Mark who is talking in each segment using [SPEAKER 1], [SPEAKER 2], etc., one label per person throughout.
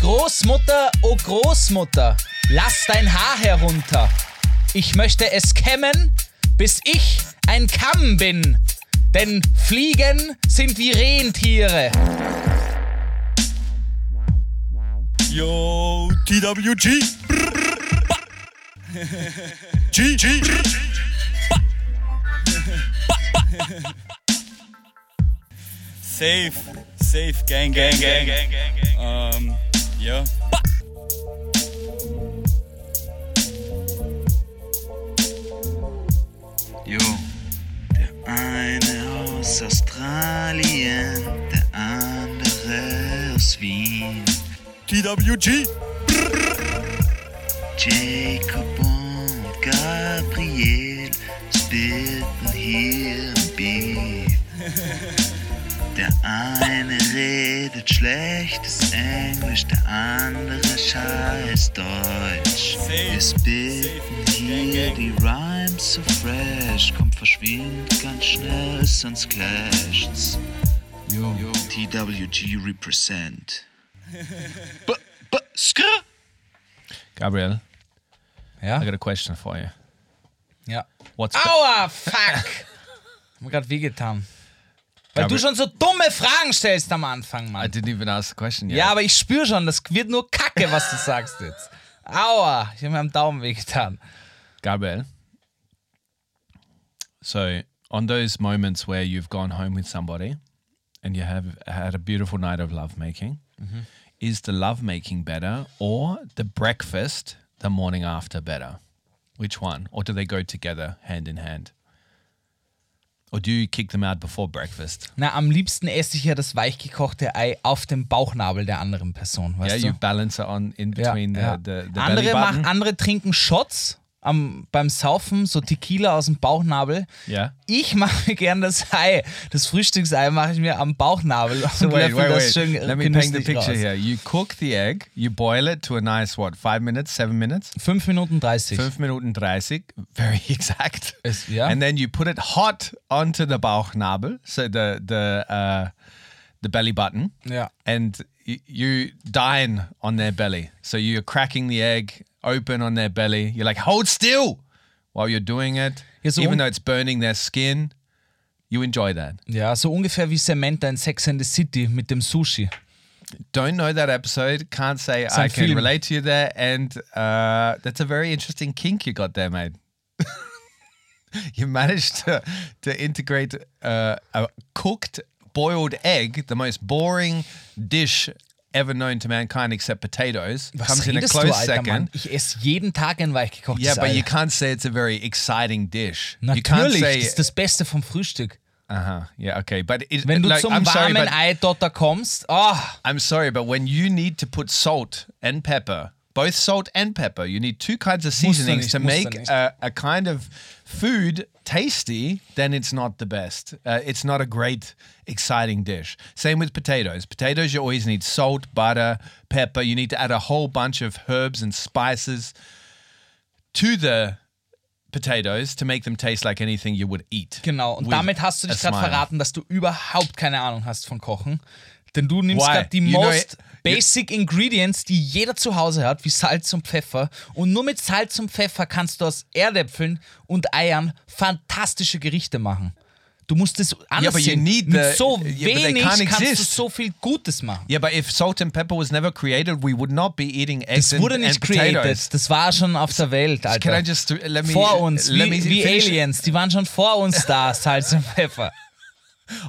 [SPEAKER 1] Großmutter, oh Großmutter, lass dein Haar herunter. Ich möchte es kämmen, bis ich ein Kamm bin. Denn Fliegen sind wie Rentiere.
[SPEAKER 2] Yo, TWG. Brr, brr, ba. G, G. brr, ba. Ba, ba, ba. Safe, safe, gang, gang, gang, gang, gang, gang. Um, yeah.
[SPEAKER 3] Jo, der eine aus Australien, der andere aus Wien.
[SPEAKER 2] TWG.
[SPEAKER 3] Jacob und Gabriel spitten hier im Beef. Der eine redet schlechtes Englisch, der andere scheiß Deutsch. Wir spitten hier die Rhymes so fresh, kommt verschwind ganz schnell, sonst clasht's. TWG represent. B -b -skr.
[SPEAKER 4] Gabriel, I
[SPEAKER 1] Ja?
[SPEAKER 4] got a question for you.
[SPEAKER 1] Ja.
[SPEAKER 4] What's be-
[SPEAKER 1] Aua, fuck! Hat mir gerade wehgetan. Weil du
[SPEAKER 4] Gabriel-
[SPEAKER 1] schon so dumme Fragen stellst am Anfang,
[SPEAKER 4] I
[SPEAKER 1] Mann.
[SPEAKER 4] didn't even ask the question yet.
[SPEAKER 1] Ja, aber ich spüre schon, das wird nur Kacke, was du sagst jetzt. Aua, ich habe mir am Daumen wehgetan.
[SPEAKER 4] Gabriel. So, on those moments where you've gone home with somebody and you have had a beautiful night of lovemaking, is the lovemaking better or the breakfast the morning after better? Which one? Or do they go together hand in hand? Or do you kick them out before breakfast?
[SPEAKER 1] Na, am liebsten esse ich ja das weichgekochte Ei auf dem Bauchnabel der anderen Person, weißt
[SPEAKER 4] yeah,
[SPEAKER 1] du?
[SPEAKER 4] you balance it on in
[SPEAKER 1] Ja,
[SPEAKER 4] between
[SPEAKER 1] ja.
[SPEAKER 4] the, the, the belly
[SPEAKER 1] andere,
[SPEAKER 4] button.
[SPEAKER 1] machen, andere trinken Shots am, beim Saufen, so Tequila aus dem Bauchnabel.
[SPEAKER 4] yeah.
[SPEAKER 1] Ich mache mir gern das Ei, das Frühstücksei mache ich mir am Bauchnabel
[SPEAKER 4] So
[SPEAKER 1] und
[SPEAKER 4] wait,
[SPEAKER 1] löffel
[SPEAKER 4] wait,
[SPEAKER 1] das
[SPEAKER 4] wait.
[SPEAKER 1] schön
[SPEAKER 4] Let me paint the
[SPEAKER 1] genüsslich
[SPEAKER 4] picture
[SPEAKER 1] raus.
[SPEAKER 4] here. You cook the egg, you boil it to a nice what, five minutes, seven minutes,
[SPEAKER 1] 5 Minuten 30.
[SPEAKER 4] fünf Minuten 30, very exact.
[SPEAKER 1] Es- ja.
[SPEAKER 4] And then you put it hot onto the Bauchnabel, so the the uh, the belly button,
[SPEAKER 1] Ja.
[SPEAKER 4] and y- you dine on their belly. So you're cracking the egg open on their belly. You're like, hold still while you're doing it,
[SPEAKER 1] Ja, so un-
[SPEAKER 4] even though it's burning their skin. You enjoy that.
[SPEAKER 1] ja, so ungefähr wie Samantha in Sex and the City mit dem Sushi.
[SPEAKER 4] don't know that episode, can't say
[SPEAKER 1] a
[SPEAKER 4] I can
[SPEAKER 1] film.
[SPEAKER 4] relate to you there, and uh, that's a very interesting kink you got there, mate. you managed to to integrate uh, a cooked boiled egg, the most boring dish ever known to mankind, except potatoes, comes in a
[SPEAKER 1] redest du,
[SPEAKER 4] close
[SPEAKER 1] alter
[SPEAKER 4] second.
[SPEAKER 1] Mann? Ich esse jeden Tag ein weichgekochtes
[SPEAKER 4] Yeah,
[SPEAKER 1] Ei.
[SPEAKER 4] but you can't say it's a very exciting dish. you can't
[SPEAKER 1] Natürlich,
[SPEAKER 4] say.
[SPEAKER 1] das ist das Beste vom Frühstück.
[SPEAKER 4] uh-huh, yeah, okay, but it,
[SPEAKER 1] Wenn du
[SPEAKER 4] like,
[SPEAKER 1] zum
[SPEAKER 4] I'm sorry,
[SPEAKER 1] warmen
[SPEAKER 4] but
[SPEAKER 1] Ei dort da kommst, ah,
[SPEAKER 4] I'm sorry, but when you need to put salt and pepper, both salt and pepper, you need two kinds
[SPEAKER 1] er
[SPEAKER 4] of seasonings
[SPEAKER 1] nicht,
[SPEAKER 4] to
[SPEAKER 1] muss er
[SPEAKER 4] make
[SPEAKER 1] nicht.
[SPEAKER 4] a, a kind of food tasty, then it's not the best. Uh, it's not a great, exciting dish. Same with potatoes. Potatoes, you always need salt, butter, pepper. You need to add a whole bunch of herbs and spices to the potatoes to make them taste like anything you would eat.
[SPEAKER 1] genau. Und
[SPEAKER 4] with
[SPEAKER 1] damit hast du
[SPEAKER 4] a
[SPEAKER 1] dich gerade
[SPEAKER 4] smile.
[SPEAKER 1] verraten, dass du überhaupt keine Ahnung hast von Kochen. Denn du nimmst
[SPEAKER 4] Why?
[SPEAKER 1] gerade die
[SPEAKER 4] You know
[SPEAKER 1] most
[SPEAKER 4] it- you-
[SPEAKER 1] basic Ingredients, die jeder zu Hause hat, wie Salz und Pfeffer. Und nur mit Salz und Pfeffer kannst du aus Erdäpfeln und Eiern fantastische Gerichte machen. Du musst es anders
[SPEAKER 4] but you
[SPEAKER 1] sehen.
[SPEAKER 4] need
[SPEAKER 1] mit
[SPEAKER 4] the-
[SPEAKER 1] so
[SPEAKER 4] yeah, but they
[SPEAKER 1] wenig
[SPEAKER 4] can't
[SPEAKER 1] kannst du
[SPEAKER 4] exist.
[SPEAKER 1] so viel Gutes machen.
[SPEAKER 4] Yeah, but if salt and pepper was never created, we would not be eating eggs
[SPEAKER 1] Das
[SPEAKER 4] and,
[SPEAKER 1] wurde
[SPEAKER 4] and
[SPEAKER 1] nicht
[SPEAKER 4] potatoes.
[SPEAKER 1] created, das war schon auf der Welt, Alter.
[SPEAKER 4] Can I just let me
[SPEAKER 1] vor uns,
[SPEAKER 4] Let me
[SPEAKER 1] wie, wie
[SPEAKER 4] finish
[SPEAKER 1] Aliens, die waren schon vor uns da, Salz und Pfeffer.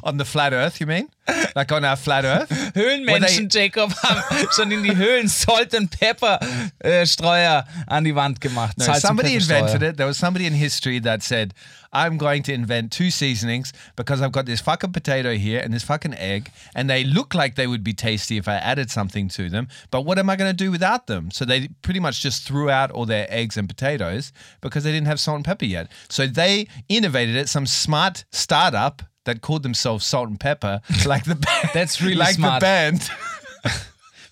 [SPEAKER 4] on the flat Earth? You mean like on our flat Earth?
[SPEAKER 1] Höhlenmenschen,
[SPEAKER 4] Well,
[SPEAKER 1] Jacob, haben schon in die Höhlen Salt and Pepper äh, Streuer an die Wand gemacht.
[SPEAKER 4] No,
[SPEAKER 1] Salz
[SPEAKER 4] somebody
[SPEAKER 1] und Pfeffer
[SPEAKER 4] invented it. There was somebody in history that said, "I'm going to invent two seasonings because I've got this fucking potato here and this fucking egg, and they look like they would be tasty if I added something to them. But what am I going to do without them?" So they pretty much just threw out all their eggs and potatoes because they didn't have salt and pepper yet. So they innovated it. Some smart startup that called themselves Salt and Pepper, like the band,
[SPEAKER 1] That's really
[SPEAKER 4] like
[SPEAKER 1] smart.
[SPEAKER 4] the band.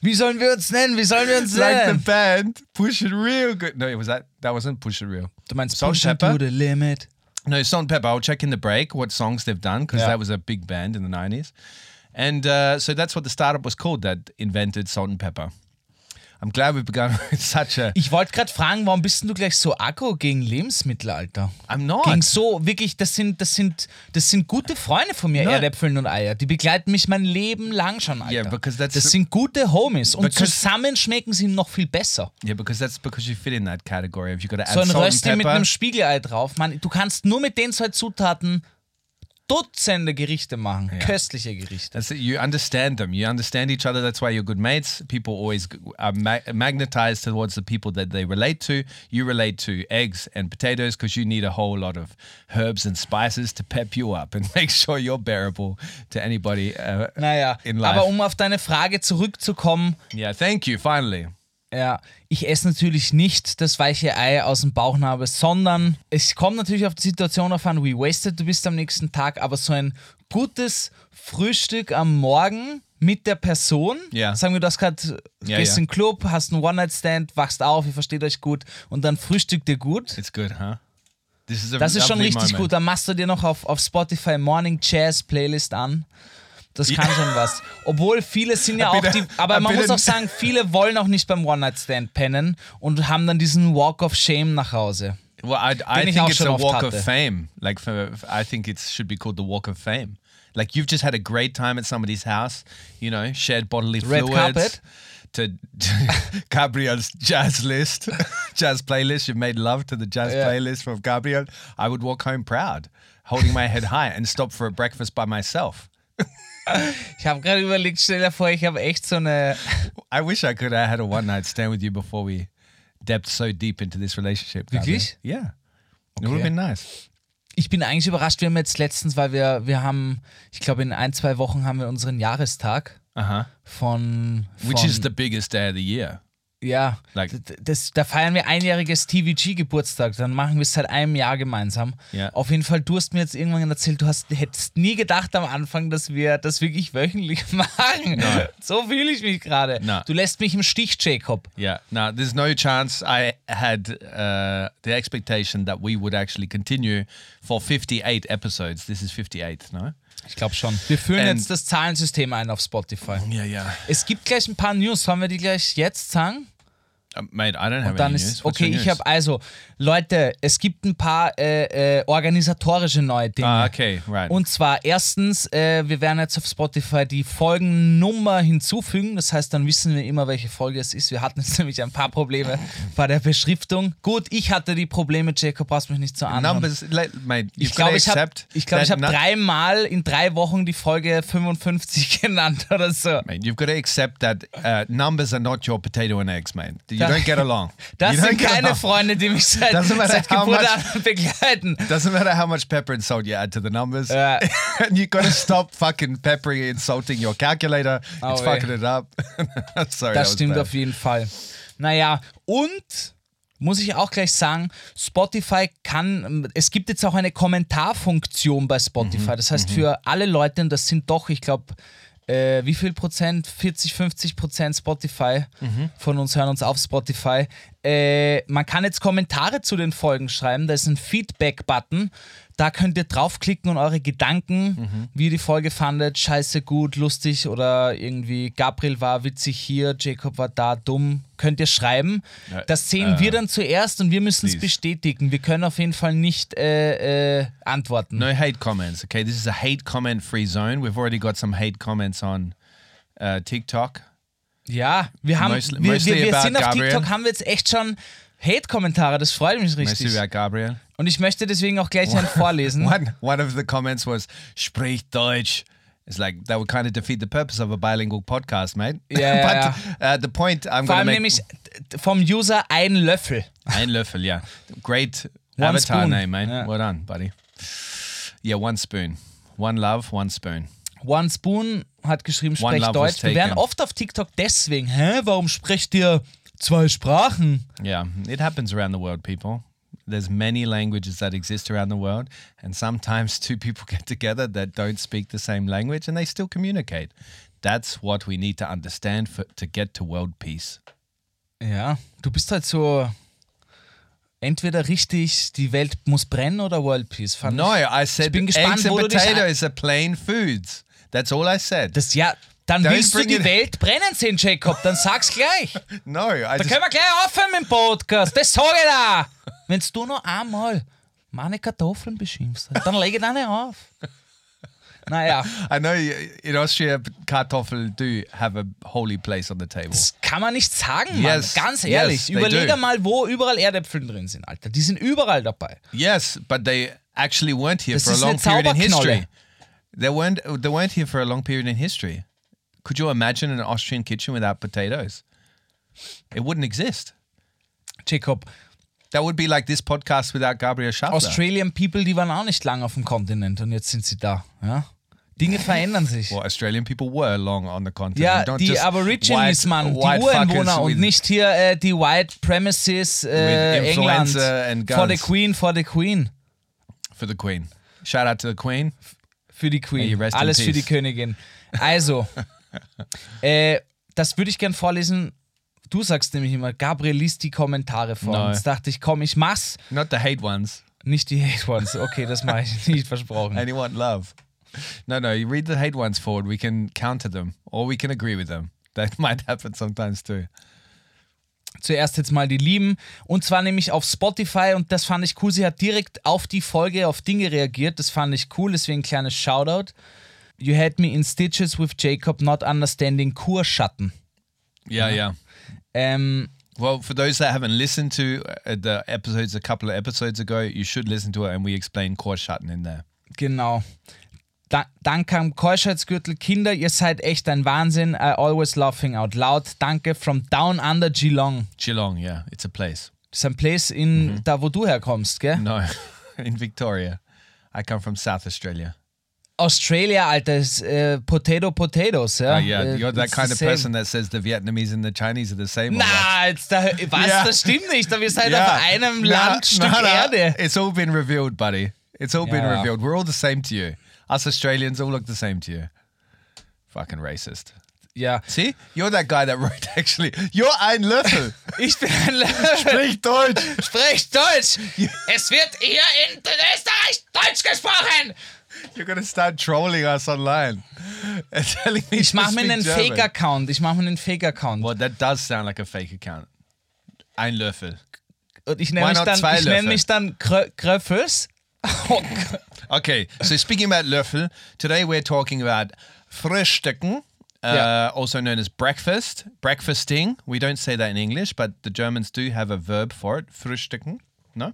[SPEAKER 1] Wie sollen wir uns nennen? Wie sollen wir uns
[SPEAKER 4] like the
[SPEAKER 1] nennen?
[SPEAKER 4] band push it real good. No, it was that. That wasn't push it real.
[SPEAKER 1] Du meinst
[SPEAKER 4] Salt
[SPEAKER 1] Push
[SPEAKER 4] and
[SPEAKER 1] to
[SPEAKER 4] Pepper?
[SPEAKER 1] the Limit.
[SPEAKER 4] No, Salt and Pepper. I'll check in the break what songs they've done because
[SPEAKER 1] Yeah.
[SPEAKER 4] that was a big band in the nineties, and uh, so that's what the startup was called that invented Salt and Pepper. I'm glad we began with such a.
[SPEAKER 1] Ich wollte gerade fragen, warum bist denn du gleich so aggro gegen Lebensmittel, Alter?
[SPEAKER 4] I'm not.
[SPEAKER 1] Gegen so, wirklich, das sind, das sind, das sind gute Freunde von mir,
[SPEAKER 4] No.
[SPEAKER 1] Erdäpfeln und Eier. Die begleiten mich mein Leben lang schon, Alter.
[SPEAKER 4] Yeah, because that's-
[SPEAKER 1] das sind gute Homies und
[SPEAKER 4] Because-
[SPEAKER 1] zusammen schmecken sie noch viel besser.
[SPEAKER 4] Yeah, because that's because you fit in that category. If you got to add
[SPEAKER 1] So ein
[SPEAKER 4] salt and
[SPEAKER 1] Rösti
[SPEAKER 4] pepper,
[SPEAKER 1] mit einem Spiegelei drauf, Mann, du kannst nur mit den zwei Zutaten Dutzende Gerichte machen. Köstliche Gerichte.
[SPEAKER 4] That's it. You understand them. You understand each other. That's why you're good mates. People always g- are ma- magnetized towards the people that they relate to. You relate to eggs and potatoes because you need a whole lot of herbs and spices to pep you up and make sure you're bearable to anybody. Uh,
[SPEAKER 1] Naja,
[SPEAKER 4] in life.
[SPEAKER 1] aber um auf deine Frage zurückzukommen,
[SPEAKER 4] yeah, thank you. Finally.
[SPEAKER 1] Ja, ich esse natürlich nicht das weiche Ei aus dem Bauchnabel, sondern es kommt natürlich auf die Situation auf an, wie wasted du bist am nächsten Tag, aber so ein gutes Frühstück am Morgen mit der Person,
[SPEAKER 4] Ja.
[SPEAKER 1] sagen wir, du hast gerade
[SPEAKER 4] Ja,
[SPEAKER 1] gehst
[SPEAKER 4] ja.
[SPEAKER 1] in den Club, hast einen One-Night-Stand, wachst auf, ihr versteht euch gut und dann frühstückt ihr gut.
[SPEAKER 4] It's good, huh? This is a
[SPEAKER 1] Das ist schon
[SPEAKER 4] lovely
[SPEAKER 1] richtig
[SPEAKER 4] moment.
[SPEAKER 1] gut. Dann machst du dir noch auf, auf Spotify Morning Jazz Playlist an. Das kann schon was. Obwohl viele sind ja
[SPEAKER 4] bin
[SPEAKER 1] auch
[SPEAKER 4] ein-
[SPEAKER 1] die. Aber
[SPEAKER 4] ich
[SPEAKER 1] man
[SPEAKER 4] bin
[SPEAKER 1] muss auch
[SPEAKER 4] ein-
[SPEAKER 1] sagen, viele wollen auch nicht beim One-Night-Stand pennen und haben dann diesen Walk of Shame nach Hause.
[SPEAKER 4] Well, I, I
[SPEAKER 1] Den ich
[SPEAKER 4] think
[SPEAKER 1] auch
[SPEAKER 4] it's
[SPEAKER 1] schon
[SPEAKER 4] a
[SPEAKER 1] oft
[SPEAKER 4] walk
[SPEAKER 1] hatte.
[SPEAKER 4] of fame. Like, for, I think it should be called the walk of fame. Like, you've just had a great time at somebody's house, you know, shared bodily
[SPEAKER 1] Red
[SPEAKER 4] fluids.
[SPEAKER 1] carpet?
[SPEAKER 4] To, to Gabriel's jazz list, jazz playlist. You've made love to the jazz
[SPEAKER 1] Yeah.
[SPEAKER 4] playlist from Gabriel. I would walk home proud, holding my head high, and stop for a breakfast by myself.
[SPEAKER 1] Ich habe gerade überlegt, stell dir vor, ich habe echt so eine.
[SPEAKER 4] I wish I could have had a one night stand with you before we dipped so deep into this relationship. Gabriel.
[SPEAKER 1] Wirklich?
[SPEAKER 4] Yeah. It would have
[SPEAKER 1] Okay.
[SPEAKER 4] been nice.
[SPEAKER 1] Ich bin eigentlich überrascht, wir haben jetzt letztens, weil wir, wir haben, ich glaube, in ein, zwei Wochen haben wir unseren Jahrestag
[SPEAKER 4] Uh huh.
[SPEAKER 1] von. von
[SPEAKER 4] Which is the biggest day of the year.
[SPEAKER 1] Ja,
[SPEAKER 4] Like-
[SPEAKER 1] d- das, da feiern wir einjähriges TVG-Geburtstag. Dann machen wir es seit einem Jahr gemeinsam.
[SPEAKER 4] Ja.
[SPEAKER 1] Auf jeden Fall, du hast mir jetzt irgendwann erzählt, du hast, hättest nie gedacht am Anfang, dass wir das wirklich wöchentlich machen. So fühle ich mich gerade.
[SPEAKER 4] Nein.
[SPEAKER 1] Du lässt mich im Stich, Jacob.
[SPEAKER 4] Yeah. No, there's no chance I had uh, the expectation that we would actually continue for 58 episodes. This is 58, no?
[SPEAKER 1] Ich glaube schon. Wir führen
[SPEAKER 4] Ähm,
[SPEAKER 1] jetzt das Zahlensystem ein auf Spotify.
[SPEAKER 4] Yeah, yeah.
[SPEAKER 1] Es gibt gleich ein paar News. Sollen wir die gleich jetzt sagen?
[SPEAKER 4] Uh, mate, I don't have
[SPEAKER 1] Dann
[SPEAKER 4] any
[SPEAKER 1] ist
[SPEAKER 4] news. What's
[SPEAKER 1] okay.
[SPEAKER 4] your
[SPEAKER 1] Ich
[SPEAKER 4] news?
[SPEAKER 1] habe also Leute, es gibt ein paar äh, äh, organisatorische neue Dinge.
[SPEAKER 4] Ah, okay, right.
[SPEAKER 1] Und zwar erstens, äh, wir werden jetzt auf Spotify die Folgennummer hinzufügen. Das heißt, dann wissen wir immer, welche Folge es ist. Wir hatten jetzt nämlich ein paar Probleme bei der Beschriftung. Gut, ich hatte die Probleme, Jacob, brauchst mich nicht so an.
[SPEAKER 4] Numbers, let, mate, you've
[SPEAKER 1] Ich
[SPEAKER 4] got to
[SPEAKER 1] glaube, ich habe
[SPEAKER 4] accept
[SPEAKER 1] glaub,
[SPEAKER 4] that
[SPEAKER 1] ich hab
[SPEAKER 4] nu-
[SPEAKER 1] dreimal in drei Wochen die Folge 55 genannt oder so.
[SPEAKER 4] Mate, you've got to accept that uh, numbers are not your potato and eggs, mate. You
[SPEAKER 1] Da-
[SPEAKER 4] don't get along.
[SPEAKER 1] Das
[SPEAKER 4] you don't
[SPEAKER 1] sind
[SPEAKER 4] get
[SPEAKER 1] keine
[SPEAKER 4] along.
[SPEAKER 1] Freunde, die mich seit,
[SPEAKER 4] Doesn't matter
[SPEAKER 1] seit
[SPEAKER 4] how
[SPEAKER 1] Geburt
[SPEAKER 4] much-
[SPEAKER 1] an begleiten.
[SPEAKER 4] Doesn't matter how much pepper and salt you add to the numbers.
[SPEAKER 1] Ja.
[SPEAKER 4] and you got to stop fucking peppering, insulting your calculator.
[SPEAKER 1] Oh,
[SPEAKER 4] it's
[SPEAKER 1] weh.
[SPEAKER 4] fucking it up. Sorry,
[SPEAKER 1] Das
[SPEAKER 4] that
[SPEAKER 1] stimmt
[SPEAKER 4] was
[SPEAKER 1] auf jeden Fall. Naja, und muss ich auch gleich sagen, Spotify kann, ähm, es gibt jetzt auch eine Kommentarfunktion bei
[SPEAKER 4] Mhm,
[SPEAKER 1] Spotify. Das heißt, für alle Leute, und das sind doch, ich glaube, äh, wie viel Prozent? 40, 50 Prozent Spotify
[SPEAKER 4] Mhm.
[SPEAKER 1] von uns hören uns auf Spotify. Äh, man kann jetzt Kommentare zu den Folgen schreiben. Da ist ein Feedback-Button. Da könnt ihr draufklicken und eure
[SPEAKER 4] Mhm.
[SPEAKER 1] Gedanken, wie ihr die Folge fandet, scheiße gut, lustig oder irgendwie Gabriel war witzig hier, Jacob war da dumm, könnt ihr schreiben.
[SPEAKER 4] Ja, äh,
[SPEAKER 1] Das sehen wir dann zuerst und wir müssen es
[SPEAKER 4] please.
[SPEAKER 1] bestätigen. Wir können auf jeden Fall nicht äh, äh, antworten.
[SPEAKER 4] No hate comments, okay? This is a hate comment free zone. We've already got some hate comments on uh, TikTok.
[SPEAKER 1] Ja, wir haben,
[SPEAKER 4] Mostly-
[SPEAKER 1] wir,
[SPEAKER 4] mostly
[SPEAKER 1] wir, wir
[SPEAKER 4] about
[SPEAKER 1] sind auf
[SPEAKER 4] Gabriel.
[SPEAKER 1] TikTok, haben wir jetzt echt schon Hate-Kommentare, das freut mich
[SPEAKER 4] Merci
[SPEAKER 1] richtig.
[SPEAKER 4] about Gabriel.
[SPEAKER 1] Und ich möchte deswegen auch gleich einen vorlesen.
[SPEAKER 4] One one of the comments was "Sprich Deutsch." It's like that would kind of defeat the purpose of a bilingual podcast, mate.
[SPEAKER 1] Yeah,
[SPEAKER 4] but
[SPEAKER 1] yeah,
[SPEAKER 4] Uh, the point I'm
[SPEAKER 1] Vor
[SPEAKER 4] going to
[SPEAKER 1] allem
[SPEAKER 4] make.
[SPEAKER 1] nämlich vom User ein Löffel.
[SPEAKER 4] Ein Löffel, yeah. Great
[SPEAKER 1] One
[SPEAKER 4] avatar
[SPEAKER 1] spoon.
[SPEAKER 4] name, mate.
[SPEAKER 1] Yeah.
[SPEAKER 4] Well done, buddy. Yeah, one spoon, one love, one spoon.
[SPEAKER 1] One Spoon hat geschrieben,
[SPEAKER 4] One
[SPEAKER 1] sprech
[SPEAKER 4] Love was
[SPEAKER 1] Deutsch. Wir werden
[SPEAKER 4] taken.
[SPEAKER 1] oft auf TikTok deswegen, hä, warum sprecht ihr zwei Sprachen?
[SPEAKER 4] Yeah, it happens around the world, people. There's many languages that exist around the world, and sometimes two people get together that don't speak the same language and they still communicate. That's what we need to understand for, to get to world peace.
[SPEAKER 1] Ja, du bist halt so entweder richtig, die Welt muss brennen oder World Peace. Fand
[SPEAKER 4] No,
[SPEAKER 1] ich.
[SPEAKER 4] I said
[SPEAKER 1] bin gespannt,
[SPEAKER 4] eggs and
[SPEAKER 1] wo du dich ein-
[SPEAKER 4] potatoes are plain foods. That's all I said.
[SPEAKER 1] Das ja, Dann
[SPEAKER 4] Don't
[SPEAKER 1] willst du
[SPEAKER 4] bring
[SPEAKER 1] die
[SPEAKER 4] it-
[SPEAKER 1] Welt brennen sehen, Jacob. Dann sag's gleich.
[SPEAKER 4] No, I
[SPEAKER 1] Da
[SPEAKER 4] just,
[SPEAKER 1] können wir gleich aufhören mit dem Podcast. Das sage ich da. Wenn du nur einmal meine Kartoffeln beschimpfst, dann lege ich da nicht auf. Naja,
[SPEAKER 4] I know you, in Austria, kartoffel do have a holy place on the table.
[SPEAKER 1] das kann man nicht sagen, Mann.
[SPEAKER 4] Yes,
[SPEAKER 1] Ganz
[SPEAKER 4] yes,
[SPEAKER 1] ehrlich.
[SPEAKER 4] they
[SPEAKER 1] Überlege
[SPEAKER 4] do.
[SPEAKER 1] mal, wo überall Erdäpfel drin sind, Alter. Die sind überall dabei.
[SPEAKER 4] Yes, but they actually weren't here
[SPEAKER 1] Das
[SPEAKER 4] for a
[SPEAKER 1] ist eine
[SPEAKER 4] long period in
[SPEAKER 1] Zauberknolle.
[SPEAKER 4] history. They weren't. They weren't here for a long period in history. Could you imagine an Austrian kitchen without potatoes? It wouldn't exist.
[SPEAKER 1] Jacob,
[SPEAKER 4] That would be like this podcast without Gabriel Schaffler.
[SPEAKER 1] Australian People, die waren auch nicht lang auf dem Kontinent und jetzt sind sie da. Ja? Dinge verändern sich.
[SPEAKER 4] Well, Australian people were long on the continent.
[SPEAKER 1] Ja,
[SPEAKER 4] Don't
[SPEAKER 1] die
[SPEAKER 4] just
[SPEAKER 1] Aborigines,
[SPEAKER 4] white-
[SPEAKER 1] Mann, die
[SPEAKER 4] white fuckers
[SPEAKER 1] Ureinwohner und
[SPEAKER 4] with-
[SPEAKER 1] nicht hier äh, die White Premises äh,
[SPEAKER 4] With
[SPEAKER 1] England.
[SPEAKER 4] Influenza and
[SPEAKER 1] For the
[SPEAKER 4] Guns.
[SPEAKER 1] Queen, for the Queen.
[SPEAKER 4] for the Queen. Shout out to the Queen.
[SPEAKER 1] Für die Queen.
[SPEAKER 4] Hey, rest in
[SPEAKER 1] Alles für
[SPEAKER 4] peace.
[SPEAKER 1] die Königin. Also, äh, das würde ich gern vorlesen. Du sagst nämlich immer, Gabriel liest die Kommentare vor.
[SPEAKER 4] No.
[SPEAKER 1] Und Jetzt dachte ich, komm, ich mach's.
[SPEAKER 4] Not the hate ones.
[SPEAKER 1] Nicht die Hate Ones. Okay, das mache ich nicht, versprochen.
[SPEAKER 4] Anyone love? No, no. You read the hate ones forward. We can counter them, or we can agree with them. That might happen sometimes too.
[SPEAKER 1] zuerst jetzt mal die Lieben. Und zwar nämlich auf Spotify und das fand ich cool. Sie hat direkt auf die Folge auf Dinge reagiert. Das fand ich cool, deswegen kleines Shoutout. You had me in stitches with Jacob not understanding Kurschatten.
[SPEAKER 4] Yeah,
[SPEAKER 1] Uh-huh.
[SPEAKER 4] yeah.
[SPEAKER 1] Ähm,
[SPEAKER 4] Well, for those that haven't listened to uh, the episodes a couple of episodes ago, you should listen to it, and we explain Korschatten in there.
[SPEAKER 1] genau. Da, dann kam Keuschheitsgürtel Kinder, ihr seid echt ein Wahnsinn. I always laughing out loud. Danke from down under Geelong.
[SPEAKER 4] Geelong, yeah, it's a place.
[SPEAKER 1] Das ist ein Place in da, wo du herkommst, gell?
[SPEAKER 4] No, in Victoria. I come from South Australia.
[SPEAKER 1] Ah, Australia, Alter, ist, äh, Potato Potatoes, ja.
[SPEAKER 4] Oh, yeah,
[SPEAKER 1] Äh,
[SPEAKER 4] you're that
[SPEAKER 1] it's
[SPEAKER 4] kind
[SPEAKER 1] the
[SPEAKER 4] of
[SPEAKER 1] same.
[SPEAKER 4] person that says the Vietnamese and the Chinese are the same. or what?
[SPEAKER 1] Na, jetzt da, was?
[SPEAKER 4] Ja.
[SPEAKER 1] Das stimmt nicht. Wir sind halt
[SPEAKER 4] Yeah.
[SPEAKER 1] auf einem
[SPEAKER 4] No,
[SPEAKER 1] Landstück
[SPEAKER 4] no, no.
[SPEAKER 1] Erde.
[SPEAKER 4] It's all been revealed, buddy. It's all been
[SPEAKER 1] Yeah.
[SPEAKER 4] revealed. We're all the same to you. Us Australians all look the same to you. Fucking racist.
[SPEAKER 1] Ja.
[SPEAKER 4] See, you're that guy that wrote actually. You're ein Löffel.
[SPEAKER 1] Ich bin ein Löffel.
[SPEAKER 4] Sprich Deutsch.
[SPEAKER 1] Sprich Deutsch. Es wird hier in Österreich Deutsch gesprochen.
[SPEAKER 4] You're gonna start trolling us online and telling me
[SPEAKER 1] Ich mache mir einen Fake-Account. Ich mache mir einen Fake-Account.
[SPEAKER 4] Well, that does sound like a fake account. Ein Löffel.
[SPEAKER 1] Und ich
[SPEAKER 4] Why
[SPEAKER 1] nenne mich,
[SPEAKER 4] not
[SPEAKER 1] dann-
[SPEAKER 4] zwei
[SPEAKER 1] ich nenn
[SPEAKER 4] Löffel?
[SPEAKER 1] mich dann Krö Kröffels. Oh, Gott.
[SPEAKER 4] Okay, so speaking about Löffel, today we're talking about Frühstücken, uh,
[SPEAKER 1] Yeah.
[SPEAKER 4] also known as breakfast, breakfasting. We don't say that in English, but the Germans do have a verb for it, Frühstücken. No?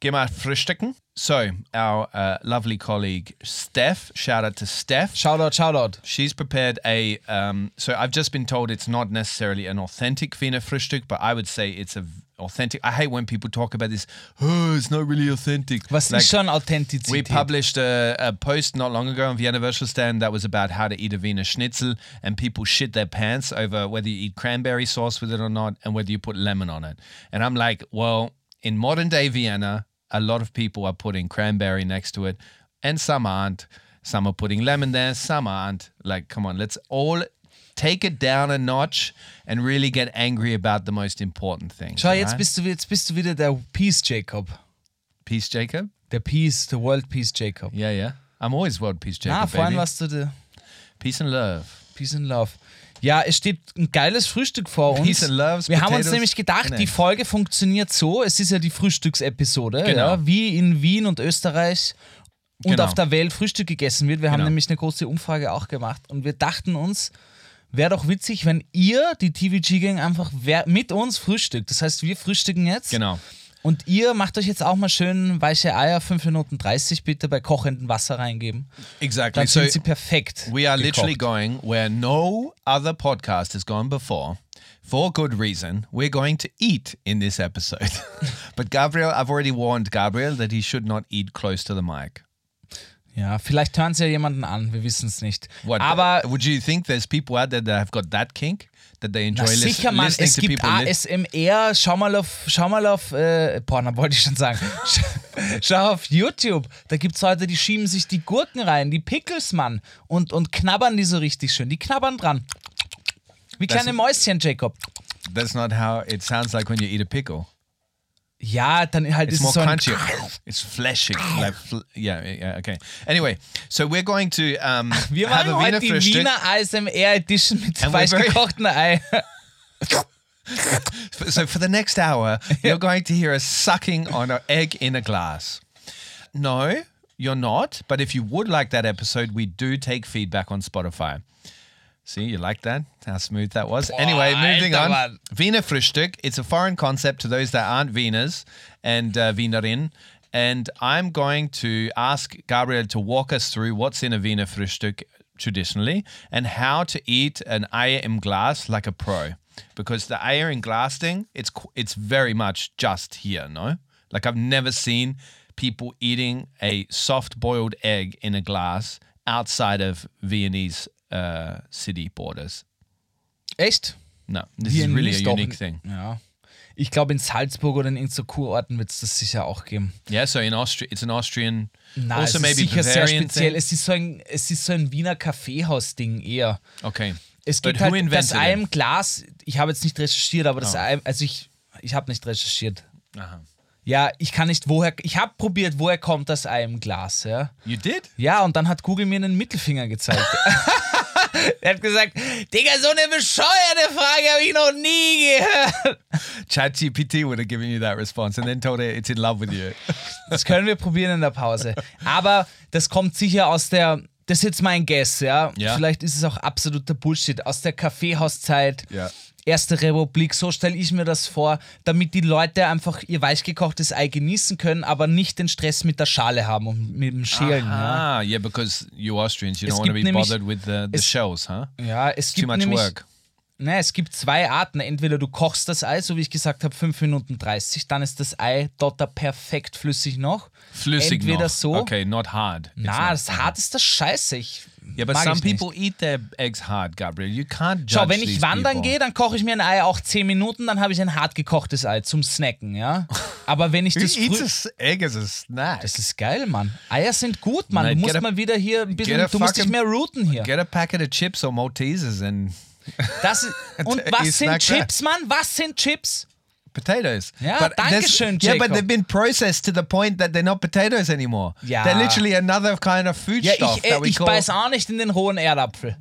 [SPEAKER 4] Geh mal Frühstücken. So, our uh, lovely colleague Steph, shout out to Steph.
[SPEAKER 1] Shoutout, Shoutout.
[SPEAKER 4] She's prepared a. Um, so I've just been told it's not necessarily an authentic Wiener Frühstück, but I would say it's a v- authentic. I hate when people talk about this. Oh, it's not really authentic.
[SPEAKER 1] Was
[SPEAKER 4] Like,
[SPEAKER 1] ist schon
[SPEAKER 4] we
[SPEAKER 1] Authentizität?
[SPEAKER 4] published a, a post not long ago on the anniversary stand that was about how to eat a Wiener Schnitzel, and people shit their pants over whether you eat cranberry sauce with it or not, and whether you put lemon on it. And I'm like, well, in modern day Vienna, a lot of people are putting cranberry next to it, and some aren't. Some are putting lemon there, some aren't. Like, come on, let's all take it down a notch and really get angry about the most important things.
[SPEAKER 1] Schau,
[SPEAKER 4] all
[SPEAKER 1] jetzt
[SPEAKER 4] right?
[SPEAKER 1] bist, du, jetzt bist du wieder der Peace Jacob.
[SPEAKER 4] peace, Jacob.
[SPEAKER 1] Der Peace, der World Peace Jacob.
[SPEAKER 4] Yeah, yeah. I'm always world peace, Jacob.
[SPEAKER 1] Na, vorhin
[SPEAKER 4] baby.
[SPEAKER 1] warst du der.
[SPEAKER 4] peace and love.
[SPEAKER 1] Peace and Love. Ja, es steht ein geiles Frühstück vor uns.
[SPEAKER 4] Peace and loves,
[SPEAKER 1] Wir haben uns
[SPEAKER 4] potatoes
[SPEAKER 1] nämlich gedacht,
[SPEAKER 4] and
[SPEAKER 1] die
[SPEAKER 4] eggs.
[SPEAKER 1] Folge funktioniert so. Es ist ja die Frühstücksepisode,
[SPEAKER 4] Genau.
[SPEAKER 1] ja, wie in Wien und Österreich und
[SPEAKER 4] Genau.
[SPEAKER 1] auf der Welt Frühstück gegessen wird. Wir haben
[SPEAKER 4] Genau.
[SPEAKER 1] nämlich eine große Umfrage auch gemacht und wir dachten uns, wäre doch witzig, wenn ihr, die TVG Gang, einfach wer- mit uns frühstückt. Das heißt, wir frühstücken jetzt.
[SPEAKER 4] Genau.
[SPEAKER 1] Und ihr macht euch jetzt auch mal schön weiche Eier, 5 Minuten 30 bitte bei kochendem Wasser reingeben.
[SPEAKER 4] Exactly.
[SPEAKER 1] Dann
[SPEAKER 4] so
[SPEAKER 1] sind sie perfekt.
[SPEAKER 4] we are literally
[SPEAKER 1] gekocht.
[SPEAKER 4] going where no other podcast has gone before. For good reason, we're going to eat in this episode. but Gabriel, I've already warned Gabriel that he should not eat close to the mic.
[SPEAKER 1] Ja, vielleicht hören sie ja jemanden an, wir wissen es nicht.
[SPEAKER 4] What?
[SPEAKER 1] Aber
[SPEAKER 4] would you think there's people out there that have got that kink that they enjoy
[SPEAKER 1] na,
[SPEAKER 4] listen-
[SPEAKER 1] sicher, Mann,
[SPEAKER 4] listening
[SPEAKER 1] es
[SPEAKER 4] to
[SPEAKER 1] gibt
[SPEAKER 4] people? li-
[SPEAKER 1] ASMR, schau mal auf, schau mal auf, äh, Porno wollte ich schon sagen, Sch- schau auf YouTube, da gibt es Leute, die schieben sich die Gurken rein, die Pickles, Mann, und, und knabbern die so richtig schön, die knabbern dran. Wie kleine Mäuschen, Jacob.
[SPEAKER 4] That's not how it sounds like when you eat a pickle.
[SPEAKER 1] Ja, dann halt
[SPEAKER 4] It's
[SPEAKER 1] ist
[SPEAKER 4] more
[SPEAKER 1] es so ein
[SPEAKER 4] crunchy. It's fleshy. Like fl- yeah, yeah, okay. Anyway, so we're going to um,
[SPEAKER 1] Wir
[SPEAKER 4] have
[SPEAKER 1] machen heute
[SPEAKER 4] a Wiener
[SPEAKER 1] die
[SPEAKER 4] Frühstück.
[SPEAKER 1] Wiener ASMR Edition mit
[SPEAKER 4] And we're
[SPEAKER 1] weiß
[SPEAKER 4] very-
[SPEAKER 1] gekochten Ei.
[SPEAKER 4] F- So for the next hour, you're going to hear us sucking on an egg in a glass. No, you're not. But if you would like that episode, we do take feedback on Spotify. See, you like that? How smooth that was. anyway, moving
[SPEAKER 1] alter
[SPEAKER 4] on.
[SPEAKER 1] Mann.
[SPEAKER 4] Wiener Frühstück. It's a foreign concept to those that aren't Wieners and uh, Wienerin. And I'm going to ask Gabriel to walk us through what's in a Wiener Frühstück traditionally and how to eat an Eier im Glas like a pro. Because the Eier in Glas thing, it's, qu- it's very much just here, no? Like I've never seen people eating a soft boiled egg in a glass outside of Viennese uh, city borders.
[SPEAKER 1] Echt?
[SPEAKER 4] No, this
[SPEAKER 1] Hier
[SPEAKER 4] is
[SPEAKER 1] in
[SPEAKER 4] really a
[SPEAKER 1] Nice doch-
[SPEAKER 4] unique thing.
[SPEAKER 1] Ja. Ich glaube, in Salzburg oder in irgend so Kurorten wird es das sicher auch geben.
[SPEAKER 4] Yeah, so in Austria, it's an Austrian,
[SPEAKER 1] Nein,
[SPEAKER 4] also
[SPEAKER 1] es
[SPEAKER 4] maybe
[SPEAKER 1] ist sicher sehr
[SPEAKER 4] Bavarian
[SPEAKER 1] speziell.
[SPEAKER 4] thing.
[SPEAKER 1] Es ist, so ein, es ist so ein Wiener Kaffeehaus-Ding eher.
[SPEAKER 4] Okay,
[SPEAKER 1] Es
[SPEAKER 4] But
[SPEAKER 1] gibt
[SPEAKER 4] who
[SPEAKER 1] halt das
[SPEAKER 4] invented it? Oh.
[SPEAKER 1] Ei im Glas. Ich habe jetzt nicht recherchiert, aber das Ei, also ich, ich habe nicht recherchiert.
[SPEAKER 4] Aha.
[SPEAKER 1] Ja, ich kann nicht, woher, ich habe probiert, woher kommt das Ei im Glas, ja.
[SPEAKER 4] you did?
[SPEAKER 1] Ja, und dann hat Google mir einen Mittelfinger gezeigt. er hat gesagt, Digga, so eine bescheuerte Frage habe ich noch nie gehört.
[SPEAKER 4] ChatGPT would have given you that response and then told it it's in love with you.
[SPEAKER 1] Das können wir probieren in der Pause. Aber das kommt sicher aus der, das ist jetzt mein Guess, ja.
[SPEAKER 4] Ja.
[SPEAKER 1] Vielleicht ist es auch absoluter Bullshit, aus der Kaffeehauszeit.
[SPEAKER 4] Ja.
[SPEAKER 1] Erste Republik, so stelle ich mir das vor, damit die Leute einfach ihr weichgekochtes Ei genießen können, aber nicht den Stress mit der Schale haben und mit dem Schälen. Ja.
[SPEAKER 4] Ah, yeah, because you Austrians, you
[SPEAKER 1] Es
[SPEAKER 4] don't want to
[SPEAKER 1] gibt
[SPEAKER 4] be
[SPEAKER 1] nämlich-
[SPEAKER 4] bothered with the, the
[SPEAKER 1] es-
[SPEAKER 4] shells, huh?
[SPEAKER 1] Ja, es
[SPEAKER 4] Too
[SPEAKER 1] gibt
[SPEAKER 4] much
[SPEAKER 1] nämlich,
[SPEAKER 4] work.
[SPEAKER 1] Naja, es gibt zwei Arten. Entweder du kochst das Ei, so wie ich gesagt habe, 5 Minuten 30, dann ist das Ei dort da perfekt flüssig noch.
[SPEAKER 4] Flüssig
[SPEAKER 1] Entweder
[SPEAKER 4] noch.
[SPEAKER 1] so.
[SPEAKER 4] Okay, not hard. It's
[SPEAKER 1] Na,
[SPEAKER 4] not-
[SPEAKER 1] das hart ist das Scheiße. Ich
[SPEAKER 4] Yeah, but
[SPEAKER 1] mag
[SPEAKER 4] some
[SPEAKER 1] ich nicht.
[SPEAKER 4] people eat their eggs hard, Gabriel. You can't judge
[SPEAKER 1] Schau, wenn ich
[SPEAKER 4] these
[SPEAKER 1] wandern
[SPEAKER 4] people.
[SPEAKER 1] gehe, dann koche ich mir ein Ei auch 10 Minuten, dann habe ich ein hart gekochtes Ei zum Snacken, ja. Aber wenn ich
[SPEAKER 4] Who
[SPEAKER 1] das
[SPEAKER 4] eats
[SPEAKER 1] früh...
[SPEAKER 4] this egg as a snack?
[SPEAKER 1] Das ist geil, Mann. Eier sind gut, Mann.
[SPEAKER 4] Nein,
[SPEAKER 1] du
[SPEAKER 4] get
[SPEAKER 1] musst
[SPEAKER 4] a-
[SPEAKER 1] mal wieder hier ein
[SPEAKER 4] get a
[SPEAKER 1] bisschen... Du musst dich
[SPEAKER 4] fucking-
[SPEAKER 1] mehr routen hier.
[SPEAKER 4] Get a packet of chips or Maltesers and
[SPEAKER 1] Das ist, und
[SPEAKER 4] Ich
[SPEAKER 1] was sind
[SPEAKER 4] snack that.
[SPEAKER 1] Chips, Mann? Was sind Chips?
[SPEAKER 4] potatoes.
[SPEAKER 1] Yeah,
[SPEAKER 4] there's-
[SPEAKER 1] Dankeschön,
[SPEAKER 4] Yeah, but
[SPEAKER 1] Jacob.
[SPEAKER 4] they've been processed to the point that they're not potatoes anymore.
[SPEAKER 1] Yeah.
[SPEAKER 4] They're literally another kind of food
[SPEAKER 1] Ja,
[SPEAKER 4] stuff
[SPEAKER 1] ich, äh,
[SPEAKER 4] that we
[SPEAKER 1] ich
[SPEAKER 4] call.
[SPEAKER 1] beiß auch nicht in den rohen Erdapfel.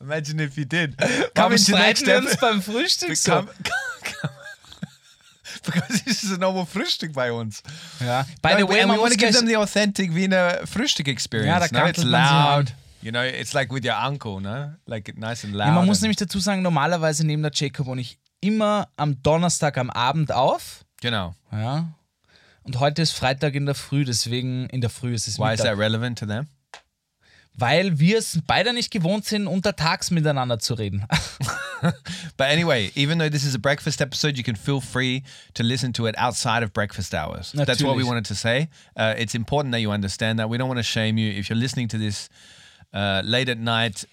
[SPEAKER 4] Imagine if you did. Come
[SPEAKER 1] Warum
[SPEAKER 4] into next
[SPEAKER 1] streiten wir uns
[SPEAKER 4] episode.
[SPEAKER 1] beim Frühstück so?
[SPEAKER 4] Come, come, because this is a normal Frühstück by uns.
[SPEAKER 1] Ja. By the
[SPEAKER 4] No,
[SPEAKER 1] way,
[SPEAKER 4] and we
[SPEAKER 1] man
[SPEAKER 4] want
[SPEAKER 1] muss
[SPEAKER 4] to give
[SPEAKER 1] gleich,
[SPEAKER 4] them the authentic Wiener Frühstück
[SPEAKER 1] Ja, da
[SPEAKER 4] experience. no,
[SPEAKER 1] kantelt
[SPEAKER 4] it's
[SPEAKER 1] man sie an.
[SPEAKER 4] loud. You know, it's like with your uncle, no? Like nice and loud.
[SPEAKER 1] Ja, man muss
[SPEAKER 4] and-
[SPEAKER 1] nämlich dazu sagen, normalerweise nehmen der Jacob und ich immer am Donnerstag am Abend auf.
[SPEAKER 4] Genau.
[SPEAKER 1] Ja. Und heute ist Freitag in der Früh, deswegen in der Früh ist es
[SPEAKER 4] Why is
[SPEAKER 1] Mittag.
[SPEAKER 4] that relevant to them?
[SPEAKER 1] Weil wir es beide nicht gewohnt sind, untertags miteinander zu reden.
[SPEAKER 4] But anyway, even though this is a breakfast episode, you can feel free to listen to it outside of breakfast hours. That's what we
[SPEAKER 1] Natürlich.
[SPEAKER 4] wanted to say. Uh, it's important that you understand that. We don't want to shame you. If you're listening to this uh, late at night,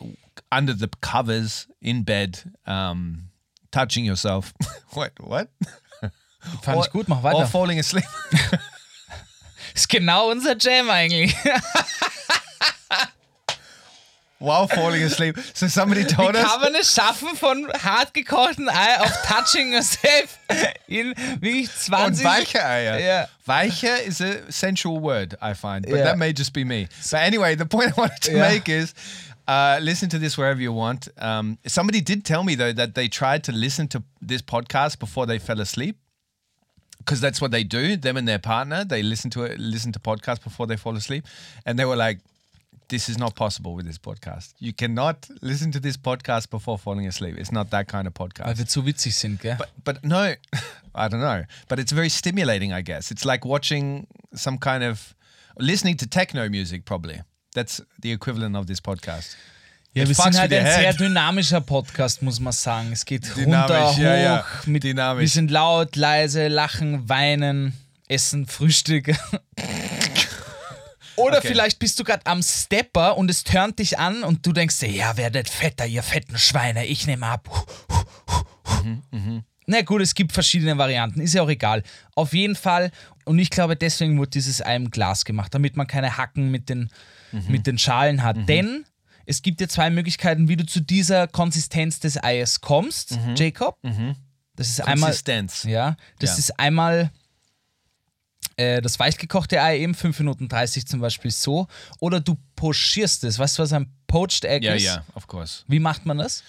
[SPEAKER 4] under the covers, in bed, um, touching yourself. what? What?
[SPEAKER 1] Fand
[SPEAKER 4] or,
[SPEAKER 1] ich gut, mach
[SPEAKER 4] Or
[SPEAKER 1] weiter.
[SPEAKER 4] falling asleep.
[SPEAKER 1] Ist genau unser Jam eigentlich.
[SPEAKER 4] while falling asleep. So somebody told
[SPEAKER 1] Wie
[SPEAKER 4] us.
[SPEAKER 1] kann man es schaffen, von hart gekochten Ei auf Touching Yourself in wirklich 20
[SPEAKER 4] Und weiche Eier.
[SPEAKER 1] Yeah.
[SPEAKER 4] Weiche is a sensual word, I find, but
[SPEAKER 1] Yeah.
[SPEAKER 4] that may just be me. But anyway, the point I wanted to
[SPEAKER 1] Yeah.
[SPEAKER 4] make is uh, listen to this wherever you want. Um, somebody did tell me, though, that they tried to listen to this podcast before they fell asleep. Because that's what they do, them and their partner, they listen to it, listen to podcasts before they fall asleep, and they were like, "This is not possible with this podcast. You cannot listen to this podcast before falling asleep. It's not that kind of podcast."
[SPEAKER 1] Weil wir zu witzig sind, gell?
[SPEAKER 4] But but no, I don't know. But it's very stimulating, I guess. It's like watching some kind of listening to techno music, probably. That's the equivalent of this podcast.
[SPEAKER 1] Ja,
[SPEAKER 4] It
[SPEAKER 1] wir
[SPEAKER 4] fucks
[SPEAKER 1] sind halt
[SPEAKER 4] with
[SPEAKER 1] ein
[SPEAKER 4] your
[SPEAKER 1] sehr
[SPEAKER 4] head.
[SPEAKER 1] dynamischer Podcast, muss man sagen. Es geht runter, hoch,
[SPEAKER 4] Dynamisch, ja, ja.
[SPEAKER 1] Mit,
[SPEAKER 4] Dynamisch.
[SPEAKER 1] wir sind laut, leise, lachen, weinen, essen, Frühstück. Oder
[SPEAKER 4] Okay.
[SPEAKER 1] vielleicht bist du gerade am Stepper und es turnt dich an und du denkst dir, ja, werdet fetter, ihr fetten Schweine, ich nehme ab.
[SPEAKER 4] Mhm,
[SPEAKER 1] Na gut, es gibt verschiedene Varianten, ist ja auch egal. Auf jeden Fall, und ich glaube, Mhm. deswegen wurde dieses Ei im Glas gemacht, damit man keine Hacken mit den, mit den Schalen hat. Denn Es gibt ja zwei Möglichkeiten, wie du zu dieser Konsistenz des Eiers kommst, Jacob. Das ist einmal
[SPEAKER 4] Konsistenz.
[SPEAKER 1] Mhm. ja, das
[SPEAKER 4] Ja.
[SPEAKER 1] ist einmal äh, das weichgekochte Ei eben 5 Minuten 30 zum Beispiel so. Oder du pochierst es. Weißt du, was ein poached egg
[SPEAKER 4] Yeah,
[SPEAKER 1] ist?
[SPEAKER 4] yeah, of course.
[SPEAKER 1] Wie macht man das?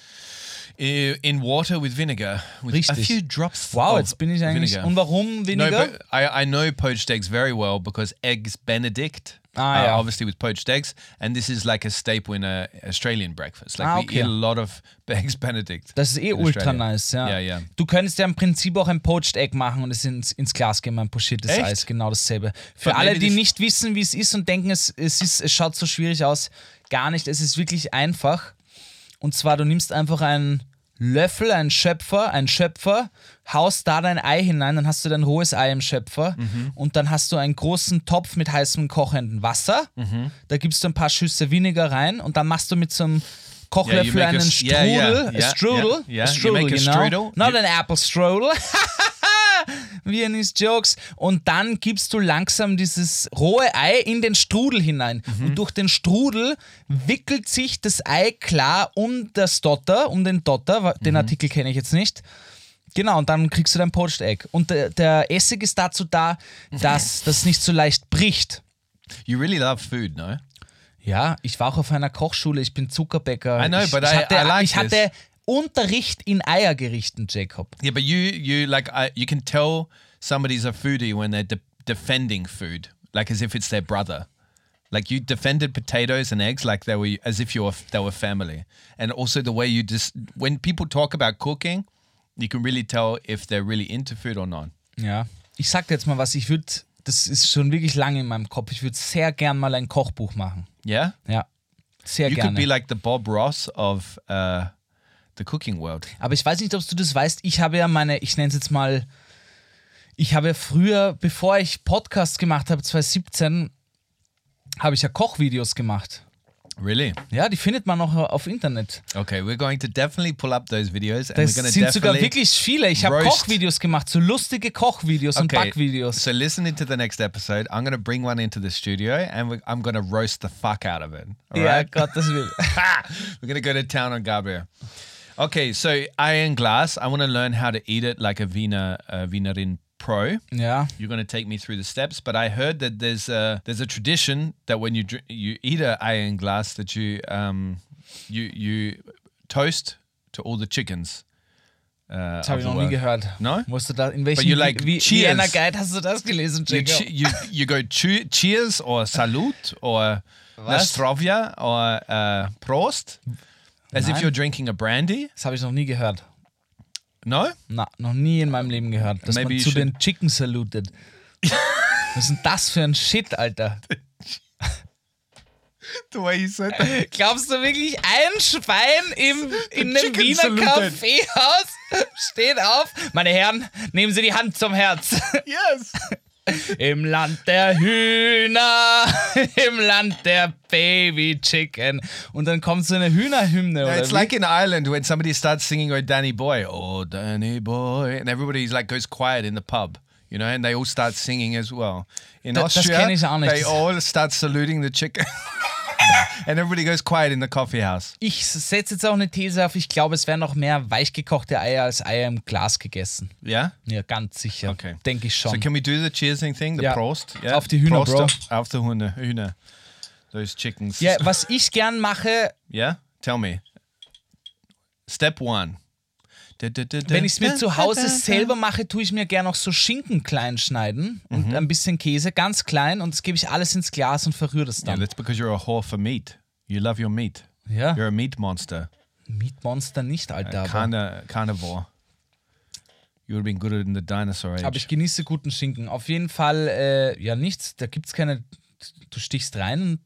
[SPEAKER 4] I- In water with vinegar, with a
[SPEAKER 1] Richtig.
[SPEAKER 4] few drops.
[SPEAKER 1] Wow,
[SPEAKER 4] of
[SPEAKER 1] jetzt bin ich eigentlich.
[SPEAKER 4] vinegar.
[SPEAKER 1] Und warum
[SPEAKER 4] No,
[SPEAKER 1] weniger?
[SPEAKER 4] but I, I know poached eggs very well because eggs Benedict.
[SPEAKER 1] Ah,
[SPEAKER 4] uh,
[SPEAKER 1] yeah.
[SPEAKER 4] Obviously with poached eggs, and this is like a staple in a Australian breakfast. Like
[SPEAKER 1] Ah,
[SPEAKER 4] we
[SPEAKER 1] okay.
[SPEAKER 4] eat a lot of eggs Benedict.
[SPEAKER 1] das ist eh
[SPEAKER 4] in
[SPEAKER 1] ultra
[SPEAKER 4] Australia.
[SPEAKER 1] nice, ja.
[SPEAKER 4] Ja, ja.
[SPEAKER 1] Du könntest ja im Prinzip auch ein Poached Egg machen und es ins, ins Glas geben, ein pochiertes
[SPEAKER 4] Echt?
[SPEAKER 1] Eis, genau dasselbe. Für
[SPEAKER 4] But
[SPEAKER 1] alle,
[SPEAKER 4] maybe
[SPEAKER 1] die
[SPEAKER 4] this-
[SPEAKER 1] nicht wissen, wie es ist und denken, es, es, ist, es schaut so schwierig aus, gar nicht. Es ist wirklich einfach. Und zwar, du nimmst einfach einen Löffel, einen Schöpfer, einen Schöpfer, haust da dein Ei hinein, dann hast du dein rohes Ei im Schöpfer
[SPEAKER 4] Mhm.
[SPEAKER 1] und dann hast du einen großen Topf mit heißem kochendem Wasser.
[SPEAKER 4] Mhm.
[SPEAKER 1] Da gibst du ein paar Schüsse Vinegar rein und dann machst du mit so einem
[SPEAKER 4] Yeah, you
[SPEAKER 1] Kochlöffel
[SPEAKER 4] make a
[SPEAKER 1] einen
[SPEAKER 4] s- yeah,
[SPEAKER 1] Strudel,
[SPEAKER 4] yeah,
[SPEAKER 1] a
[SPEAKER 4] yeah,
[SPEAKER 1] strudel,
[SPEAKER 4] yeah,
[SPEAKER 1] a
[SPEAKER 4] yeah. You
[SPEAKER 1] strudel,
[SPEAKER 4] make a
[SPEAKER 1] you know?
[SPEAKER 4] strudel.
[SPEAKER 1] Not
[SPEAKER 4] You-
[SPEAKER 1] an apple strudel. Viennese Jokes. Und dann gibst du langsam dieses rohe Ei in den Strudel hinein.
[SPEAKER 4] Mhm.
[SPEAKER 1] Und durch den Strudel wickelt sich das Ei klar um das Dotter, um den Dotter. Wa-
[SPEAKER 4] Mhm.
[SPEAKER 1] Den Artikel kenne ich jetzt nicht. Genau, und dann kriegst du dein Poached Egg. Und der, der Essig ist dazu da,
[SPEAKER 4] Mhm.
[SPEAKER 1] dass das nicht so leicht bricht.
[SPEAKER 4] You really love food, no?
[SPEAKER 1] Ja, ich war auch auf einer Kochschule, ich bin Zuckerbäcker.
[SPEAKER 4] I know,
[SPEAKER 1] ich,
[SPEAKER 4] but
[SPEAKER 1] ich
[SPEAKER 4] I-
[SPEAKER 1] hatte,
[SPEAKER 4] I like
[SPEAKER 1] ich hatte
[SPEAKER 4] this.
[SPEAKER 1] Unterricht in Eiergerichten, Jacob.
[SPEAKER 4] Yeah, but you you like I, you can tell somebody's a foodie when they're de- defending food, like as if it's their brother. Like you defended potatoes and eggs like they were as if you were they were family, and also the way you just when people talk about cooking, you can really tell if they're really into food or not.
[SPEAKER 1] Ja. Ich sag dir jetzt mal was, ich würde, das ist schon wirklich lange in meinem Kopf, ich würde sehr gern mal ein Kochbuch machen.
[SPEAKER 4] Yeah,
[SPEAKER 1] Ja. Sehr
[SPEAKER 4] you could be
[SPEAKER 1] gerne.
[SPEAKER 4] like the Bob Ross of uh, the cooking world.
[SPEAKER 1] Aber ich weiß nicht, ob du das weißt. Ich habe ja meine, ich nenne es jetzt mal, ich habe ja früher, bevor ich Podcast gemacht habe, 2017, habe ich ja Kochvideos gemacht.
[SPEAKER 4] Really?
[SPEAKER 1] Ja, die findet man noch auf Internet.
[SPEAKER 4] Okay, we're going to definitely pull up those videos, and
[SPEAKER 1] Das
[SPEAKER 4] we're going to
[SPEAKER 1] sind sogar
[SPEAKER 4] definitely
[SPEAKER 1] wirklich viele. Ich habe
[SPEAKER 4] roast.
[SPEAKER 1] Kochvideos gemacht, so lustige Kochvideos und Backvideos.
[SPEAKER 4] So listen into the next episode. I'm going to bring one into the studio and we, I'm going to roast the fuck out of it. All
[SPEAKER 1] ja,
[SPEAKER 4] right?
[SPEAKER 1] Gottes Willen.
[SPEAKER 4] We're going to go to town on Gabriel. Okay, so iron glass. I want to learn how to eat it like a Vina uh, Vinarin Pro.
[SPEAKER 1] Ja,
[SPEAKER 4] You're going to take me through the steps, but I heard that there's a there's a tradition that when you dr- you eat a iron glass that you um you you toast to all the chickens. Uh,
[SPEAKER 1] das habe ich
[SPEAKER 4] of the
[SPEAKER 1] noch nie
[SPEAKER 4] world.
[SPEAKER 1] gehört.
[SPEAKER 4] No?
[SPEAKER 1] Musst du da, in welchem
[SPEAKER 4] you like
[SPEAKER 1] wie,
[SPEAKER 4] cheers.
[SPEAKER 1] Vienna Guide hast du das gelesen,
[SPEAKER 4] You,
[SPEAKER 1] Jacob?
[SPEAKER 4] che- you, you go che- cheers or salute or nastrovia or uh, prost, as if
[SPEAKER 1] Nein.
[SPEAKER 4] you're drinking a brandy.
[SPEAKER 1] Das habe ich noch nie gehört.
[SPEAKER 4] No,
[SPEAKER 1] Na, noch nie in meinem Leben gehört, dass
[SPEAKER 4] Maybe
[SPEAKER 1] man
[SPEAKER 4] you
[SPEAKER 1] zu
[SPEAKER 4] should-
[SPEAKER 1] den Chicken salutet. Was ist denn das für ein Shit, Alter?
[SPEAKER 4] the way you said that.
[SPEAKER 1] Glaubst du wirklich, ein Schwein im, in einem
[SPEAKER 4] Chicken
[SPEAKER 1] Wiener
[SPEAKER 4] saluted.
[SPEAKER 1] Kaffeehaus steht auf? Meine Herren, nehmen Sie die Hand zum Herz.
[SPEAKER 4] yes.
[SPEAKER 1] Im Land der Hühner, im Land der Baby Chicken. Und dann kommt so eine Hühnerhymne. oder
[SPEAKER 4] it's
[SPEAKER 1] wie?
[SPEAKER 4] like in Ireland when somebody starts singing "Oh Danny Boy," "Oh Danny Boy," and everybody's like goes quiet in the pub, you know, and they all start singing as well. In
[SPEAKER 1] That- that's
[SPEAKER 4] Austria,
[SPEAKER 1] Kenny's honest.
[SPEAKER 4] they all start saluting the chicken, and everybody goes quiet in the coffee house.
[SPEAKER 1] ich setze jetzt auch eine These auf, ich glaube, es werden noch mehr weichgekochte Eier als Eier im Glas gegessen.
[SPEAKER 4] Yeah.
[SPEAKER 1] Ja, ganz sicher.
[SPEAKER 4] Okay. Also
[SPEAKER 1] Denke ich
[SPEAKER 4] So
[SPEAKER 1] schon.
[SPEAKER 4] can we do the cheersing thing, the
[SPEAKER 1] Ja.
[SPEAKER 4] prost?
[SPEAKER 1] Auf die Hühner,
[SPEAKER 4] prost
[SPEAKER 1] Bro.
[SPEAKER 4] Auf, auf die Hühner, Hühner. Those chickens.
[SPEAKER 1] ja, was ich gern mache,
[SPEAKER 4] Yeah? Tell me. Step one. Da, da, da, da,
[SPEAKER 1] wenn ich es mir
[SPEAKER 4] da,
[SPEAKER 1] zu
[SPEAKER 4] da,
[SPEAKER 1] Hause
[SPEAKER 4] da, da.
[SPEAKER 1] selber mache, tue ich mir gern auch so Schinken klein schneiden und
[SPEAKER 4] Mhm.
[SPEAKER 1] ein bisschen Käse, ganz klein, und das gebe ich alles ins Glas und verrühre das
[SPEAKER 4] Yeah,
[SPEAKER 1] dann.
[SPEAKER 4] that's because you're a whore for meat. You love your meat.
[SPEAKER 1] Ja,
[SPEAKER 4] You're a meat monster.
[SPEAKER 1] Meatmonster nicht, Alter. aber-
[SPEAKER 4] Carna- carnivore. You would have been good in the dinosaur age.
[SPEAKER 1] Aber ich genieße guten Schinken. Auf jeden Fall, äh, ja, nichts. Da gibt es keine. Du stichst rein und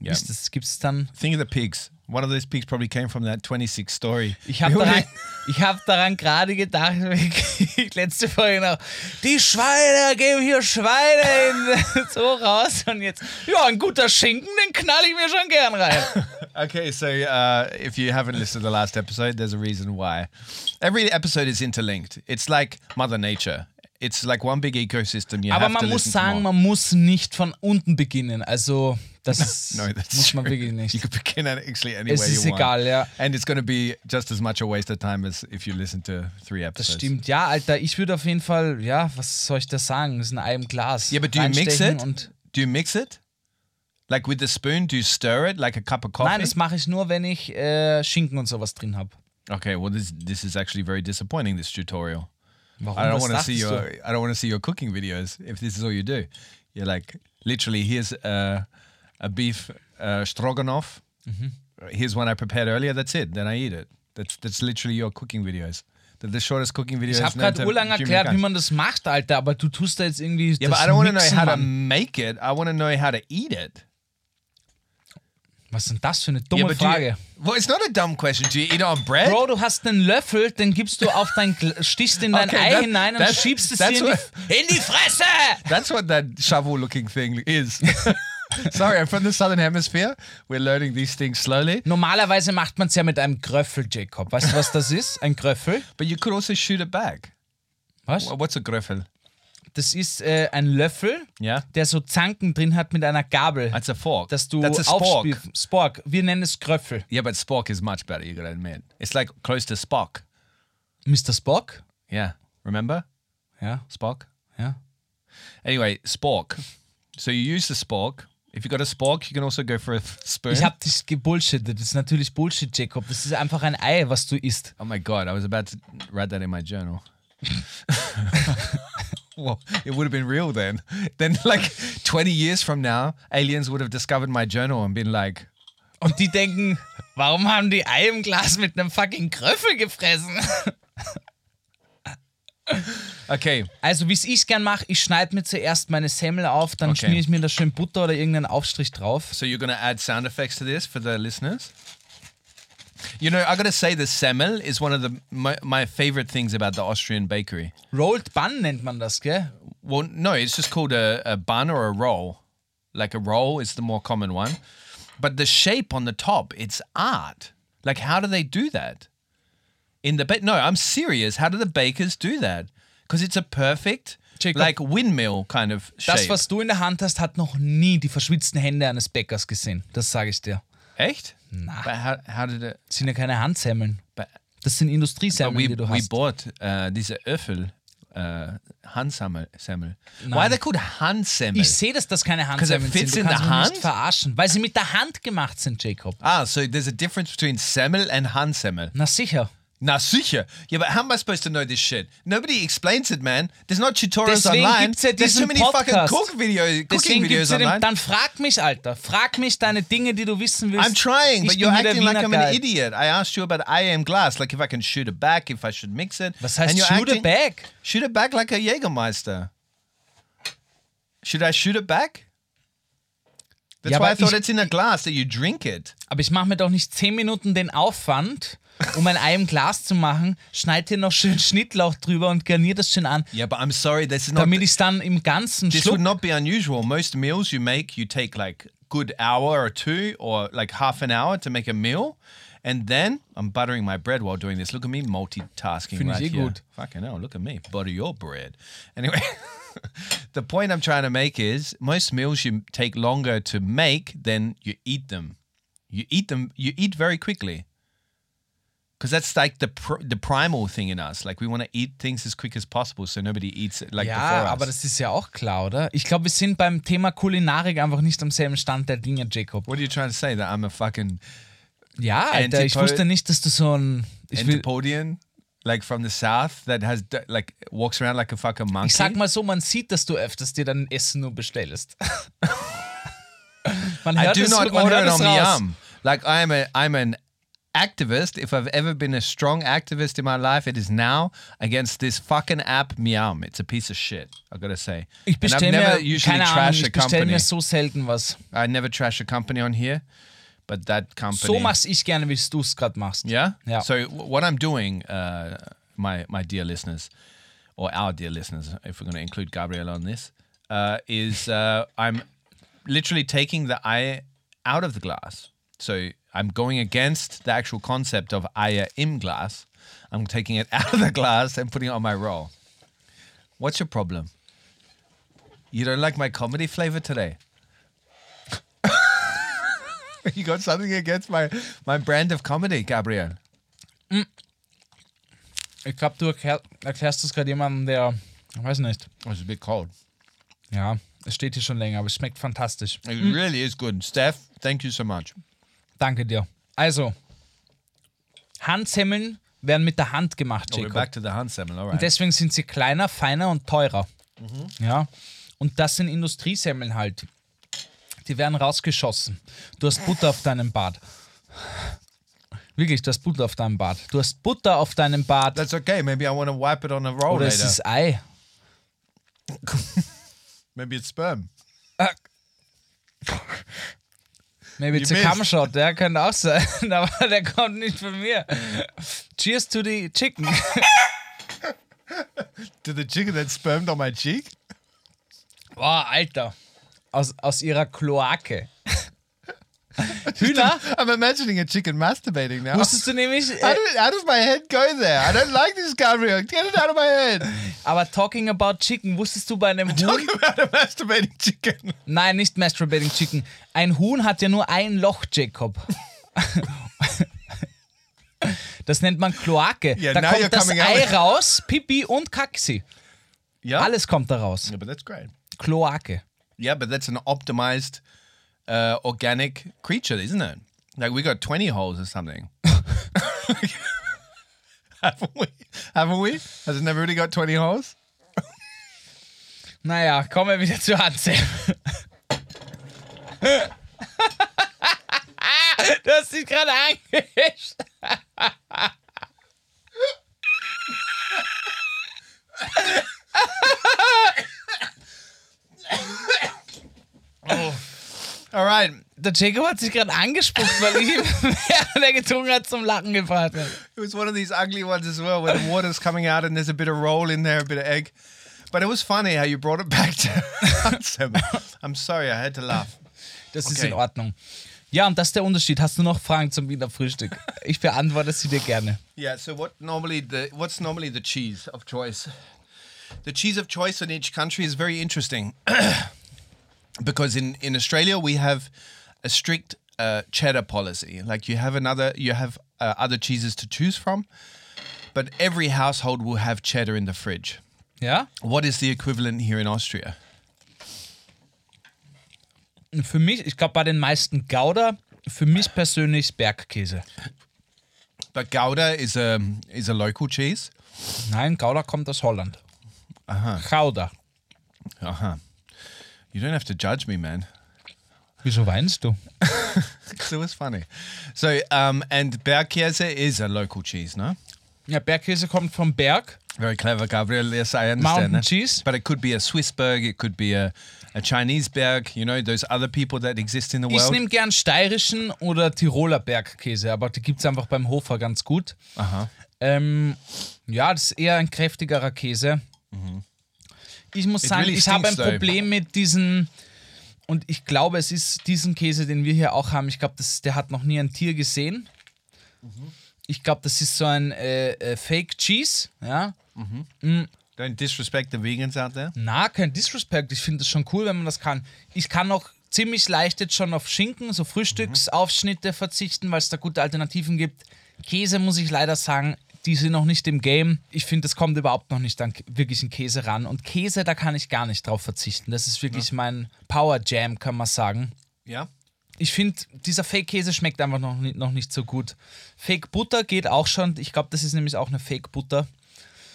[SPEAKER 4] Ja.
[SPEAKER 1] isst es. Gibt es dann.
[SPEAKER 4] Think of the pigs. One of those pigs probably came from that 26 story.
[SPEAKER 1] Ich habe daran, ich hab daran gerade gedacht, wirklich, letzte Folge noch, die Schweine geben hier Schweine in, so raus. Und jetzt, ja, ein guter Schinken, den knall ich mir schon gern rein.
[SPEAKER 4] Okay, so uh, if you haven't listened to the last episode, there's a reason why. Every episode is interlinked. It's like Mother Nature. It's like one big ecosystem. You
[SPEAKER 1] Aber
[SPEAKER 4] have to
[SPEAKER 1] man muss
[SPEAKER 4] listen to
[SPEAKER 1] sagen,
[SPEAKER 4] more.
[SPEAKER 1] man muss nicht von unten beginnen. Also Das
[SPEAKER 4] No, that's
[SPEAKER 1] muss man
[SPEAKER 4] true.
[SPEAKER 1] wirklich
[SPEAKER 4] You
[SPEAKER 1] nicht.
[SPEAKER 4] could begin at it actually any
[SPEAKER 1] Es
[SPEAKER 4] way
[SPEAKER 1] ist
[SPEAKER 4] you want.
[SPEAKER 1] egal, ja.
[SPEAKER 4] And it's going to be just as much a waste of time as if you listen to three episodes.
[SPEAKER 1] Das stimmt. Ja, Alter, ich würde auf jeden Fall, ja, was soll ich da sagen? Das ist in einem Glas.
[SPEAKER 4] Yeah, but do you mix
[SPEAKER 1] Reinstechen
[SPEAKER 4] it?
[SPEAKER 1] Und
[SPEAKER 4] Do you mix it? Like with the spoon? Do you stir it like a cup of coffee?
[SPEAKER 1] Nein, das mache ich nur, wenn ich äh, Schinken und sowas drin habe.
[SPEAKER 4] okay, well this this is actually very disappointing. This tutorial.
[SPEAKER 1] Warum?
[SPEAKER 4] I don't
[SPEAKER 1] Was
[SPEAKER 4] want to see
[SPEAKER 1] dachtest
[SPEAKER 4] your
[SPEAKER 1] du?
[SPEAKER 4] I don't want to see your cooking videos if this is all you do. You're like literally here's a, a beef uh, stroganoff. Here's one I prepared earlier. That's it. Then I eat it. That's that's literally your cooking videos. They're the shortest cooking videos.
[SPEAKER 1] Ich habe
[SPEAKER 4] known
[SPEAKER 1] gerade
[SPEAKER 4] to
[SPEAKER 1] urlang erklärt, wie
[SPEAKER 4] humankind.
[SPEAKER 1] man das macht, Alter, aber du tust da jetzt irgendwie.
[SPEAKER 4] Yeah,
[SPEAKER 1] das
[SPEAKER 4] but I don't want to know
[SPEAKER 1] Mixen,
[SPEAKER 4] how to
[SPEAKER 1] Mann.
[SPEAKER 4] make it. I want to know how to eat it.
[SPEAKER 1] Was ist denn das für eine
[SPEAKER 4] Yeah,
[SPEAKER 1] dumme
[SPEAKER 4] but do you-
[SPEAKER 1] Frage?
[SPEAKER 4] well, it's not a dumb question. Do you eat it on bread?
[SPEAKER 1] Bro, du hast einen Löffel, den gibst du auf dein Gl- stichst in dein
[SPEAKER 4] Okay,
[SPEAKER 1] Ei
[SPEAKER 4] that-
[SPEAKER 1] hinein und
[SPEAKER 4] that's-
[SPEAKER 1] schiebst es dir
[SPEAKER 4] that's
[SPEAKER 1] in die,
[SPEAKER 4] what-
[SPEAKER 1] in die Fresse!
[SPEAKER 4] That's what that shovel looking thing is. Sorry, I'm from the southern hemisphere. We're learning these things slowly.
[SPEAKER 1] Normalerweise macht man es ja mit einem Gröffel, Jacob. Weißt du, was das ist? Ein Gröffel?
[SPEAKER 4] But you could also shoot it back.
[SPEAKER 1] Was?
[SPEAKER 4] Wha- What's a gröffel?
[SPEAKER 1] Das ist äh, ein Löffel,
[SPEAKER 4] Yeah.
[SPEAKER 1] der so Zanken drin hat mit einer Gabel,
[SPEAKER 4] That's a fork.
[SPEAKER 1] dass du
[SPEAKER 4] That's a spork.
[SPEAKER 1] aufspielst. Spork. Wir nennen es Gröffel.
[SPEAKER 4] Yeah, but spork is much better, you gotta admit. It's like close to Spock.
[SPEAKER 1] Mr. Spock?
[SPEAKER 4] Yeah. Remember?
[SPEAKER 1] Ja,
[SPEAKER 4] Spock?
[SPEAKER 1] ja.
[SPEAKER 4] Anyway, spork. So you use the spork. If you got a spork, you can also go for a f- spoon.
[SPEAKER 1] Ich hab dich gebullshittet. Das ist natürlich Bullshit, Jacob. Das ist einfach ein Ei, was du isst.
[SPEAKER 4] oh my god, I was about to write that in my journal. well, it would have been real then. Then like 20 years from now, aliens would have discovered my journal and been like,
[SPEAKER 1] Und die denken, warum haben die Ei im Glas mit einem fucking Gröffel gefressen?
[SPEAKER 4] okay,
[SPEAKER 1] Also, wie es ich gern mache, ich schneide mir zuerst meine Semmel auf, dann
[SPEAKER 4] Okay.
[SPEAKER 1] schmier ich mir da schön Butter oder irgendeinen Aufstrich drauf.
[SPEAKER 4] So you're going to add sound effects to this for the listeners? You know, I got to say the semmel is one of the my, my favorite things about the Austrian bakery.
[SPEAKER 1] Rolled Bun nennt man das, gell?
[SPEAKER 4] Well, no, it's just called a, a bun or a roll. Like a roll is the more common one. But the shape on the top, it's art. Like how do they do that? In the ba- No, I'm serious. How do the bakers do that? Cuz it's a perfect
[SPEAKER 1] Jacob.
[SPEAKER 4] like windmill kind of shape.
[SPEAKER 1] Das, was du in der Hand hast, hat noch nie die verschwitzten Hände eines Bäckers gesehen. Das sage ich dir.
[SPEAKER 4] Echt?
[SPEAKER 1] Nah.
[SPEAKER 4] But how, how did it
[SPEAKER 1] Das sind ja keine Handsemmeln.
[SPEAKER 4] but
[SPEAKER 1] Das sind
[SPEAKER 4] But
[SPEAKER 1] Industriesemmeln,
[SPEAKER 4] we,
[SPEAKER 1] die du
[SPEAKER 4] we
[SPEAKER 1] hast.
[SPEAKER 4] bought uh, these Öffel uh, Hansammel. Semmel. Why are they called Hansammel?
[SPEAKER 1] Ich sehe, dass das keine Handsemmeln
[SPEAKER 4] fits
[SPEAKER 1] sind. Du
[SPEAKER 4] in
[SPEAKER 1] kannst
[SPEAKER 4] the
[SPEAKER 1] mich nicht
[SPEAKER 4] hand?
[SPEAKER 1] verarschen, weil sie mit der Hand gemacht sind, Jacob.
[SPEAKER 4] ah, so there's a difference between Semmel and Hansammel.
[SPEAKER 1] Na sicher.
[SPEAKER 4] Na sicher. Yeah, but how am I supposed to know this shit? Nobody explains it, man. There's not tutorials
[SPEAKER 1] Deswegen
[SPEAKER 4] online.
[SPEAKER 1] gibt's ja
[SPEAKER 4] there's too
[SPEAKER 1] diesen
[SPEAKER 4] many
[SPEAKER 1] Podcast.
[SPEAKER 4] fucking cook video, cooking
[SPEAKER 1] Deswegen gibt's
[SPEAKER 4] videos
[SPEAKER 1] ja den,
[SPEAKER 4] online.
[SPEAKER 1] dann frag mich, Alter. Frag mich deine Dinge, die du wissen willst.
[SPEAKER 4] I'm trying,
[SPEAKER 1] Ich bin
[SPEAKER 4] but you're
[SPEAKER 1] nur der
[SPEAKER 4] acting like
[SPEAKER 1] Wiener
[SPEAKER 4] I'm
[SPEAKER 1] Guy.
[SPEAKER 4] an idiot. I asked you about I am glass, like if I can shoot it back, if I should mix it.
[SPEAKER 1] Was
[SPEAKER 4] and
[SPEAKER 1] heißt
[SPEAKER 4] you're
[SPEAKER 1] shoot
[SPEAKER 4] acting-
[SPEAKER 1] it back?
[SPEAKER 4] Shoot it back like a Jägermeister. Should I shoot it back? That's
[SPEAKER 1] Ja,
[SPEAKER 4] why I
[SPEAKER 1] aber
[SPEAKER 4] thought
[SPEAKER 1] ich-
[SPEAKER 4] it's in a glass that you drink it.
[SPEAKER 1] Aber ich mache mir doch nicht 10 Minuten den Aufwand, um ein Ei im Glas zu machen. Schneid dir noch schön Schnittlauch drüber und garnier das schön an,
[SPEAKER 4] Yeah, but I'm sorry, this is not.
[SPEAKER 1] damit ich es dann im Ganzen
[SPEAKER 4] this
[SPEAKER 1] schluck.
[SPEAKER 4] would not be unusual. Most meals you make, you take like good hour or two or like half an hour to make a meal, and then I'm buttering my bread while doing this. Look at me multitasking
[SPEAKER 1] Finde ich
[SPEAKER 4] right
[SPEAKER 1] eh
[SPEAKER 4] here.
[SPEAKER 1] gut.
[SPEAKER 4] Fucking hell, look at me butter your bread. Anyway, the point I'm trying to make is most meals you take longer to make than you eat them. You eat them. You eat very quickly. Because that's like the pr- the primal thing in us. Like we want to eat things as quick as possible, so nobody eats it like before
[SPEAKER 1] Ja,
[SPEAKER 4] us.
[SPEAKER 1] aber das ist ja auch klar, oder? Ich glaube, wir sind beim Thema Kulinarik einfach nicht am selben Stand der Dinge, Jacob.
[SPEAKER 4] What are you trying to say? That I'm a fucking
[SPEAKER 1] Ja, Alter, ich
[SPEAKER 4] Antipo-
[SPEAKER 1] wusste nicht, dass du so ein. Ich, will,
[SPEAKER 4] Antipodean, like from the south, that has d- like walks around like a fucking monkey?
[SPEAKER 1] ich sag mal so, man sieht, dass du öfters dir dein Essen nur bestellst. man
[SPEAKER 4] I
[SPEAKER 1] hört
[SPEAKER 4] do
[SPEAKER 1] es,
[SPEAKER 4] not
[SPEAKER 1] man
[SPEAKER 4] order
[SPEAKER 1] hört
[SPEAKER 4] it
[SPEAKER 1] es
[SPEAKER 4] on the
[SPEAKER 1] raus.
[SPEAKER 4] yum. Like I am a, I'm an activist. If I've ever been a strong activist in my life, it is now against this fucking app Meow. It's a piece of shit. I gotta say.
[SPEAKER 1] Ich
[SPEAKER 4] And I've
[SPEAKER 1] bestelle
[SPEAKER 4] never
[SPEAKER 1] mir,
[SPEAKER 4] usually
[SPEAKER 1] keine Ahnung,
[SPEAKER 4] trash
[SPEAKER 1] ich
[SPEAKER 4] a company.
[SPEAKER 1] bestelle mir so selten was.
[SPEAKER 4] I never trash a company on here, but that company.
[SPEAKER 1] So mach's ich gerne, wie du es gerade machst.
[SPEAKER 4] Yeah.
[SPEAKER 1] Yeah.
[SPEAKER 4] So w- what I'm doing, uh, my my dear listeners, or our dear listeners, if we're going to include Gabriel on this, uh, is uh, I'm literally taking the eye out of the glass. So I'm going against the actual concept of eye im glass. I'm taking it out of the glass and putting it on my roll. What's your problem? You don't like my comedy flavor today. you got something against my my brand of comedy, Gabriel?
[SPEAKER 1] Ich glaube, du erklär, erklärst es gerade jemandem, der, ich weiß nicht.
[SPEAKER 4] It's a bit cold.
[SPEAKER 1] Ja, es steht hier schon länger, aber es schmeckt fantastisch.
[SPEAKER 4] It really is good. Steph, thank you so much.
[SPEAKER 1] Danke dir. Also, Hansemmeln werden mit der Hand gemacht,
[SPEAKER 4] Oh, we're
[SPEAKER 1] Jacob.
[SPEAKER 4] back to the Hansemmeln, all right.
[SPEAKER 1] Und deswegen sind sie kleiner, feiner und teurer. Ja. Und das sind Industriesemmeln halt. Die werden rausgeschossen. Du hast Butter auf deinem Bart. Wirklich, du hast Butter auf deinem Bart. Du hast Butter auf deinem Bart.
[SPEAKER 4] That's okay. Maybe I want to wipe it on a roll
[SPEAKER 1] Oder es
[SPEAKER 4] later.
[SPEAKER 1] ist Ei.
[SPEAKER 4] Maybe it's sperm.
[SPEAKER 1] Ah. Maybe it's a
[SPEAKER 4] missed.
[SPEAKER 1] cum shot, der könnte auch sein, aber der kommt nicht von mir. Cheers to the chicken.
[SPEAKER 4] To the chicken that spermed on my cheek?
[SPEAKER 1] Boah, Alter. Aus, aus ihrer Kloake. Hühner,
[SPEAKER 4] I'm imagining a chicken masturbating now.
[SPEAKER 1] wusstest du nämlich,
[SPEAKER 4] How,
[SPEAKER 1] äh,
[SPEAKER 4] did, how does my head go there? I don't like this, Gabriel. Get it out of my head.
[SPEAKER 1] aber talking about chicken, wusstest du bei einem Huhn?
[SPEAKER 4] about a masturbating chicken.
[SPEAKER 1] Nein, nicht masturbating chicken. Ein Huhn hat ja nur ein Loch, Jacob. Das nennt man Kloake.
[SPEAKER 4] Yeah,
[SPEAKER 1] da
[SPEAKER 4] now you're
[SPEAKER 1] kommt das
[SPEAKER 4] coming
[SPEAKER 1] Ei
[SPEAKER 4] out.
[SPEAKER 1] raus, Pipi und Kaxi.
[SPEAKER 4] Yeah.
[SPEAKER 1] Alles kommt da raus.
[SPEAKER 4] but that's great.
[SPEAKER 1] Kloake.
[SPEAKER 4] Yeah, but that's an optimized uh, organic creature, isn't it? Like we got 20 holes or something. haven't we? Haven't we? Has it never really got 20 holes?
[SPEAKER 1] Naja, kommen wir wieder zu Hansel. du hast dich gerade angehischt.
[SPEAKER 4] All right.
[SPEAKER 1] Der Jacob hat sich gerade angespuckt, weil ich ihm, während er getrunken hat, zum Lachen gebracht habe.
[SPEAKER 4] It was one of these ugly ones as well, where the water's coming out and there's a bit of roll in there, a bit of egg. But it was funny how you brought it back to. I'm sorry, I had to laugh.
[SPEAKER 1] Das ist
[SPEAKER 4] Okay.
[SPEAKER 1] in Ordnung. Ja, und das ist der Unterschied. Hast du noch Fragen zum Wiener Frühstück? Ich beantworte sie dir gerne.
[SPEAKER 4] Yeah. So what normally the what's normally the cheese of choice? The cheese of choice in each country is very interesting because in in Australia we have a strict uh, cheddar policy. Like you have another, you have uh, other cheeses to choose from, but every household will have cheddar in the fridge.
[SPEAKER 1] Ja?
[SPEAKER 4] What is the equivalent here in Austria?
[SPEAKER 1] Und für mich, ich glaube bei den meisten Gouda, für mich persönlich Bergkäse.
[SPEAKER 4] But Gouda is a is a local cheese.
[SPEAKER 1] Nein, Gouda kommt aus Holland. Aha. Gouda.
[SPEAKER 4] Uh huh. You don't have to judge me, man.
[SPEAKER 1] Wieso weinst du?
[SPEAKER 4] So it was funny. So um, and Bergkäse is a local cheese, no?
[SPEAKER 1] Ja, Bergkäse kommt vom Berg.
[SPEAKER 4] Very clever, Gabriel. Yes, I understand
[SPEAKER 1] Mountain
[SPEAKER 4] that.
[SPEAKER 1] cheese.
[SPEAKER 4] But it could be a Swiss berg. It could be a, a Chinese berg. You know, those other people that exist in the
[SPEAKER 1] Ich
[SPEAKER 4] world.
[SPEAKER 1] nehme gern steirischen oder Tiroler Bergkäse, aber die gibt es einfach beim Hofer ganz gut.
[SPEAKER 4] Aha.
[SPEAKER 1] Ähm, ja, das ist eher ein kräftigerer Käse.
[SPEAKER 4] Mhm.
[SPEAKER 1] Ich muss
[SPEAKER 4] It
[SPEAKER 1] sagen,
[SPEAKER 4] really
[SPEAKER 1] ich habe ein
[SPEAKER 4] stinks, though.
[SPEAKER 1] Problem mit diesen. Und ich glaube, es ist diesen Käse, den wir hier auch haben. Ich glaube, das- der hat noch nie ein Tier gesehen.
[SPEAKER 4] Mhm.
[SPEAKER 1] Ich glaube, das ist so ein äh, äh, Fake Cheese. Ja?
[SPEAKER 4] Don't disrespect the vegans out there.
[SPEAKER 1] Na, kein Disrespect. Ich finde es schon cool, wenn man das kann. Ich kann auch ziemlich leicht jetzt schon auf Schinken, so Frühstücksaufschnitte verzichten, weil es da gute Alternativen gibt. Käse muss ich leider sagen, die sind noch nicht im Game. Ich finde, es kommt überhaupt noch nicht an k- wirklichen Käse ran. Und Käse, da kann ich gar nicht drauf verzichten. Das ist wirklich mein Power Jam, kann man sagen.
[SPEAKER 4] Yeah.
[SPEAKER 1] Ich finde, dieser Fake-Käse schmeckt einfach noch, ni- noch nicht so gut. Fake-Butter geht auch schon. Ich glaube, das ist nämlich auch eine Fake-Butter.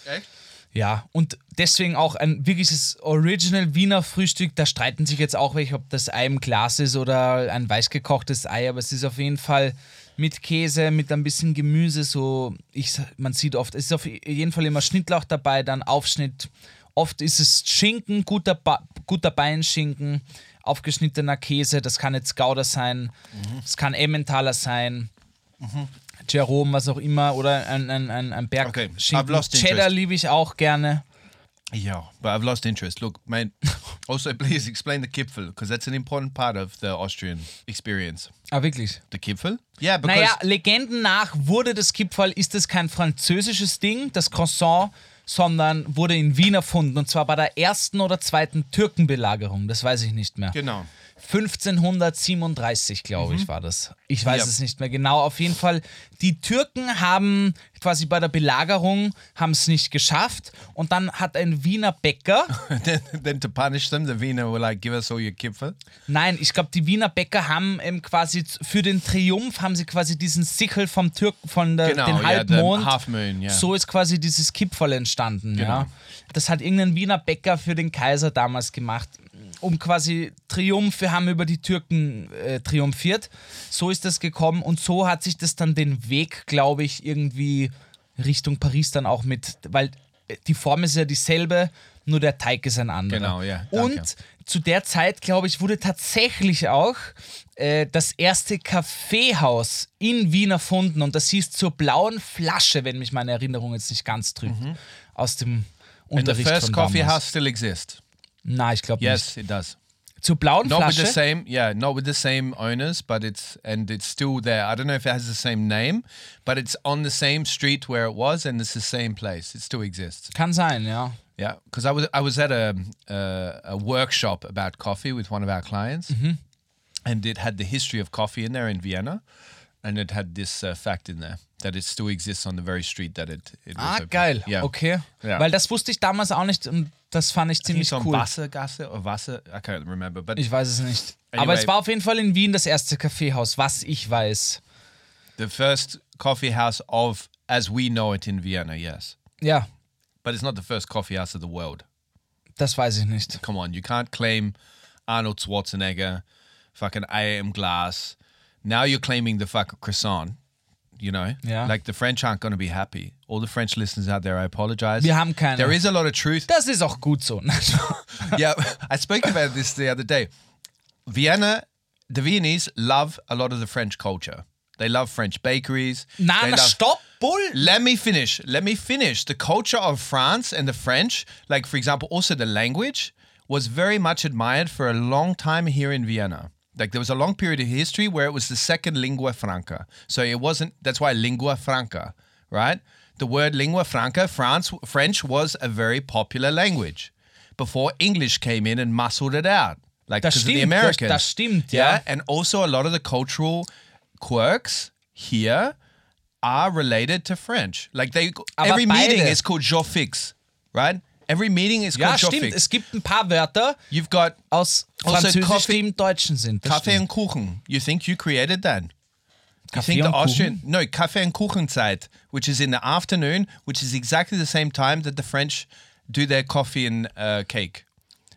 [SPEAKER 4] Echt?
[SPEAKER 1] Ja, und deswegen auch ein wirkliches Original Wiener Frühstück. Da streiten sich jetzt auch welche, ob das Ei im Glas ist oder ein weiß gekochtes Ei, aber es ist auf jeden Fall mit Käse, mit ein bisschen Gemüse, so ich, sa- man sieht oft, es ist auf jeden Fall immer Schnittlauch dabei, dann Aufschnitt. Oft ist es Schinken, guter, ba guter Beinschinken, aufgeschnittener Käse, das kann jetzt Gouda sein,
[SPEAKER 4] Mhm.
[SPEAKER 1] es kann Emmentaler sein. Jerome, was auch immer, oder ein, ein, ein, ein Berg.
[SPEAKER 4] Okay, I've
[SPEAKER 1] Schinken.
[SPEAKER 4] lost interest.
[SPEAKER 1] Cheddar liebe ich auch gerne.
[SPEAKER 4] Yeah, but I've lost interest. Look, man. also, please explain the kipfel because that's an important part of the Austrian experience.
[SPEAKER 1] Ah, wirklich?
[SPEAKER 4] The kipfel? Yeah, because
[SPEAKER 1] Naja, Legenden nach wurde das Kipferl, ist es kein französisches Ding, das Croissant, sondern wurde in Wien erfunden. Und zwar bei der ersten oder zweiten Türkenbelagerung, das weiß ich nicht mehr.
[SPEAKER 4] genau.
[SPEAKER 1] 1537, glaube ich, war das. Ich weiß
[SPEAKER 4] Mhm. Ja.
[SPEAKER 1] es nicht mehr genau. Auf jeden Fall, die Türken haben quasi bei der Belagerung haben es nicht geschafft und dann hat ein Wiener Bäcker,
[SPEAKER 4] then, then to punish them, the Wiener were like, give us all your kipfer.
[SPEAKER 1] nein, ich glaube, die Wiener Bäcker haben eben quasi z- für den Triumph haben sie quasi diesen Sickel vom Türken von der,
[SPEAKER 4] Genau,
[SPEAKER 1] den
[SPEAKER 4] ja,
[SPEAKER 1] Halbmond.
[SPEAKER 4] den Half Moon, ja.
[SPEAKER 1] So ist quasi dieses Kipferl entstanden. Ja.
[SPEAKER 4] Genau.
[SPEAKER 1] Das hat irgendein Wiener Bäcker für den Kaiser damals gemacht, um quasi Triumph, wir haben über die Türken äh, triumphiert. So ist das gekommen und so hat sich das dann den Weg, glaube ich, irgendwie Richtung Paris dann auch mit, weil äh, die Form ist ja dieselbe, nur der Teig ist ein anderer.
[SPEAKER 4] Genau, ja, danke.
[SPEAKER 1] Und zu der Zeit, glaube ich, wurde tatsächlich auch äh, das erste Kaffeehaus in Wien erfunden und das hieß zur blauen Flasche, wenn mich meine Erinnerung jetzt nicht ganz trügt, aus dem
[SPEAKER 4] And the
[SPEAKER 1] Unterricht
[SPEAKER 4] Mhm. first
[SPEAKER 1] von
[SPEAKER 4] coffee
[SPEAKER 1] damals.
[SPEAKER 4] house still exists.
[SPEAKER 1] Na, ich glaube
[SPEAKER 4] Yes, it does.
[SPEAKER 1] nicht. Zur blauen
[SPEAKER 4] Not with the
[SPEAKER 1] Flasche.
[SPEAKER 4] same, yeah, not with the same owners, but it's and it's still there. I don't know if it has the same name, but it's on the same street where it was, and it's the same place. It still exists.
[SPEAKER 1] Kann sein, ja.
[SPEAKER 4] Yeah, because I was I was at a uh, a workshop about coffee with one of our clients,
[SPEAKER 1] Mm-hmm.
[SPEAKER 4] and it had the history of coffee in there in Vienna, and it had this uh, fact in there that it still exists on the very street that it. it was
[SPEAKER 1] Ah,
[SPEAKER 4] opened.
[SPEAKER 1] geil.
[SPEAKER 4] Yeah.
[SPEAKER 1] Okay.
[SPEAKER 4] Ja.
[SPEAKER 1] Weil das wusste ich damals auch nicht und das fand ich ziemlich
[SPEAKER 4] It's on
[SPEAKER 1] cool.
[SPEAKER 4] Wassergasse or Wasser. I can't remember, but
[SPEAKER 1] Ich weiß es nicht. Aber
[SPEAKER 4] Anyway.
[SPEAKER 1] es war auf jeden Fall in Wien das erste Kaffeehaus, was ich weiß.
[SPEAKER 4] the first coffee house of as we know it in Vienna. Yes.
[SPEAKER 1] Ja,
[SPEAKER 4] But it's not the first coffee house of the world.
[SPEAKER 1] das weiß ich nicht.
[SPEAKER 4] Come on, you can't claim Arnold Schwarzenegger, fucking IAM Glass. Now you're claiming the fucking croissant. You know,
[SPEAKER 1] Yeah.
[SPEAKER 4] like the French aren't going to be happy. All the French listeners out there, I apologize.
[SPEAKER 1] Wir haben keine.
[SPEAKER 4] There is a lot of truth.
[SPEAKER 1] Das ist auch gut so.
[SPEAKER 4] yeah, I spoke about this the other day. Vienna, the Viennese love a lot of the French culture. They love French bakeries.
[SPEAKER 1] Na,
[SPEAKER 4] they
[SPEAKER 1] na,
[SPEAKER 4] love-
[SPEAKER 1] stopp, Bull!
[SPEAKER 4] Let me finish. Let me finish. The culture of France and the French, like for example, also the language, was very much admired for a long time here in Vienna. Like there was a long period of history where it was the second lingua franca. So it wasn't. That's why lingua franca, right? The word lingua franca, France, French was a very popular language before English came in and muscled it out. Like
[SPEAKER 1] Das
[SPEAKER 4] 'cause of the
[SPEAKER 1] stimmt, das-
[SPEAKER 4] Americans.
[SPEAKER 1] das stimmt, ja.
[SPEAKER 4] And also a lot of the cultural quirks here are related to French. Like they
[SPEAKER 1] Aber
[SPEAKER 4] every meeting
[SPEAKER 1] beide.
[SPEAKER 4] is called Jofix, right? Every meeting is
[SPEAKER 1] Ja,
[SPEAKER 4] called
[SPEAKER 1] stimmt.
[SPEAKER 4] Jofix.
[SPEAKER 1] Es gibt ein paar Wörter
[SPEAKER 4] You've got
[SPEAKER 1] aus
[SPEAKER 4] Also
[SPEAKER 1] Französisch,
[SPEAKER 4] Kaffee-
[SPEAKER 1] die im Deutschen sind. Das
[SPEAKER 4] Kaffee
[SPEAKER 1] stimmt.
[SPEAKER 4] and Kuchen. You think you created that? You
[SPEAKER 1] Kaffee
[SPEAKER 4] think the
[SPEAKER 1] und
[SPEAKER 4] Austrian no Kaffee and Kuchen Zeit, which is in the afternoon, which is exactly the same time that the French do their coffee and uh, cake,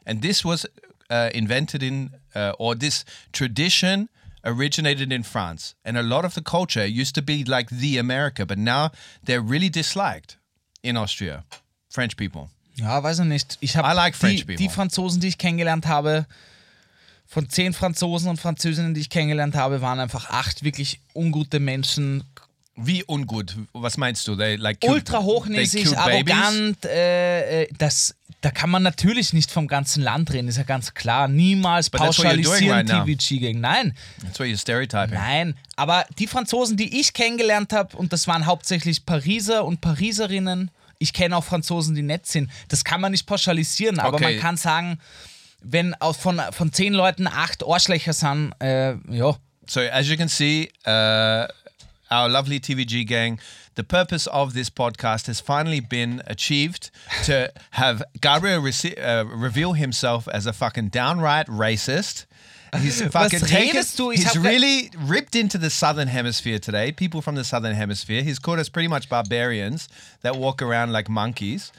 [SPEAKER 4] and this was uh, invented in uh, or this tradition originated in France, and a lot of the culture used to be like the America, but now they're really disliked in Austria, French people.
[SPEAKER 1] Ja, weiß ich nicht. Ich habe
[SPEAKER 4] I like French
[SPEAKER 1] die,
[SPEAKER 4] people.
[SPEAKER 1] die Franzosen, die ich kennengelernt habe, von zehn Franzosen und Französinnen, die ich kennengelernt habe, waren einfach acht wirklich ungute Menschen.
[SPEAKER 4] Wie ungut? Was meinst du? They like killed-
[SPEAKER 1] Ultra
[SPEAKER 4] they
[SPEAKER 1] hochnäsig,
[SPEAKER 4] killed babies?
[SPEAKER 1] arrogant. Äh, äh, das, da kann man natürlich nicht vom ganzen Land reden, ist ja ganz klar. Niemals
[SPEAKER 4] But that's what you're doing
[SPEAKER 1] pauschalisieren
[SPEAKER 4] right now.
[SPEAKER 1] TVG gegen. Nein,
[SPEAKER 4] That's what you're stereotyping.
[SPEAKER 1] Nein, aber die Franzosen, die ich kennengelernt habe, und das waren hauptsächlich Pariser und Pariserinnen, ich kenne auch Franzosen, die nett sind. Das kann man nicht pauschalisieren, aber
[SPEAKER 4] Okay.
[SPEAKER 1] man kann sagen, wenn aus, von, von zehn Leuten acht Arschlöcher sind, äh, ja,
[SPEAKER 4] So, as you can see, uh, our lovely TVG gang, the purpose of this podcast has finally been achieved to have Gabriel rece- uh, reveal himself as a fucking downright racist. He's fucking taken,
[SPEAKER 1] redest du? Ich
[SPEAKER 4] He's
[SPEAKER 1] hab-
[SPEAKER 4] really ripped into the southern hemisphere today. People from the southern hemisphere. He's called us pretty much barbarians that walk around like monkeys.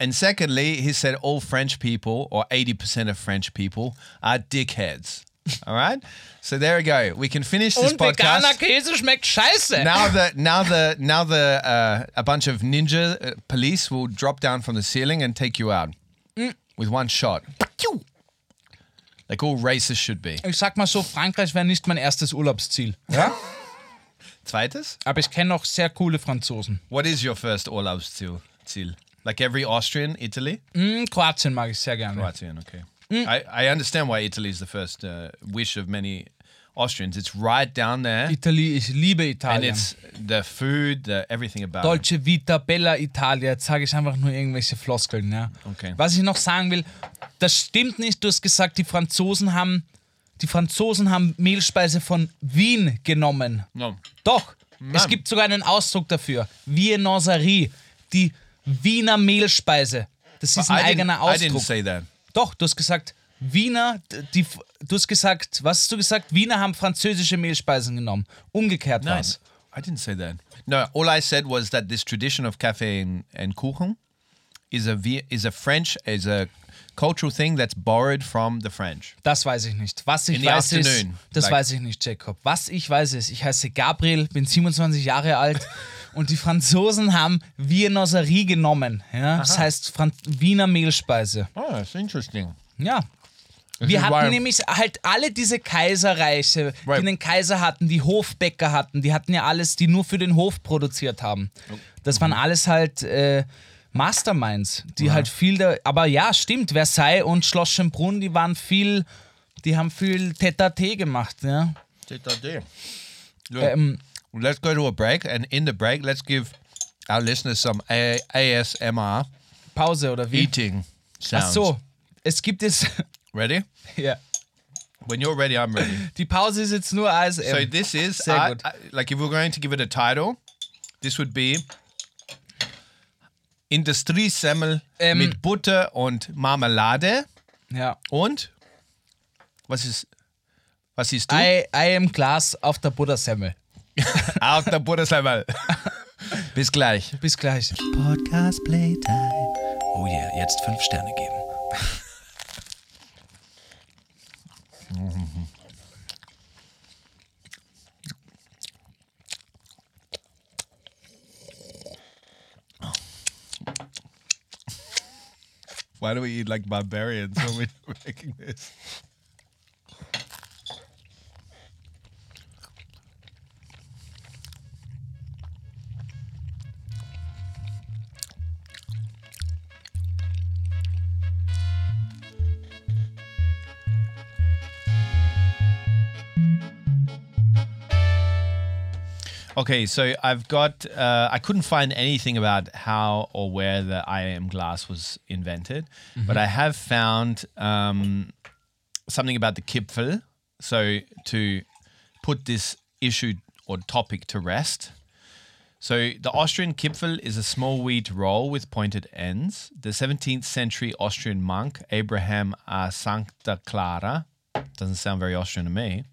[SPEAKER 4] And secondly, he said all French people, or 80% of French people, are dickheads. All right? So there we go. We can finish this
[SPEAKER 1] und veganer
[SPEAKER 4] podcast.
[SPEAKER 1] Käse schmeckt scheiße.
[SPEAKER 4] Now the now the now the uh, a bunch of ninja uh, police will drop down from the ceiling and take you out with one shot, like all racists should be.
[SPEAKER 1] Ich sag mal so, Frankreich wäre nicht mein erstes Urlaubsziel. Ja?
[SPEAKER 4] Zweites,
[SPEAKER 1] Aber ich kenne auch sehr coole Franzosen.
[SPEAKER 4] what is your first Urlaubsziel? Ziel? Like every Austrian, Italy.
[SPEAKER 1] Hm, Kroatien mag ich sehr gerne.
[SPEAKER 4] Croatian, okay. I, I understand why Italy is the first uh, wish of many Austrians. It's right down there,
[SPEAKER 1] Italien, ich liebe
[SPEAKER 4] and
[SPEAKER 1] Italien.
[SPEAKER 4] it's the food, the everything about it.
[SPEAKER 1] Oh, Dolce Vita, Bella Italia. Jetzt sage ich einfach nur irgendwelche Floskeln. Ja.
[SPEAKER 4] Okay.
[SPEAKER 1] Was ich noch sagen will, das stimmt nicht. Du hast gesagt, die Franzosen haben Die Franzosen haben Mehlspeise von Wien genommen.
[SPEAKER 4] No.
[SPEAKER 1] Doch, es
[SPEAKER 4] Mann.
[SPEAKER 1] gibt sogar einen Ausdruck dafür. Viennoiserie, die Wiener Mehlspeise. Das ist ein
[SPEAKER 4] I didn't-
[SPEAKER 1] eigener
[SPEAKER 4] I didn't
[SPEAKER 1] Ausdruck.
[SPEAKER 4] say that.
[SPEAKER 1] Doch, du hast gesagt, Wiener, d- die, F- du hast gesagt, was hast du gesagt? Wiener haben französische Mehlspeisen genommen. Umgekehrt
[SPEAKER 4] Nein,
[SPEAKER 1] was?
[SPEAKER 4] I didn't say that. No, all I said was that this tradition of cafe and, and kuchen is a Vi- is a French is a cultural thing that's borrowed from the French.
[SPEAKER 1] Das weiß ich nicht. Was ich
[SPEAKER 4] In the
[SPEAKER 1] weiß ist,
[SPEAKER 4] afternoon,
[SPEAKER 1] das
[SPEAKER 4] like-
[SPEAKER 1] weiß ich nicht, Jacob. Was ich weiß ist, ich heiße Gabriel, bin 27 Jahre alt und die Franzosen haben Viennoiserie genommen. Ja? Das heißt Fran Wiener Mehlspeise.
[SPEAKER 4] Oh, that's interesting.
[SPEAKER 1] Ja. Wir
[SPEAKER 4] ist
[SPEAKER 1] hatten
[SPEAKER 4] wild.
[SPEAKER 1] nämlich halt alle diese Kaiserreiche,
[SPEAKER 4] Right.
[SPEAKER 1] die einen Kaiser hatten, die Hofbäcker hatten, die hatten ja alles, die nur für den Hof produziert haben. Das
[SPEAKER 4] Mhm.
[SPEAKER 1] waren alles halt äh, Masterminds, die halt viel da. Aber ja, stimmt, Versailles und Schloss Schönbrunn, die waren viel, die haben viel Tete-a-Tete gemacht, ja.
[SPEAKER 4] Take that there. Look,
[SPEAKER 1] Ähm,
[SPEAKER 4] let's go to a break, and in the break, let's give our listeners some a- ASMR
[SPEAKER 1] Pause oder wie?
[SPEAKER 4] eating sounds.
[SPEAKER 1] Ach so, es gibt jetzt.
[SPEAKER 4] Ready?
[SPEAKER 1] ja.
[SPEAKER 4] When you're ready, I'm ready.
[SPEAKER 1] Die Pause ist jetzt nur ASM.
[SPEAKER 4] So this is
[SPEAKER 1] Sehr
[SPEAKER 4] I-
[SPEAKER 1] gut.
[SPEAKER 4] I- like if we're going to give it a title, this would be Industriesemmel
[SPEAKER 1] Ähm.
[SPEAKER 4] mit Butter und Marmelade
[SPEAKER 1] ja.
[SPEAKER 4] und was ist was siehst du?
[SPEAKER 1] I, I am Glas auf der Buddha-Semmel.
[SPEAKER 4] Auf der Buttersemmel. Bis gleich.
[SPEAKER 1] Bis gleich.
[SPEAKER 5] Podcast Playtime. Oh yeah, jetzt fünf Sterne geben.
[SPEAKER 4] Why do we eat like barbarians when we're making this? Okay, so I've got. Uh, I couldn't find anything about how or where the IAM glass was invented, but I have found um, something about the kipfel. So to put this issue or topic to rest. So the Austrian kipfel is a small wheat roll with pointed ends. The 17th century Austrian monk Abraham a Sancta Clara doesn't sound very Austrian to me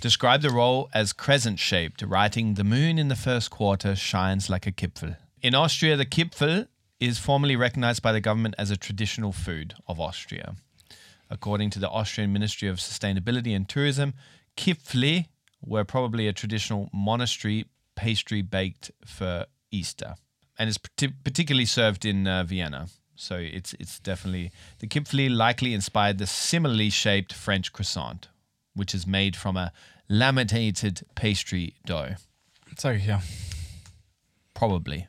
[SPEAKER 4] described the roll as crescent shaped, writing, The moon in the first quarter shines like a kipfel. In Austria, the kipfel is formally recognized by the government as a traditional food of Austria. According to the Austrian Ministry of Sustainability and Tourism, kipfle were probably a traditional monastery pastry baked for Easter. And it's parti- particularly served in uh, Vienna. So it's, it's definitely, the kipfle likely inspired the similarly shaped French croissant, which is made from a laminated pastry dough.
[SPEAKER 1] Sag ich ja.
[SPEAKER 4] Probably.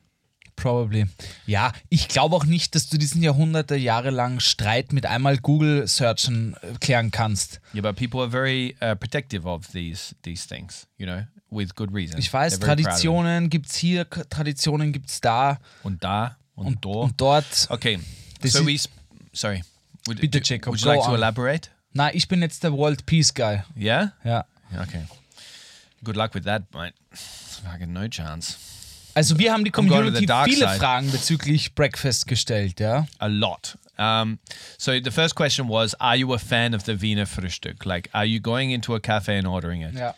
[SPEAKER 1] Probably. Ja, ich glaube auch nicht, dass du diesen Jahrhunderte jahrelang Streit mit einmal Google-Searchen äh, klären kannst.
[SPEAKER 4] Yeah, but people are very uh, protective of these these things, you know, with good reason.
[SPEAKER 1] Ich weiß,
[SPEAKER 4] They're very proud of them.
[SPEAKER 1] Traditionen gibt's hier, K- Traditionen gibt's da
[SPEAKER 4] Und da und, dort.
[SPEAKER 1] und dort.
[SPEAKER 4] Okay.
[SPEAKER 1] This
[SPEAKER 4] so
[SPEAKER 1] is-
[SPEAKER 4] we. Sp- sorry. Would,
[SPEAKER 1] Bitte,
[SPEAKER 4] do-
[SPEAKER 1] Jacob,
[SPEAKER 4] Would you
[SPEAKER 1] go
[SPEAKER 4] like to
[SPEAKER 1] on.
[SPEAKER 4] elaborate?
[SPEAKER 1] Na, ich bin jetzt der World Peace Guy.
[SPEAKER 4] Yeah.
[SPEAKER 1] Ja.
[SPEAKER 4] Okay. Good luck with that, mate. Fucking no chance.
[SPEAKER 1] Also wir haben die
[SPEAKER 4] going to the
[SPEAKER 1] Community
[SPEAKER 4] dark
[SPEAKER 1] viele
[SPEAKER 4] side.
[SPEAKER 1] Fragen bezüglich Breakfast gestellt, ja.
[SPEAKER 4] A lot. Um, so the first question was, are you a fan of the Wiener Frühstück? Like, are you going into a cafe and ordering it?
[SPEAKER 1] Ja.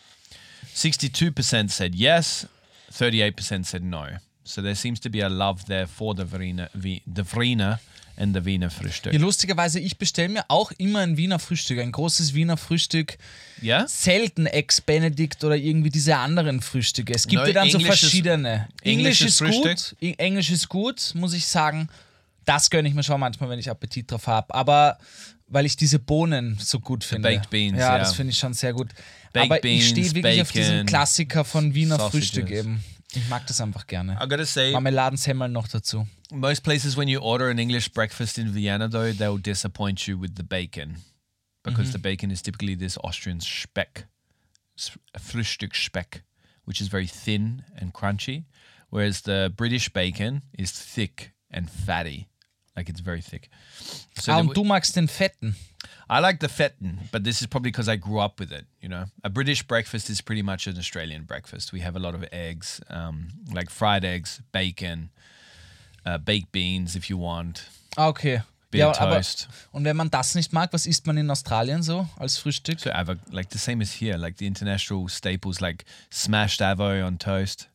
[SPEAKER 4] 62% said yes, 38% said no. So there seems to be a love there for the Wiener, Vi- the Wiener and the Wiener
[SPEAKER 1] Ja,
[SPEAKER 4] Frühstück.
[SPEAKER 1] lustigerweise, ich bestelle mir auch immer ein Wiener Frühstück, ein großes Wiener Frühstück.
[SPEAKER 4] Yeah?
[SPEAKER 1] selten Ex-Benedict oder irgendwie diese anderen Frühstücke. Es gibt
[SPEAKER 4] Neu-
[SPEAKER 1] ja dann so
[SPEAKER 4] englisches-
[SPEAKER 1] verschiedene. Englisch
[SPEAKER 4] englisches
[SPEAKER 1] ist gut, I- Englisch ist gut, muss ich sagen. Das gönne ich mir schon manchmal, wenn ich Appetit drauf habe. Aber weil ich diese Bohnen so gut finde.
[SPEAKER 4] baked beans,
[SPEAKER 1] Ja,
[SPEAKER 4] ja.
[SPEAKER 1] das finde ich schon sehr gut.
[SPEAKER 4] Baked
[SPEAKER 1] Aber ich stehe
[SPEAKER 4] beans,
[SPEAKER 1] wirklich auf diesen
[SPEAKER 4] Bacon,
[SPEAKER 1] Klassiker von Wiener
[SPEAKER 4] Sausages. Also
[SPEAKER 1] Frühstück eben. Ich mag das einfach gerne.
[SPEAKER 4] I gotta say,
[SPEAKER 1] Marmeladensemmel noch dazu.
[SPEAKER 4] most places when you order an English breakfast in Vienna, though, they'll disappoint you with the bacon because the bacon is typically this Austrian speck, s- Frühstück speck, which is very thin and crunchy, whereas the British bacon is thick and fatty. Like it's very thick. So
[SPEAKER 1] Ah,
[SPEAKER 4] there
[SPEAKER 1] und
[SPEAKER 4] wa-
[SPEAKER 1] du magst den fetten.
[SPEAKER 4] I like the fetten, but this is probably because I grew up with it. You know, a British breakfast is pretty much an Australian breakfast. We have a lot of eggs, um, like fried eggs, bacon, uh, baked beans, if you want,
[SPEAKER 1] Ah, okay.
[SPEAKER 4] bit
[SPEAKER 1] Ja,
[SPEAKER 4] of
[SPEAKER 1] aber,
[SPEAKER 4] toast.
[SPEAKER 1] und wenn man das nicht mag, was isst man in Australien so als Frühstück?
[SPEAKER 4] So avo, like the same as here, like the international staples, like smashed avo on toast,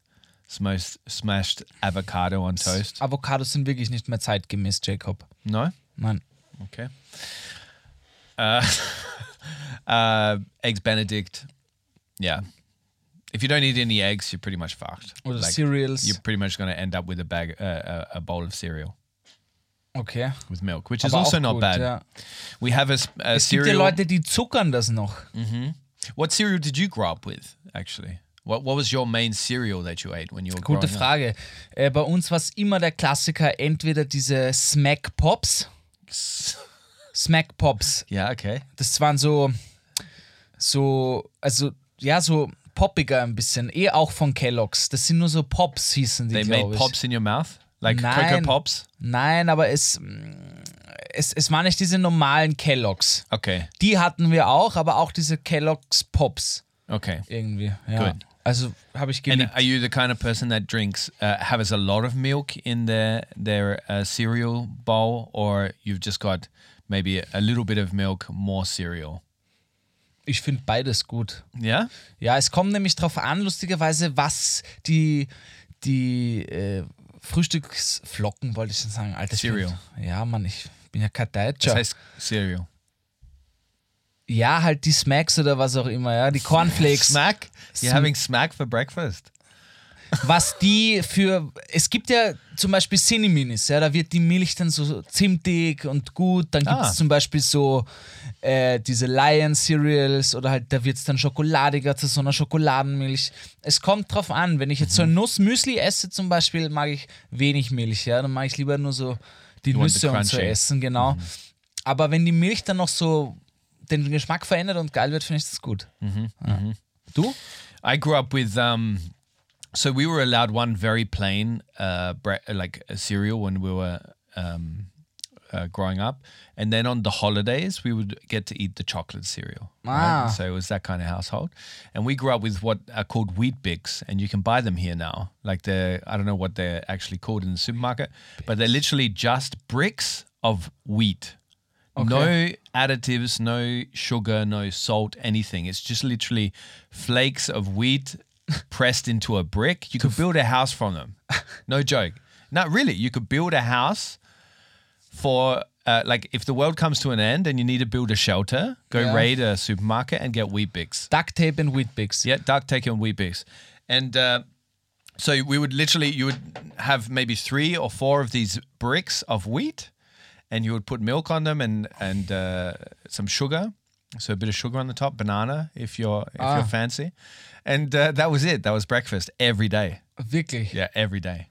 [SPEAKER 4] smashed smashed avocado on toast.
[SPEAKER 1] Avocados sind wirklich nicht mehr zeitgemäß, Jacob.
[SPEAKER 4] No,
[SPEAKER 1] Nein.
[SPEAKER 4] okay. Uh, uh, eggs Benedict, yeah. If you don't eat any eggs, you're pretty much fucked.
[SPEAKER 1] Oder Cereals.
[SPEAKER 4] You're pretty much going to end up with a bag, uh, a, a bowl of cereal
[SPEAKER 1] Okay.
[SPEAKER 4] with milk, which is
[SPEAKER 1] Aber
[SPEAKER 4] also
[SPEAKER 1] auch
[SPEAKER 4] not
[SPEAKER 1] gut,
[SPEAKER 4] bad.
[SPEAKER 1] ja.
[SPEAKER 4] We have a, s- a
[SPEAKER 1] Es gibt ja
[SPEAKER 4] cereal.
[SPEAKER 1] Leute, die zuckern das noch.
[SPEAKER 4] What cereal did you grow up with, actually? What What was your main cereal that you ate when you were
[SPEAKER 1] Gute
[SPEAKER 4] growing up?
[SPEAKER 1] Frage. Äh, bei uns war es immer der Klassiker, entweder diese Smack Pops. Smack Pops.
[SPEAKER 4] Yeah, okay.
[SPEAKER 1] Das waren so, so, also, ja, so poppiger ein bisschen. Eh auch von Kellogg's. Das sind nur so Pops, hießen die,
[SPEAKER 4] They
[SPEAKER 1] glaub
[SPEAKER 4] made
[SPEAKER 1] ich.
[SPEAKER 4] pops in your mouth? Like Cocoa
[SPEAKER 1] Nein.
[SPEAKER 4] Pops?
[SPEAKER 1] Nein, aber es, es, es waren nicht diese normalen Kellogg's.
[SPEAKER 4] Okay.
[SPEAKER 1] Die hatten wir auch, aber auch diese Kellogg's Pops
[SPEAKER 4] Okay.
[SPEAKER 1] irgendwie. Ja.
[SPEAKER 4] Gut.
[SPEAKER 1] Also habe ich
[SPEAKER 4] And
[SPEAKER 1] geliebt.
[SPEAKER 4] are you the kind of person that drinks, uh, has a lot of milk in their their uh, cereal bowl, or you've just got maybe a little bit of milk, more cereal?
[SPEAKER 1] Ich finde beides gut.
[SPEAKER 4] Yeah.
[SPEAKER 1] Ja, es kommt nämlich darauf an, lustigerweise, was die, die äh, Frühstücksflocken, wollte ich schon sagen. Alter, ich bin-
[SPEAKER 4] Cereal.
[SPEAKER 1] Ja, Mann, ich bin ja kein Deutscher.
[SPEAKER 4] Das heißt Cereal.
[SPEAKER 1] ja, halt die Smacks oder was auch immer, ja, die Cornflakes.
[SPEAKER 4] Smack? You're
[SPEAKER 1] Sm-
[SPEAKER 4] having smack for breakfast?
[SPEAKER 1] was die für. Es gibt ja zum Beispiel Cineminis, ja, da wird die Milch dann so zimtig und gut. Dann gibt es
[SPEAKER 4] Ah.
[SPEAKER 1] zum Beispiel so äh, diese Lion Cereals oder halt, da wird es dann schokoladiger zu so einer Schokoladenmilch. Es kommt drauf an, wenn ich jetzt so
[SPEAKER 4] Mhm.
[SPEAKER 1] ein Nussmüsli esse zum Beispiel, mag ich wenig Milch, ja, dann mag ich lieber nur so die
[SPEAKER 4] You want the
[SPEAKER 1] Nüsse und so
[SPEAKER 4] crunchy. Mhm.
[SPEAKER 1] essen, genau. Aber wenn die Milch dann noch so den Geschmack verändert und geil wird, finde ich das gut.
[SPEAKER 4] Mhm,
[SPEAKER 1] Ja. Du?
[SPEAKER 4] I grew up with um so we were allowed one very plain uh bre- like a cereal when we were um uh, growing up and then on the holidays we would get to eat the chocolate cereal
[SPEAKER 1] Ah.
[SPEAKER 4] so it was that kind of household and we grew up with what are called wheat bix and you can buy them here now like they're i don't know what they're actually called in the supermarket but they're literally just bricks of wheat no additives, no sugar, no salt, anything. It's just literally flakes of wheat pressed into a brick. You could build a house from them. No joke. Not really. You could build a house for uh, like if the world comes to an end and you need to build a shelter, go
[SPEAKER 1] Yeah.
[SPEAKER 4] raid a supermarket and get wheat bix.
[SPEAKER 1] Duct Tape and Wheatbix.
[SPEAKER 4] Yeah, duct tape and Weebix. And uh, so we would literally, you would have maybe three or four of these bricks of wheat, and you would put milk on them and and uh, some sugar. So a bit of sugar on the top, banana if you're if
[SPEAKER 1] Ah.
[SPEAKER 4] you're fancy, and uh, that was it. That was breakfast every day.
[SPEAKER 1] Wirklich.
[SPEAKER 4] Yeah, every day.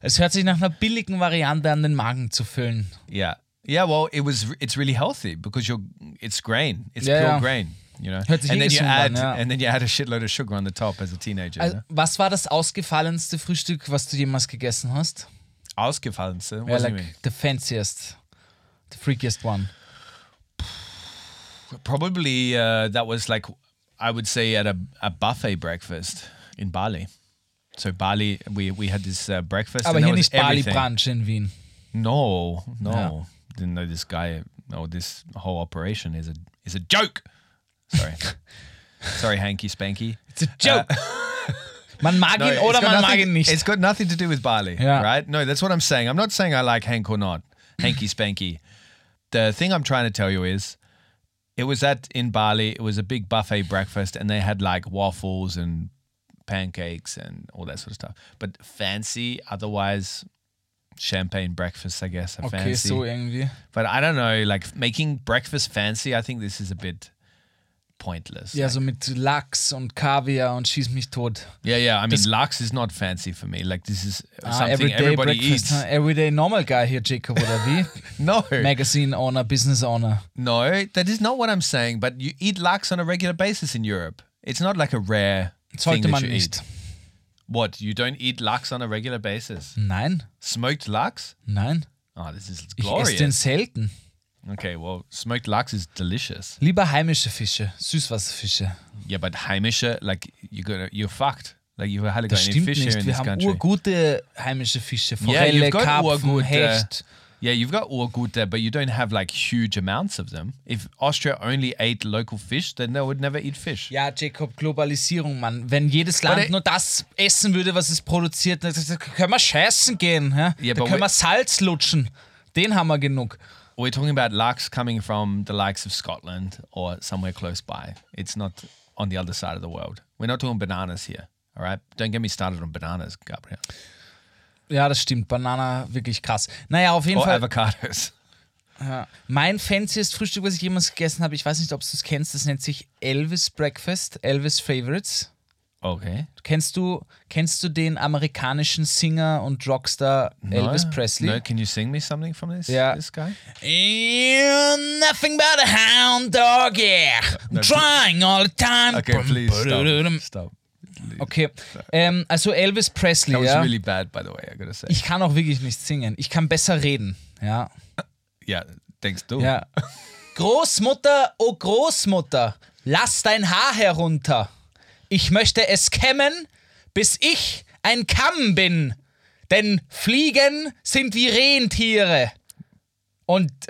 [SPEAKER 1] Es hört sich nach einer billigen Variante an, den Magen zu füllen.
[SPEAKER 4] Yeah, yeah. Well, it was. It's really healthy because you're. It's grain. It's
[SPEAKER 1] Yeah,
[SPEAKER 4] pure
[SPEAKER 1] yeah.
[SPEAKER 4] grain. You know,
[SPEAKER 1] Hört sich
[SPEAKER 4] and then you
[SPEAKER 1] ungesund an,
[SPEAKER 4] add
[SPEAKER 1] ja.
[SPEAKER 4] and then you add a shitload of sugar on the top as a teenager. you
[SPEAKER 1] Also,
[SPEAKER 4] know?
[SPEAKER 1] was war das ausgefallenste Frühstück, was du jemals gegessen hast?
[SPEAKER 4] Ausgefallen, so
[SPEAKER 1] Ja,
[SPEAKER 4] wasn't it?
[SPEAKER 1] like the fanciest, the freakiest one.
[SPEAKER 4] Probably uh, that was like I would say at a, a buffet breakfast in Bali. So Bali, we we had this uh, breakfast.
[SPEAKER 1] Aber
[SPEAKER 4] and
[SPEAKER 1] hier
[SPEAKER 4] that was
[SPEAKER 1] nicht Bali
[SPEAKER 4] everything.
[SPEAKER 1] Brunch in Wien.
[SPEAKER 4] No, no,
[SPEAKER 1] No.
[SPEAKER 4] didn't know this guy. No, this whole operation is a is a joke. Sorry, sorry, Hanky Spanky. Uh,
[SPEAKER 1] It's a joke. Äh, man mag ihn
[SPEAKER 4] it's
[SPEAKER 1] oder
[SPEAKER 4] got
[SPEAKER 1] man mag
[SPEAKER 4] nothing-
[SPEAKER 1] ihn nicht.
[SPEAKER 4] It's got nothing to do with Bali,
[SPEAKER 1] Yeah.
[SPEAKER 4] right? No, that's what I'm saying. I'm not saying I like Hank or not, Hanky Spanky. The thing I'm trying to tell you is, it was at in Bali. It was a big buffet breakfast, and they had like waffles and pancakes and all that sort of stuff. But fancy, otherwise, champagne breakfast, I guess. Are
[SPEAKER 1] Okay,
[SPEAKER 4] fancy.
[SPEAKER 1] so irgendwie.
[SPEAKER 4] But I don't know, like making breakfast fancy. I think this is a bit pointless.
[SPEAKER 1] Ja, so mit Lachs und Kaviar und schieß mich tot.
[SPEAKER 4] Yeah, yeah. I mean,
[SPEAKER 1] Does-
[SPEAKER 4] lax is not fancy for me. Like this is
[SPEAKER 1] Ah,
[SPEAKER 4] something
[SPEAKER 1] everyday
[SPEAKER 4] everybody
[SPEAKER 1] breakfast.
[SPEAKER 4] eats.
[SPEAKER 1] huh? Everyday normal guy hier, Jacob, oder wie?
[SPEAKER 4] No,
[SPEAKER 1] Magazine Owner, Business Owner.
[SPEAKER 4] no, that is not what I'm saying. But you eat lax on a regular basis in Europe. It's not like a rare thing
[SPEAKER 1] Sollte
[SPEAKER 4] that
[SPEAKER 1] man
[SPEAKER 4] you
[SPEAKER 1] nicht.
[SPEAKER 4] eat. What you don't eat lax on a regular basis?
[SPEAKER 1] Nein,
[SPEAKER 4] Smoked lax?
[SPEAKER 1] nein.
[SPEAKER 4] Oh, this is
[SPEAKER 1] Ich esse den
[SPEAKER 4] glorious.
[SPEAKER 1] selten.
[SPEAKER 4] Okay, well, smoked lachs is delicious.
[SPEAKER 1] Lieber heimische Fische, Süßwasserfische.
[SPEAKER 4] Yeah, but heimische, like you're gonna, you're fucked. Like you've hardly
[SPEAKER 1] Das
[SPEAKER 4] got any
[SPEAKER 1] stimmt
[SPEAKER 4] fish here
[SPEAKER 1] nicht.
[SPEAKER 4] in
[SPEAKER 1] Wir
[SPEAKER 4] this
[SPEAKER 1] haben
[SPEAKER 4] country.
[SPEAKER 1] urgute heimische Fische.
[SPEAKER 4] Yeah,
[SPEAKER 1] Forelle,
[SPEAKER 4] you've got
[SPEAKER 1] Karpfen,
[SPEAKER 4] Urgut there.
[SPEAKER 1] Hecht.
[SPEAKER 4] Yeah, you've got Urgut there, but you don't have like huge amounts of them. If Austria only ate local fish, then they would never eat fish.
[SPEAKER 1] Ja, Jacob, Globalisierung, Mann. Wenn jedes Land
[SPEAKER 4] Warte.
[SPEAKER 1] nur das essen würde, was es produziert, dann dann können wir scheißen gehen. Ja?
[SPEAKER 4] Ja,
[SPEAKER 1] dann
[SPEAKER 4] aber
[SPEAKER 1] können
[SPEAKER 4] we-
[SPEAKER 1] wir Salz lutschen. Den haben wir genug.
[SPEAKER 4] We're talking about larks coming from the likes of Scotland or somewhere close by. It's not on the other side of the world. We're not talking bananas here. All right. Don't get me started on bananas, Gabriel.
[SPEAKER 1] Ja, das stimmt. Banana, wirklich krass. Naja, auf jeden
[SPEAKER 4] Or
[SPEAKER 1] Fall.
[SPEAKER 4] avocados.
[SPEAKER 1] Mein fanciest Frühstück, was ich jemals gegessen habe, ich weiß nicht, ob du es kennst, das nennt sich Elvis Breakfast, Elvis Favorites.
[SPEAKER 4] Okay.
[SPEAKER 1] Kennst du, kennst du den amerikanischen Singer und Rockstar Elvis
[SPEAKER 4] No?
[SPEAKER 1] Presley?
[SPEAKER 4] No, can you sing me something from this?
[SPEAKER 1] Yeah.
[SPEAKER 4] This guy?
[SPEAKER 1] You're nothing but a hound dog, yeah. Trying all the time.
[SPEAKER 4] Okay, please stop. Stop.
[SPEAKER 1] Okay, ähm, also Elvis Presley,
[SPEAKER 4] That was
[SPEAKER 1] ja.
[SPEAKER 4] really bad, by the way. I gotta say.
[SPEAKER 1] ich kann auch wirklich nicht singen. Ich kann besser reden, ja.
[SPEAKER 4] Yeah, thanks, dude.
[SPEAKER 1] Ja. Großmutter, oh Großmutter, lass dein Haar herunter. Ich möchte es kämmen, bis ich ein Kamm bin. Denn Fliegen sind wie Rentiere. Und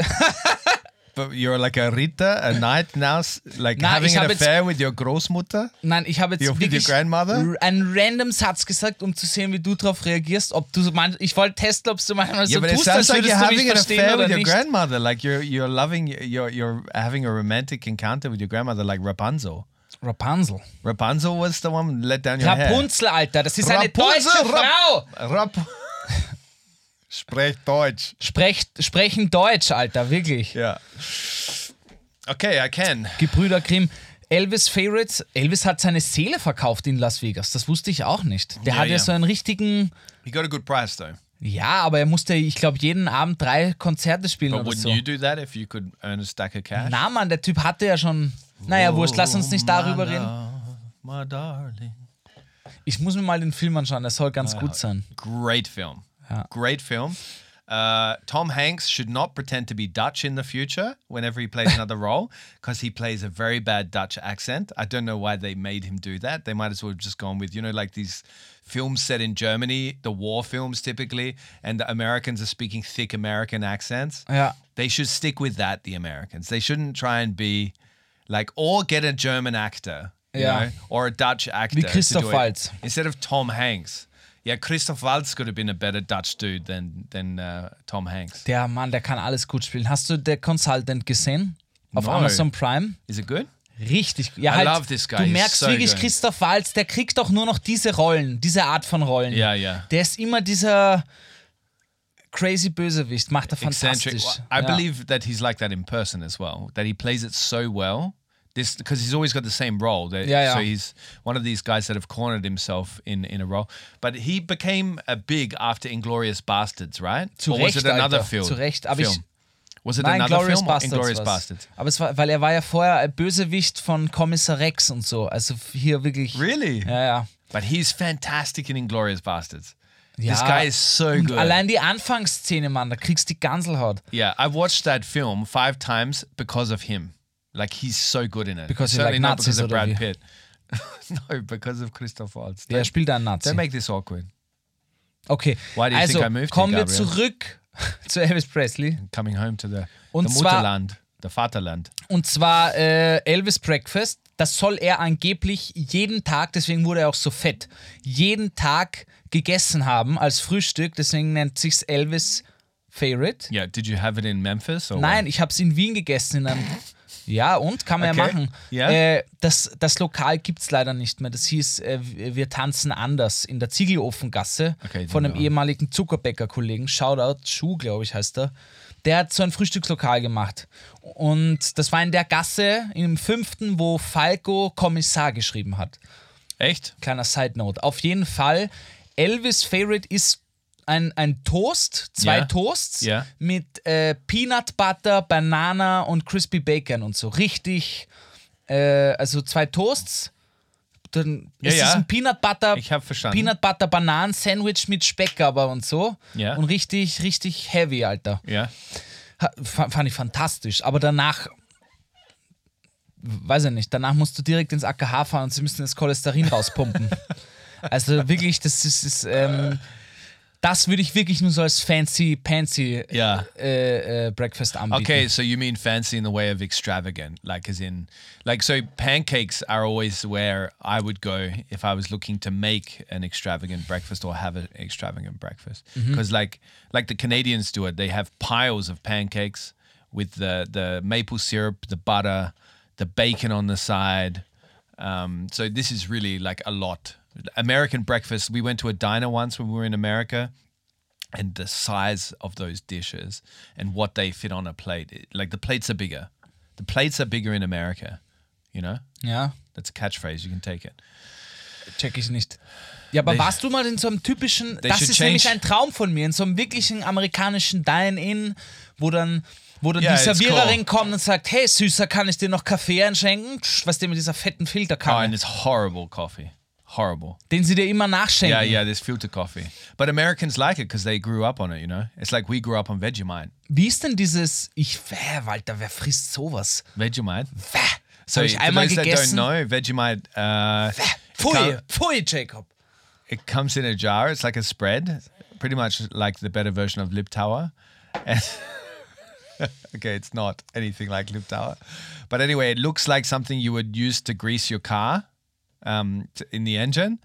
[SPEAKER 4] But you're like a Rita, a knight now, s- like
[SPEAKER 1] Na,
[SPEAKER 4] having
[SPEAKER 1] ich hab
[SPEAKER 4] an
[SPEAKER 1] jetzt-
[SPEAKER 4] affair with your Großmutter.
[SPEAKER 1] nein, ich habe jetzt
[SPEAKER 4] Your- with your
[SPEAKER 1] wirklich
[SPEAKER 4] grandmother?
[SPEAKER 1] r- einen random Satz gesagt, um zu sehen, wie du darauf reagierst. Ob du so man ich wollte testen, ob du manchmal so
[SPEAKER 4] yeah, but it
[SPEAKER 1] tust, als
[SPEAKER 4] sounds like you're
[SPEAKER 1] würdest du mich
[SPEAKER 4] having an
[SPEAKER 1] verstehen
[SPEAKER 4] affair
[SPEAKER 1] oder
[SPEAKER 4] with your
[SPEAKER 1] nicht.
[SPEAKER 4] grandmother. Like you're you're loving you're you're having a romantic encounter with your grandmother, like Rapunzel.
[SPEAKER 1] Rapunzel.
[SPEAKER 4] Rapunzel was the one who let down your
[SPEAKER 1] Rapunzel, Alter, das ist
[SPEAKER 4] hair.
[SPEAKER 1] eine deutsche Frau.
[SPEAKER 4] Rap. Sprech Deutsch.
[SPEAKER 1] Sprecht, sprechen Deutsch, Alter, wirklich.
[SPEAKER 4] Yeah. Okay, I can.
[SPEAKER 1] Gebrüder Grimm. Elvis Favorites. Elvis hat seine Seele verkauft in Las Vegas. Das wusste ich auch nicht. Der
[SPEAKER 4] Ja,
[SPEAKER 1] hat ja
[SPEAKER 4] ja.
[SPEAKER 1] so einen richtigen.
[SPEAKER 4] You got a good price though.
[SPEAKER 1] Ja, aber er musste, ich glaube, jeden Abend drei Konzerte spielen
[SPEAKER 4] But
[SPEAKER 1] oder
[SPEAKER 4] wouldn't
[SPEAKER 1] so.
[SPEAKER 4] you do that if you could earn a stack of cash? Oh,
[SPEAKER 1] Na, Mann, der Typ hatte ja schon. Naja, wurscht, lass uns nicht darüber reden.
[SPEAKER 4] My darling.
[SPEAKER 1] Ich muss mir mal den Film anschauen, der soll ganz gut sein.
[SPEAKER 4] Great film. Great film. Uh, Tom Hanks should not pretend to be Dutch in the future whenever he plays another role because he plays a very bad Dutch accent. I don't know why they made him do that. They might as well have just gone with, you know, like these films set in Germany, the war films typically, and the Americans are speaking thick American accents.
[SPEAKER 1] Ja.
[SPEAKER 4] They should stick with that, the Americans. They shouldn't try and be like, or get a German actor, you
[SPEAKER 1] Yeah.
[SPEAKER 4] know, or a Dutch actor. to
[SPEAKER 1] Christoph
[SPEAKER 4] do it.
[SPEAKER 1] Waltz.
[SPEAKER 4] Instead of Tom Hanks. Yeah, Christoph Waltz could have been a better Dutch dude than than uh, Tom Hanks.
[SPEAKER 1] Der Mann, der kann alles gut spielen. Hast du The Consultant gesehen? Auf
[SPEAKER 4] No.
[SPEAKER 1] Amazon Prime?
[SPEAKER 4] Is it good?
[SPEAKER 1] Richtig. Ja,
[SPEAKER 4] I
[SPEAKER 1] halt,
[SPEAKER 4] love this guy.
[SPEAKER 1] Du
[SPEAKER 4] He's
[SPEAKER 1] merkst
[SPEAKER 4] so
[SPEAKER 1] wirklich,
[SPEAKER 4] good.
[SPEAKER 1] Christoph Walz, der kriegt doch nur noch diese Rollen, diese Art von Rollen.
[SPEAKER 4] Ja, ja.
[SPEAKER 1] Der ist immer dieser crazy Bösewicht, macht er
[SPEAKER 4] Eccentric.
[SPEAKER 1] fantastisch. ja.
[SPEAKER 4] I believe that he's like that in person as well. That he plays it so well. This because he's always got the same role. That-
[SPEAKER 1] Yeah, yeah.
[SPEAKER 4] So he's one of these guys that have cornered himself in in a role. But he became a big after Inglorious Bastards, right?
[SPEAKER 1] Zu
[SPEAKER 4] or
[SPEAKER 1] Recht,
[SPEAKER 4] was it another
[SPEAKER 1] Alter.
[SPEAKER 4] film?
[SPEAKER 1] Zu Recht, aber ich-
[SPEAKER 4] film? Was it
[SPEAKER 1] Nein,
[SPEAKER 4] another
[SPEAKER 1] Glorious
[SPEAKER 4] film?
[SPEAKER 1] Bastards.
[SPEAKER 4] Inglorious
[SPEAKER 1] war's.
[SPEAKER 4] Bastards.
[SPEAKER 1] Aber es war, weil er war ja vorher ein Bösewicht von Kommissar Rex und so. Also hier wirklich.
[SPEAKER 4] Really?
[SPEAKER 1] Ja, ja.
[SPEAKER 4] But he's fantastic in Inglorious Bastards. This
[SPEAKER 1] Ja.
[SPEAKER 4] guy is so
[SPEAKER 1] Und
[SPEAKER 4] good.
[SPEAKER 1] Allein die Anfangsszene, Mann, da kriegst du die Ganselhaut.
[SPEAKER 4] Yeah, I've watched that film five times because of him. Like he's so good in it.
[SPEAKER 1] Because you
[SPEAKER 4] Certainly
[SPEAKER 1] like
[SPEAKER 4] not
[SPEAKER 1] Nazis
[SPEAKER 4] because of
[SPEAKER 1] oder wie?
[SPEAKER 4] Brad Pitt. no, because of Christoph Waltz.
[SPEAKER 1] Der
[SPEAKER 4] Don't-
[SPEAKER 1] spielt einen Nazi.
[SPEAKER 4] Don't make this awkward.
[SPEAKER 1] Okay,
[SPEAKER 4] Why do you
[SPEAKER 1] also
[SPEAKER 4] think I moved here,
[SPEAKER 1] kommen wir
[SPEAKER 4] Gabriel?
[SPEAKER 1] zurück zu Elvis Presley.
[SPEAKER 4] Coming home to the,
[SPEAKER 1] Und
[SPEAKER 4] the
[SPEAKER 1] zwar-
[SPEAKER 4] Mutterland, the Vaterland.
[SPEAKER 1] Und zwar äh, Elvis Breakfast. Das soll er angeblich jeden Tag, deswegen wurde er auch so fett, jeden Tag gegessen haben als Frühstück. Deswegen nennt sich's Elvis Favorite.
[SPEAKER 4] Yeah, did you have it in Memphis or
[SPEAKER 1] Nein, ich habe es in Wien gegessen. In einem ja, und kann man ja
[SPEAKER 4] Okay.
[SPEAKER 1] machen.
[SPEAKER 4] Ja.
[SPEAKER 1] Äh, das, das Lokal gibt es leider nicht mehr. Das hieß äh, Wir tanzen anders in der Ziegelofengasse
[SPEAKER 4] Okay,
[SPEAKER 1] von einem
[SPEAKER 4] den-
[SPEAKER 1] ehemaligen Zuckerbäcker-Kollegen. Shoutout, Schuh, glaube ich, heißt er. Der hat so ein Frühstückslokal gemacht. Und das war in der Gasse im fünften, wo Falco Kommissar geschrieben hat.
[SPEAKER 4] Echt?
[SPEAKER 1] Kleiner Side Note. Auf jeden Fall, Elvis Favorite ist ein, ein Toast, zwei
[SPEAKER 4] Ja.
[SPEAKER 1] Toasts
[SPEAKER 4] Ja.
[SPEAKER 1] mit äh, Peanut Butter, Banana und Crispy Bacon und so. Richtig, äh, also zwei Toasts, dann
[SPEAKER 4] Ja,
[SPEAKER 1] es
[SPEAKER 4] ja.
[SPEAKER 1] ist ein Peanut Butter,
[SPEAKER 4] Ich hab verstanden.
[SPEAKER 1] Peanut Butter Bananen Sandwich mit Speck aber und so
[SPEAKER 4] Ja.
[SPEAKER 1] und richtig richtig heavy, Alter.
[SPEAKER 4] Ja.
[SPEAKER 1] Ha- fa- Fand ich fantastisch, aber danach weiß ich nicht, danach musst du direkt ins AKH fahren und sie müssen das Cholesterin rauspumpen. also wirklich, das ist, ist ähm, das würde ich wirklich nur so als fancy fancy
[SPEAKER 4] Ja.
[SPEAKER 1] äh, äh, Breakfast anbieten.
[SPEAKER 4] Okay, so you mean fancy in the way of extravagant, like as in, like so pancakes are always where I would go if I was looking to make an extravagant breakfast or have an extravagant breakfast, because like like the Canadians do it, they have piles of pancakes with the the maple syrup, the butter, the bacon on the side. Um, so this is really like a lot. American breakfast. We went to a diner once when we were in America and the size of those dishes and what they fit on a plate. It- like the plates are bigger. The plates are bigger in America, you know?
[SPEAKER 1] Ja.
[SPEAKER 4] That's a catchphrase. You can take it.
[SPEAKER 1] Check ich nicht. Ja, aber
[SPEAKER 4] They-
[SPEAKER 1] warst du mal in so einem typischen,
[SPEAKER 4] They
[SPEAKER 1] das
[SPEAKER 4] should
[SPEAKER 1] ist nämlich
[SPEAKER 4] change-
[SPEAKER 1] ein Traum von mir, in so einem wirklichen amerikanischen Dine-In, wo dann, wo dann
[SPEAKER 4] Yeah,
[SPEAKER 1] die
[SPEAKER 4] it's
[SPEAKER 1] Serviererin
[SPEAKER 4] cool.
[SPEAKER 1] kommt und sagt, hey Süßer, kann ich dir noch Kaffee einschenken? Psch, Was dir mit dieser fetten
[SPEAKER 4] Oh, and
[SPEAKER 1] Filterkanne,
[SPEAKER 4] it's horrible coffee. Horrible.
[SPEAKER 1] den sie dir immer nachschenken.
[SPEAKER 4] Yeah, yeah, there's filter coffee. But Americans like it because they grew up on it, you know? It's like we grew up on Vegemite.
[SPEAKER 1] Wie ist denn dieses, ich, hä, Walter, wer frisst sowas?
[SPEAKER 4] Vegemite.
[SPEAKER 1] Bäh. Das habe ich
[SPEAKER 4] for
[SPEAKER 1] einmal
[SPEAKER 4] those that don't
[SPEAKER 1] gegessen.
[SPEAKER 4] know, Vegemite, uh,
[SPEAKER 1] Pfui,
[SPEAKER 4] Ka-
[SPEAKER 1] pfui, Jacob.
[SPEAKER 4] it comes in a jar. It's like a spread, pretty much like the better version of Liptauer. And- okay, it's not anything like Liptauer, but anyway, it looks like something you would use to grease your car um, t- in the engine.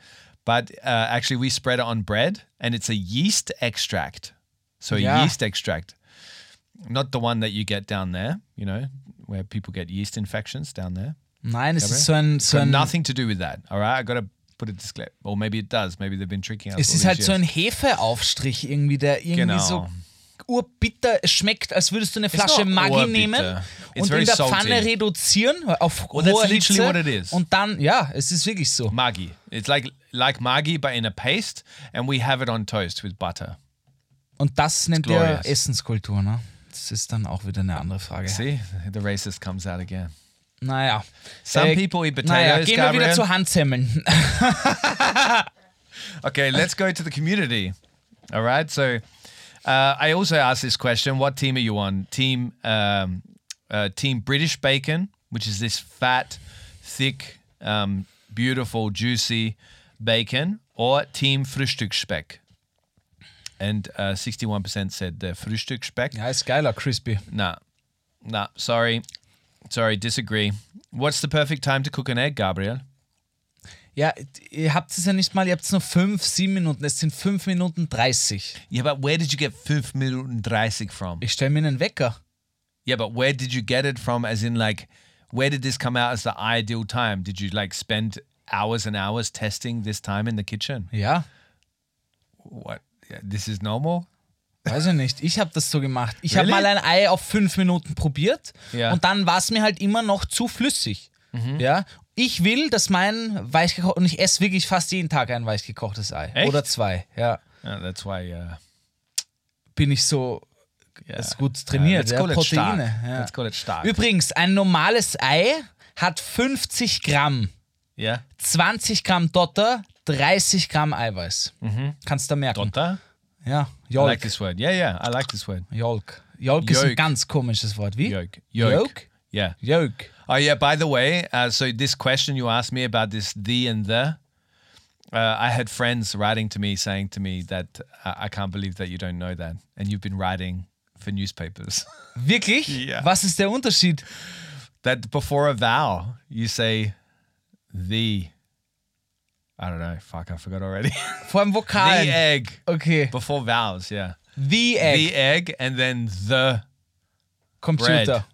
[SPEAKER 4] But uh, actually, we spread it on bread, and it's a yeast extract. So a
[SPEAKER 1] Yeah.
[SPEAKER 4] yeast extract, not the one that you get down there. You know, where people get yeast infections down there.
[SPEAKER 1] Nein, es ist so ein, so
[SPEAKER 4] Got
[SPEAKER 1] ein
[SPEAKER 4] nothing to do with that. All right, I got to put a disclaimer. Or maybe it does. Maybe they've been tricking
[SPEAKER 1] Es
[SPEAKER 4] us. all
[SPEAKER 1] ist
[SPEAKER 4] these
[SPEAKER 1] halt so
[SPEAKER 4] years.
[SPEAKER 1] ein Hefeaufstrich irgendwie, der irgendwie
[SPEAKER 4] Genau.
[SPEAKER 1] so urbitter es schmeckt, als würdest du eine Flasche
[SPEAKER 4] not
[SPEAKER 1] Maggi
[SPEAKER 4] urbitter.
[SPEAKER 1] nehmen
[SPEAKER 4] It's
[SPEAKER 1] und
[SPEAKER 4] very
[SPEAKER 1] in der
[SPEAKER 4] salty.
[SPEAKER 1] Pfanne reduzieren auf
[SPEAKER 4] that's
[SPEAKER 1] hoher
[SPEAKER 4] literally
[SPEAKER 1] Hitze
[SPEAKER 4] what it is.
[SPEAKER 1] und dann, ja, es ist wirklich so.
[SPEAKER 4] Maggi. It's like like Maggi, but in a paste, and we have it on toast with butter.
[SPEAKER 1] Und das nennt ihr
[SPEAKER 4] glorious.
[SPEAKER 1] Essenskultur, ne? Das ist dann auch wieder eine andere Frage.
[SPEAKER 4] See, the racist comes out again.
[SPEAKER 1] Naja. Äh,
[SPEAKER 4] Some people eat potatoes,
[SPEAKER 1] naja, gehen wir wieder
[SPEAKER 4] Gabriel.
[SPEAKER 1] zu Handsemmeln.
[SPEAKER 4] Okay, let's go to the community. All right, so uh, I also asked this question: What team are you on? Team um, uh, Team British Bacon, which is this fat, thick, um, beautiful, juicy bacon, or Team Frühstücksspeck? And uh, 61% said the Frühstücksspeck.
[SPEAKER 1] ja, ist geiler, crispy.
[SPEAKER 4] Nah. Nah. Sorry. Sorry. Disagree. What's the perfect time to cook an egg, Gabriel?
[SPEAKER 1] Ja, ihr habt es ja nicht mal, ihr habt es nur 5, 7 Minuten. Es sind 5 Minuten 30.
[SPEAKER 4] Yeah, but where did you get 5 Minuten 30 from?
[SPEAKER 1] Ich stelle mir einen Wecker.
[SPEAKER 4] Yeah, but where did you get it from? As in, like, where did this come out as the ideal time? Did you, like, spend hours and hours testing this time in the kitchen?
[SPEAKER 1] Ja.
[SPEAKER 4] What? Yeah, this is normal?
[SPEAKER 1] Weiß ich nicht. Ich habe das so gemacht. Ich
[SPEAKER 4] Really?
[SPEAKER 1] habe mal ein Ei auf fünf Minuten probiert
[SPEAKER 4] Ja.
[SPEAKER 1] und dann war es mir halt immer noch zu flüssig. Ja. Ich will, dass mein weichgekochtes und ich esse wirklich fast jeden Tag ein weichgekochtes Ei
[SPEAKER 4] Echt?
[SPEAKER 1] oder zwei. Ja,
[SPEAKER 4] Uh, that's why. Uh,
[SPEAKER 1] bin ich so
[SPEAKER 4] yeah.
[SPEAKER 1] ist gut
[SPEAKER 4] Uh,
[SPEAKER 1] trainiert.
[SPEAKER 4] let's
[SPEAKER 1] ja,
[SPEAKER 4] call it stark.
[SPEAKER 1] Proteine. Ja.
[SPEAKER 4] Let's call it stark.
[SPEAKER 1] Übrigens, ein normales Ei hat 50 Gramm,
[SPEAKER 4] Yeah.
[SPEAKER 1] 20 Gramm Dotter, 30 Gramm Eiweiß. Kannst du merken.
[SPEAKER 4] Mhm. Dotter?
[SPEAKER 1] Ja,
[SPEAKER 4] I like
[SPEAKER 1] Jolk.
[SPEAKER 4] this word. Yeah, yeah. I like this word.
[SPEAKER 1] Jolk. Jolk ist ein
[SPEAKER 4] Jolk.
[SPEAKER 1] ganz komisches Wort. Wie?
[SPEAKER 4] Yolk.
[SPEAKER 1] Jolk?
[SPEAKER 4] Yeah.
[SPEAKER 1] Jolk.
[SPEAKER 4] Oh yeah. By the way, uh, so this question you asked me about this the and the, uh, I had friends writing to me saying to me that uh, I can't believe that you don't know that, and you've been writing for newspapers.
[SPEAKER 1] Wirklich?
[SPEAKER 4] Ja.
[SPEAKER 1] Was ist der Unterschied?
[SPEAKER 4] that before a vowel you say the. I don't know. Fuck, I forgot already.
[SPEAKER 1] Vor allem
[SPEAKER 4] the
[SPEAKER 1] Vokal.
[SPEAKER 4] egg
[SPEAKER 1] Okay.
[SPEAKER 4] before vowels. Yeah.
[SPEAKER 1] The Egg.
[SPEAKER 4] The egg and then the bread
[SPEAKER 1] Computer.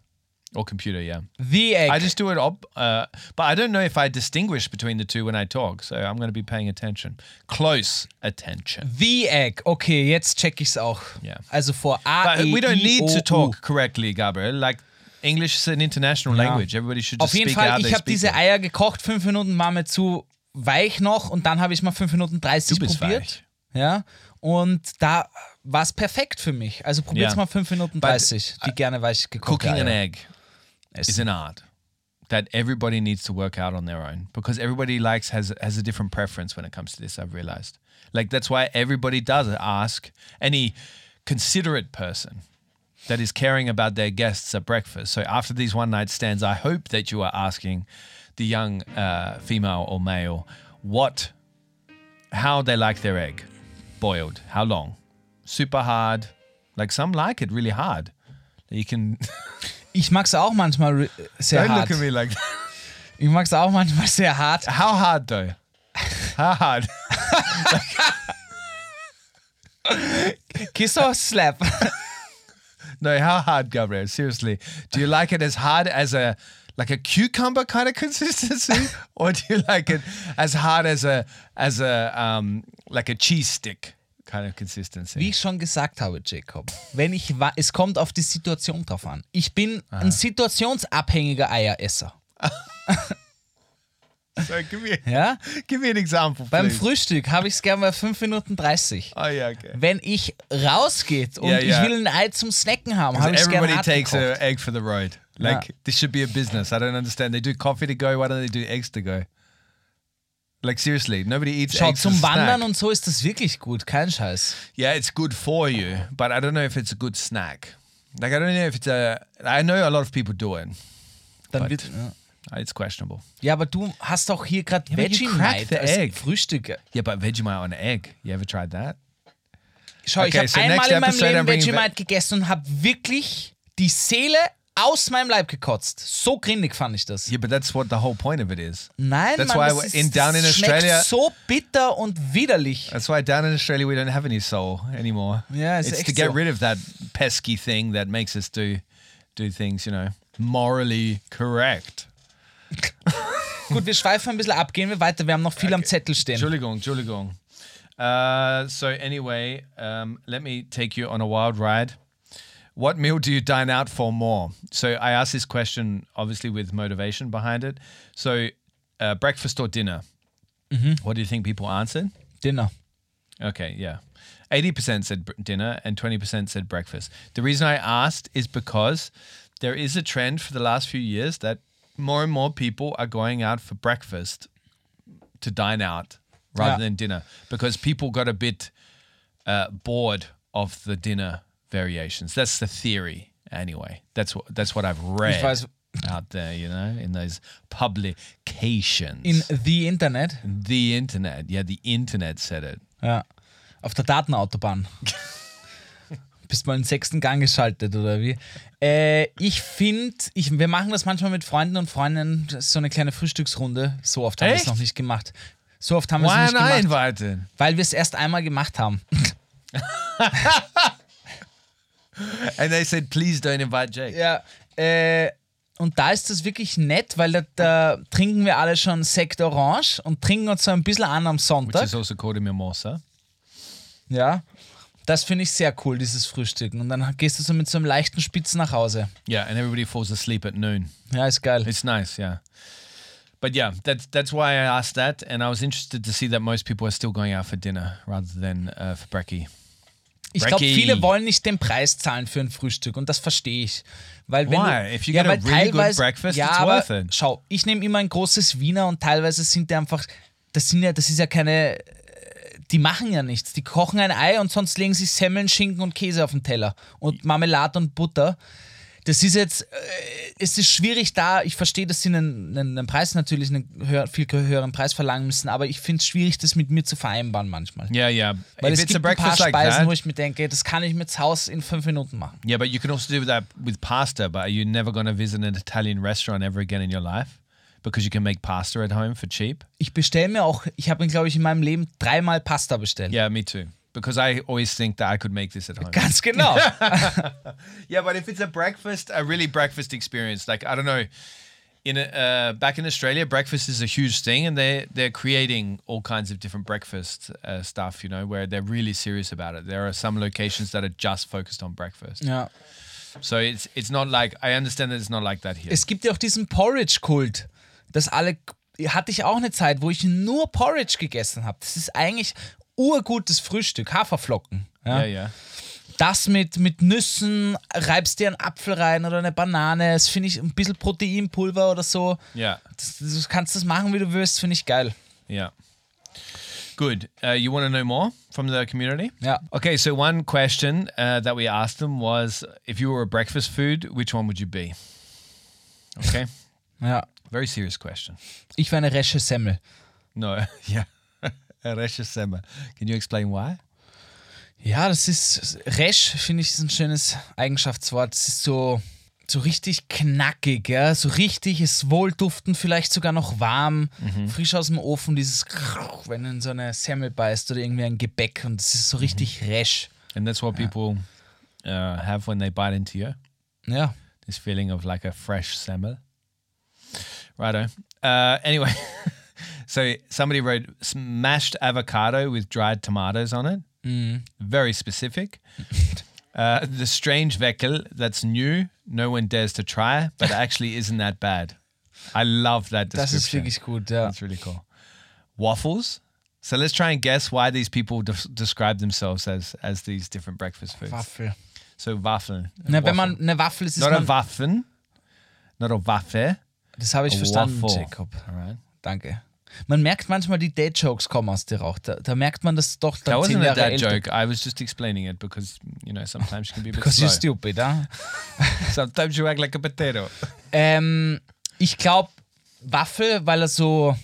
[SPEAKER 4] or computer. Yeah.
[SPEAKER 1] The Egg.
[SPEAKER 4] I just do it up, uh, but I don't know if I distinguish between the two when I talk. So I'm going to be paying attention, close attention.
[SPEAKER 1] The Egg. Okay, jetzt check ich's auch.
[SPEAKER 4] Ja.
[SPEAKER 1] Also vor A,
[SPEAKER 4] But
[SPEAKER 1] e,
[SPEAKER 4] we don't
[SPEAKER 1] I,
[SPEAKER 4] need
[SPEAKER 1] o,
[SPEAKER 4] to
[SPEAKER 1] U.
[SPEAKER 4] talk correctly, Gabriel. Like English is an international
[SPEAKER 1] Ja.
[SPEAKER 4] language. Everybody should
[SPEAKER 1] Auf
[SPEAKER 4] just
[SPEAKER 1] jeden
[SPEAKER 4] speak
[SPEAKER 1] Fall,
[SPEAKER 4] out
[SPEAKER 1] ich
[SPEAKER 4] their
[SPEAKER 1] habe diese
[SPEAKER 4] speaking.
[SPEAKER 1] Eier gekocht, fünf Minuten waren mir zu weich noch und dann habe ich mal fünf Minuten 30
[SPEAKER 4] Du bist
[SPEAKER 1] probiert.
[SPEAKER 4] weich.
[SPEAKER 1] Ja. Und da war's perfekt für mich. Also probiert's
[SPEAKER 4] Ja. äh,
[SPEAKER 1] mal fünf Minuten 30, die gerne weich gekocht
[SPEAKER 4] Cooking an
[SPEAKER 1] Eier.
[SPEAKER 4] egg is an art. that everybody needs to work out on their own because everybody likes has has a different preference when it comes to this. I've realized, like that's why everybody does ask any considerate person that is caring about their guests at breakfast. So after these one night stands, I hope that you are asking the young uh, female or male what, how they like their egg boiled, how long, super hard. Like some like it really hard. You can
[SPEAKER 1] Ich mag's auch manchmal ri- sehr
[SPEAKER 4] don't
[SPEAKER 1] hart.
[SPEAKER 4] look at me like that.
[SPEAKER 1] Ich mag's auch manchmal sehr hart.
[SPEAKER 4] How hard though? How hard?
[SPEAKER 1] Kiss or slap?
[SPEAKER 4] No, how hard, Gabriel? Seriously, do you like it as hard as a like a cucumber kind of consistency, or do you like it as hard as a as a um like a cheese stick kind of consistency?
[SPEAKER 1] Wie ich schon gesagt habe, Jacob, wenn ich wa- es kommt auf die Situation drauf an. Ich bin ein situationsabhängiger Eieresser.
[SPEAKER 4] So give me
[SPEAKER 1] Ja?
[SPEAKER 4] give me an example,
[SPEAKER 1] Beim
[SPEAKER 4] please.
[SPEAKER 1] Frühstück habe ich es gerne bei 5 Minuten 30.
[SPEAKER 4] oh yeah, okay.
[SPEAKER 1] Wenn ich rausgeht und
[SPEAKER 4] Ja, ja. Also
[SPEAKER 1] ich will ein Ei zum Snacken haben, habe ich es gerne
[SPEAKER 4] Everybody
[SPEAKER 1] hart
[SPEAKER 4] takes
[SPEAKER 1] gekocht.
[SPEAKER 4] an egg for the road. Like this should be a business. I don't understand. They do coffee to go. Why don't they do eggs to go? Like seriously, nobody eats
[SPEAKER 1] Schau,
[SPEAKER 4] eggs. as a
[SPEAKER 1] zum Wandern
[SPEAKER 4] snack.
[SPEAKER 1] und so ist das wirklich gut, kein Scheiß.
[SPEAKER 4] Yeah, it's good for you, but I don't know if it's a good snack. Like I don't know if it's a. I know a lot of people do it.
[SPEAKER 1] Dann
[SPEAKER 4] But-
[SPEAKER 1] wird, ja.
[SPEAKER 4] It's questionable.
[SPEAKER 1] ja, aber du hast auch hier gerade
[SPEAKER 4] Ja, aber you
[SPEAKER 1] Veggie
[SPEAKER 4] crack the
[SPEAKER 1] Night als
[SPEAKER 4] egg.
[SPEAKER 1] Frühstück.
[SPEAKER 4] Yeah, but Vegemite on egg. You ever tried that?
[SPEAKER 1] Schau, ich
[SPEAKER 4] Okay,
[SPEAKER 1] habe
[SPEAKER 4] so
[SPEAKER 1] einmal
[SPEAKER 4] next
[SPEAKER 1] in meinem
[SPEAKER 4] episode I'm
[SPEAKER 1] Leben
[SPEAKER 4] bringing
[SPEAKER 1] Vegemite gegessen und habe wirklich die Seele aus meinem Leib gekotzt. So grindig fand ich das.
[SPEAKER 4] Yeah, but that's what the whole point of it is.
[SPEAKER 1] Nein,
[SPEAKER 4] That's
[SPEAKER 1] Mann,
[SPEAKER 4] why
[SPEAKER 1] das ist,
[SPEAKER 4] in- down in
[SPEAKER 1] das schmeckt
[SPEAKER 4] Australia-
[SPEAKER 1] so bitter und widerlich.
[SPEAKER 4] That's why down in Australia we don't have any soul anymore.
[SPEAKER 1] Yeah, it's
[SPEAKER 4] it's to
[SPEAKER 1] echt
[SPEAKER 4] get
[SPEAKER 1] so.
[SPEAKER 4] rid of that pesky thing that makes us do do things, you know, morally correct.
[SPEAKER 1] Gut, wir schweifen ein bisschen ab, gehen wir weiter. Wir haben noch viel am Zettel stehen.
[SPEAKER 4] Juligong, Juligong. Uh, so anyway, um, let me take you on a wild ride. What meal do you dine out for more? So I asked this question obviously with motivation behind it. So uh, breakfast or dinner? What do you think people answered?
[SPEAKER 1] Dinner.
[SPEAKER 4] Okay, yeah. 80% said br- dinner and 20% said breakfast. The reason I asked is because there is a trend for the last few years that more and more people are going out for breakfast to dine out rather
[SPEAKER 1] Yeah.
[SPEAKER 4] than dinner because people got a bit uh, bored of the dinner variations. That's the theory, anyway. That's what that's what I've read
[SPEAKER 1] weiß-
[SPEAKER 4] out there, you know, in those publications.
[SPEAKER 1] In the Internet.
[SPEAKER 4] the internet, yeah, the internet said it.
[SPEAKER 1] Ja. Auf der Datenautobahn. Bist mal in den sechsten Gang geschaltet, oder wie? Äh, ich finde, ich, wir machen das manchmal mit Freunden und Freundinnen, das ist so eine kleine Frühstücksrunde. So oft haben wir es
[SPEAKER 4] Echt?
[SPEAKER 1] noch nicht gemacht. So oft haben wir es
[SPEAKER 4] Why
[SPEAKER 1] nicht
[SPEAKER 4] am I
[SPEAKER 1] gemacht,
[SPEAKER 4] invited?
[SPEAKER 1] weil wir es erst einmal gemacht haben.
[SPEAKER 4] And they said, please don't invite Jake.
[SPEAKER 1] Ja, äh, und da ist das wirklich nett, weil da, da trinken wir alle schon Sekt Orange und trinken uns so ein bisschen an am
[SPEAKER 4] Which
[SPEAKER 1] Sonntag.
[SPEAKER 4] is also called a mimosa.
[SPEAKER 1] Ja. Das finde ich sehr cool, dieses Frühstücken. Und dann gehst du so mit so einem leichten Spitz nach Hause.
[SPEAKER 4] Yeah, and everybody falls asleep at noon.
[SPEAKER 1] Ja, ist geil.
[SPEAKER 4] It's nice, yeah. But yeah, that's that's why I asked that, and I was interested to see that most people are still going out for dinner rather than uh, for brekkie.
[SPEAKER 1] Ich glaube,
[SPEAKER 4] Brekkie.
[SPEAKER 1] viele wollen nicht den Preis zahlen für ein Frühstück und das verstehe ich. Weil wenn
[SPEAKER 4] Why?
[SPEAKER 1] Du,
[SPEAKER 4] If you
[SPEAKER 1] ja,
[SPEAKER 4] get a
[SPEAKER 1] weil
[SPEAKER 4] really good
[SPEAKER 1] teilweise-
[SPEAKER 4] breakfast,
[SPEAKER 1] ja,
[SPEAKER 4] it's
[SPEAKER 1] aber
[SPEAKER 4] worth it.
[SPEAKER 1] Schau, ich nehme immer ein großes Wiener und teilweise sind die einfach, das sind ja, das ist ja keine, äh, die machen ja nichts. Die kochen ein Ei und sonst legen sie Semmeln, Schinken und Käse auf den Teller und Marmelade und Butter. Das ist jetzt, äh, es ist schwierig da, ich verstehe, dass sie einen, einen, einen Preis natürlich, einen höher, viel höheren Preis verlangen müssen, aber ich finde es schwierig, das mit mir zu vereinbaren manchmal.
[SPEAKER 4] Yeah, yeah.
[SPEAKER 1] Weil
[SPEAKER 4] if
[SPEAKER 1] es gibt
[SPEAKER 4] it's a
[SPEAKER 1] ein paar
[SPEAKER 4] breakfast like
[SPEAKER 1] Speisen,
[SPEAKER 4] that,
[SPEAKER 1] wo ich mir denke, das kann ich mit Haus in fünf Minuten machen.
[SPEAKER 4] yeah, but you can also do that with pasta. But are you never going to visit an Italian restaurant ever again in your life? Because you can make pasta at home for cheap.
[SPEAKER 1] Ich bestelle mir auch, ich habe mir, glaube ich, in meinem Leben dreimal Pasta bestellt.
[SPEAKER 4] Yeah, me too. Because I always think that I could make this at home.
[SPEAKER 1] Ganz genau.
[SPEAKER 4] Yeah, but if it's a breakfast, a really breakfast experience, like I don't know, in uh, back in Australia, breakfast is a huge thing, and they they're creating all kinds of different breakfast uh, stuff. You know, where they're really serious about it. There are some locations that are just focused on breakfast.
[SPEAKER 1] ja.
[SPEAKER 4] So it's it's not like I understand that it's not like that here.
[SPEAKER 1] Es gibt ja auch diesen Porridge-Kult, dass alle, hatte ich auch eine Zeit, wo ich nur Porridge gegessen habe. Das ist eigentlich urgutes Frühstück, Haferflocken. Ja.
[SPEAKER 4] yeah, yeah.
[SPEAKER 1] Das mit, mit Nüssen, reibst dir einen Apfel rein oder eine Banane, das finde ich ein bisschen Proteinpulver oder so.
[SPEAKER 4] Yeah.
[SPEAKER 1] Das, du kannst das machen, wie du willst, finde ich geil.
[SPEAKER 4] Yeah. Good. Uh, you want to know more from the community?
[SPEAKER 1] Yeah.
[SPEAKER 4] Okay, so one question uh, that we asked them was if you were a breakfast food, which one would you be? Okay.
[SPEAKER 1] Ja.
[SPEAKER 4] Very serious question.
[SPEAKER 1] Ich wäre eine resche Semmel.
[SPEAKER 4] No. Yeah. Resha Sema. Can you explain why?
[SPEAKER 1] Ja, das ist resch, finde ich, ist ein schönes Eigenschaftswort. Es ist so, so richtig knackig, ja, so richtig, ist wohlduftend, vielleicht sogar noch warm, frisch aus dem Ofen, dieses, wenn du in so eine Semmel beißt oder irgendwie ein Gebäck und es ist so richtig resch.
[SPEAKER 4] And that's what people uh, have when they bite into you.
[SPEAKER 1] Ja.
[SPEAKER 4] this feeling of like a fresh semmel. Righto. Uh, anyway, so somebody wrote smashed avocado with dried tomatoes on it. Very specific. uh, the strange vehicle that's new, no one dares to try, but actually isn't that bad. I love that
[SPEAKER 1] Das ist
[SPEAKER 4] description.
[SPEAKER 1] wirklich gut, ja.
[SPEAKER 4] That's really cool. Waffles. So let's try and guess why these people des- describe themselves as as these different breakfast foods.
[SPEAKER 1] Waffel.
[SPEAKER 4] so Waffeln.
[SPEAKER 1] Na, wenn
[SPEAKER 4] Waffel.
[SPEAKER 1] man eine Waffel ist, ist
[SPEAKER 4] Not a
[SPEAKER 1] man,
[SPEAKER 4] Waffen. Not a Waffe.
[SPEAKER 1] das habe ich
[SPEAKER 4] a
[SPEAKER 1] verstanden,
[SPEAKER 4] waffle.
[SPEAKER 1] Jacob.
[SPEAKER 4] All right.
[SPEAKER 1] Danke. Man merkt manchmal, die Dad-Jokes kommen aus dir auch. Da, da merkt man, dass du doch
[SPEAKER 4] That
[SPEAKER 1] dann zehn
[SPEAKER 4] wasn't a
[SPEAKER 1] Jahre
[SPEAKER 4] dad
[SPEAKER 1] älter
[SPEAKER 4] joke. I was just explaining it because, you know, sometimes you can be a bit
[SPEAKER 1] Because you're
[SPEAKER 4] slow.
[SPEAKER 1] stupid, ah? ja.
[SPEAKER 4] Sometimes you act like a potato.
[SPEAKER 1] Ähm, ich glaube, Waffel, weil er so.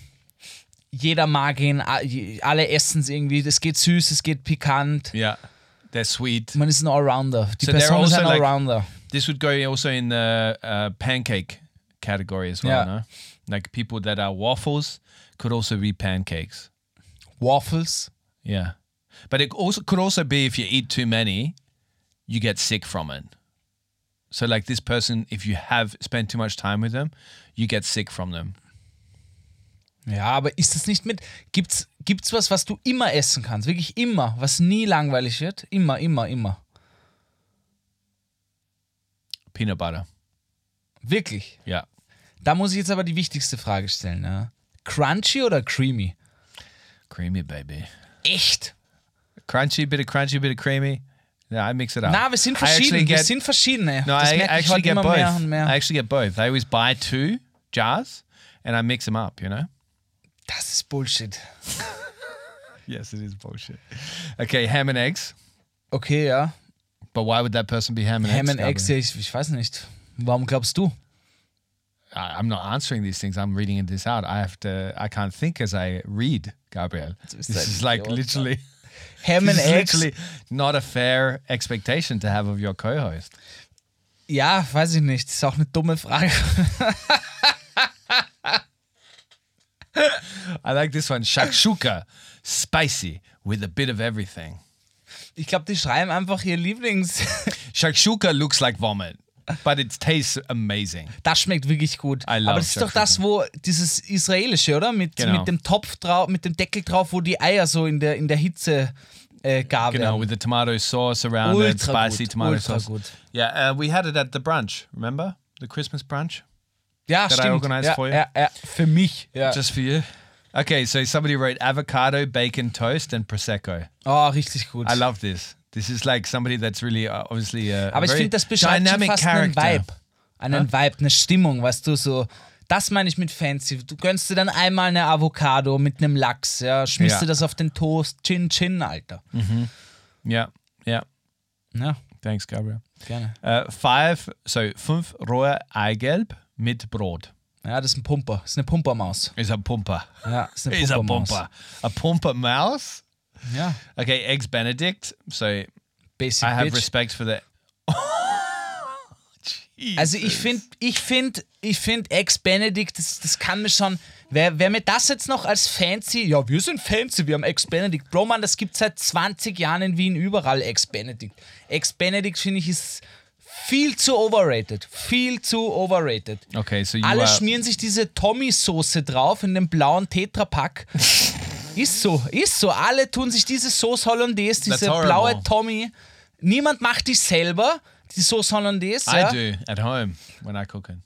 [SPEAKER 1] Jeder mag ihn, a- je- alle essen es irgendwie. Es geht süß, es geht pikant.
[SPEAKER 4] Yeah. They're sweet.
[SPEAKER 1] Man ist ein Allrounder. Die
[SPEAKER 4] So they're
[SPEAKER 1] Person ist
[SPEAKER 4] also
[SPEAKER 1] ein
[SPEAKER 4] like-
[SPEAKER 1] Allrounder.
[SPEAKER 4] This would go also in the uh, pancake category as well,
[SPEAKER 1] Yeah.
[SPEAKER 4] no? Like people that are waffles could also be pancakes.
[SPEAKER 1] Waffles.
[SPEAKER 4] Yeah. But it also could also be if you eat too many, you get sick from it. So like this person, if you have spent too much time with them, you get sick from them.
[SPEAKER 1] Ja, aber ist das nicht mit. Gibt's, gibt's was, was du immer essen kannst? Wirklich immer, was nie langweilig wird? Immer, immer, immer.
[SPEAKER 4] Peanut butter.
[SPEAKER 1] Wirklich.
[SPEAKER 4] Yeah.
[SPEAKER 1] Da muss ich jetzt aber die wichtigste Frage stellen. Ja. Crunchy oder creamy?
[SPEAKER 4] Creamy, baby.
[SPEAKER 1] Echt?
[SPEAKER 4] Crunchy, bit of crunchy, bit of creamy. Yeah, I mix it up.
[SPEAKER 1] Na, wir sind
[SPEAKER 4] I actually
[SPEAKER 1] verschieden. wir
[SPEAKER 4] get-
[SPEAKER 1] sind verschiedene.
[SPEAKER 4] No,
[SPEAKER 1] das
[SPEAKER 4] I
[SPEAKER 1] merke ich
[SPEAKER 4] actually
[SPEAKER 1] heute
[SPEAKER 4] get
[SPEAKER 1] immer
[SPEAKER 4] both.
[SPEAKER 1] mehr und mehr.
[SPEAKER 4] I actually get both. I always buy two jars and I mix them up, you know?
[SPEAKER 1] das ist Bullshit.
[SPEAKER 4] Yes, it is bullshit. Okay, ham and eggs.
[SPEAKER 1] Okay, ja.
[SPEAKER 4] But why would that person be ham and
[SPEAKER 1] Ham
[SPEAKER 4] eggs?
[SPEAKER 1] and Eggs,
[SPEAKER 4] Calvin?
[SPEAKER 1] ja, ich, ich weiß nicht. Warum glaubst du?
[SPEAKER 4] I, I'm not answering these things. I'm reading this out. I have to, I can't think as I read, Gabriel.
[SPEAKER 1] is
[SPEAKER 4] This
[SPEAKER 1] that
[SPEAKER 4] is like
[SPEAKER 1] your-
[SPEAKER 4] literally,
[SPEAKER 1] Ham
[SPEAKER 4] this
[SPEAKER 1] and
[SPEAKER 4] is
[SPEAKER 1] Eggs?
[SPEAKER 4] literally not a fair expectation to have of your co host.
[SPEAKER 1] Ja, weiß ich nicht. Ist auch eine dumme Frage.
[SPEAKER 4] I like this one. Shakshuka, spicy with a bit of everything.
[SPEAKER 1] Ich glaube, die schreiben einfach ihr Lieblings.
[SPEAKER 4] Shakshuka looks like vomit, but it tastes amazing.
[SPEAKER 1] Das schmeckt wirklich gut.
[SPEAKER 4] I love
[SPEAKER 1] Aber das ist doch das, wo dieses israelische, oder? Mit,
[SPEAKER 4] Genau.
[SPEAKER 1] mit dem Topf drauf, mit dem Deckel drauf, wo die Eier so in der, in der Hitze äh, gar
[SPEAKER 4] You know,
[SPEAKER 1] werden.
[SPEAKER 4] with the tomato sauce around
[SPEAKER 1] Ultra
[SPEAKER 4] it, spicy
[SPEAKER 1] good,
[SPEAKER 4] tomato
[SPEAKER 1] ultra
[SPEAKER 4] sauce.
[SPEAKER 1] good.
[SPEAKER 4] Yeah, uh, we had it at the brunch. Remember the Christmas brunch?
[SPEAKER 1] Ja,
[SPEAKER 4] that I
[SPEAKER 1] stimmt.
[SPEAKER 4] organized
[SPEAKER 1] ja,
[SPEAKER 4] for you?
[SPEAKER 1] ja, ja, für mich. Ja.
[SPEAKER 4] Just for you. Okay, so somebody wrote avocado, bacon toast, and prosecco.
[SPEAKER 1] Oh, richtig gut.
[SPEAKER 4] I love this. This is like somebody that's really uh, obviously a, a
[SPEAKER 1] Aber ich
[SPEAKER 4] very
[SPEAKER 1] finde, das beschreibt schon
[SPEAKER 4] dynamic
[SPEAKER 1] fast
[SPEAKER 4] character.
[SPEAKER 1] einen Vibe. Einen Vibe, eine Stimmung, weißt du, so. Das meine ich mit fancy. Du gönnst dir dann einmal eine Avocado mit einem Lachs, ja, schmierst
[SPEAKER 4] Ja. Hm.
[SPEAKER 1] dir das auf den Toast, Chin Chin, Alter.
[SPEAKER 4] Yeah, yeah.
[SPEAKER 1] Ja,
[SPEAKER 4] Thanks, Gabriel.
[SPEAKER 1] gerne.
[SPEAKER 4] Uh, five, so fünf rohe Eigelb mit Brot.
[SPEAKER 1] Ja, das ist ein Pumper, das ist eine Pumpermaus.
[SPEAKER 4] Is a pumper.
[SPEAKER 1] Ja, das ist eine
[SPEAKER 4] Is a
[SPEAKER 1] Pumpermaus.
[SPEAKER 4] pumper. A pumper mouse?
[SPEAKER 1] Ja,
[SPEAKER 4] Okay, eggs Benedict. So
[SPEAKER 1] basic
[SPEAKER 4] I have
[SPEAKER 1] bitch.
[SPEAKER 4] respect for that.
[SPEAKER 1] Also ich finde, ich finde, ich finde Ex-Benedict, das, das kann mir schon. Wer, wer mir das jetzt noch als fancy, ja, wir sind fancy, wir haben Ex-Benedict. Bro, Mann, das gibt seit 20 Jahren in Wien überall Ex-Benedict. Ex-Benedict, finde ich, ist viel zu overrated. Viel zu overrated.
[SPEAKER 4] Okay, so you
[SPEAKER 1] Alle
[SPEAKER 4] are,
[SPEAKER 1] schmieren sich diese Tommy-Soße drauf in dem blauen Tetrapack. ist so, ist so. Alle tun sich diese Sauce Hollandaise, diese
[SPEAKER 4] horrible.
[SPEAKER 1] blaue Tommy. Niemand macht die selber, die Sauce Hollandaise. ja.
[SPEAKER 4] I do at home when I cook it.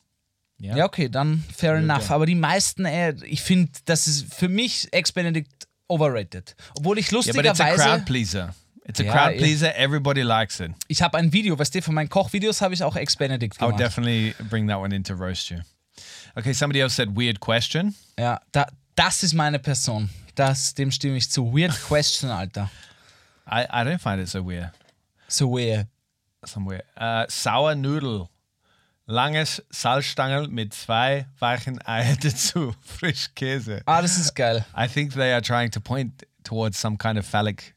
[SPEAKER 1] Ja, okay, dann fair enough. Aber die meisten, äh, ich finde, das ist für mich Ex-Benedict overrated. Obwohl ich
[SPEAKER 4] Yeah, but it's a crowd
[SPEAKER 1] lustigerweise.
[SPEAKER 4] pleaser. It's a
[SPEAKER 1] Ja,
[SPEAKER 4] crowd
[SPEAKER 1] eh.
[SPEAKER 4] pleaser. Everybody likes it.
[SPEAKER 1] Ich habe ein Video, weißt du, von meinen Kochvideos habe ich auch Ex-Benedict
[SPEAKER 4] I'll
[SPEAKER 1] gemacht.
[SPEAKER 4] definitely bring that one in to roast you. Okay, somebody else said weird question.
[SPEAKER 1] ja, da, das ist meine Person. Das, dem stimme ich zu. Weird question, Alter.
[SPEAKER 4] I, I don't find it so weird.
[SPEAKER 1] So weird.
[SPEAKER 4] Somewhere. Uh, sour noodle. Langes Salzstangerl mit zwei weichen Eiern dazu. Frisch Käse.
[SPEAKER 1] Ah, das ist geil.
[SPEAKER 4] I think they are trying to point towards some kind of phallic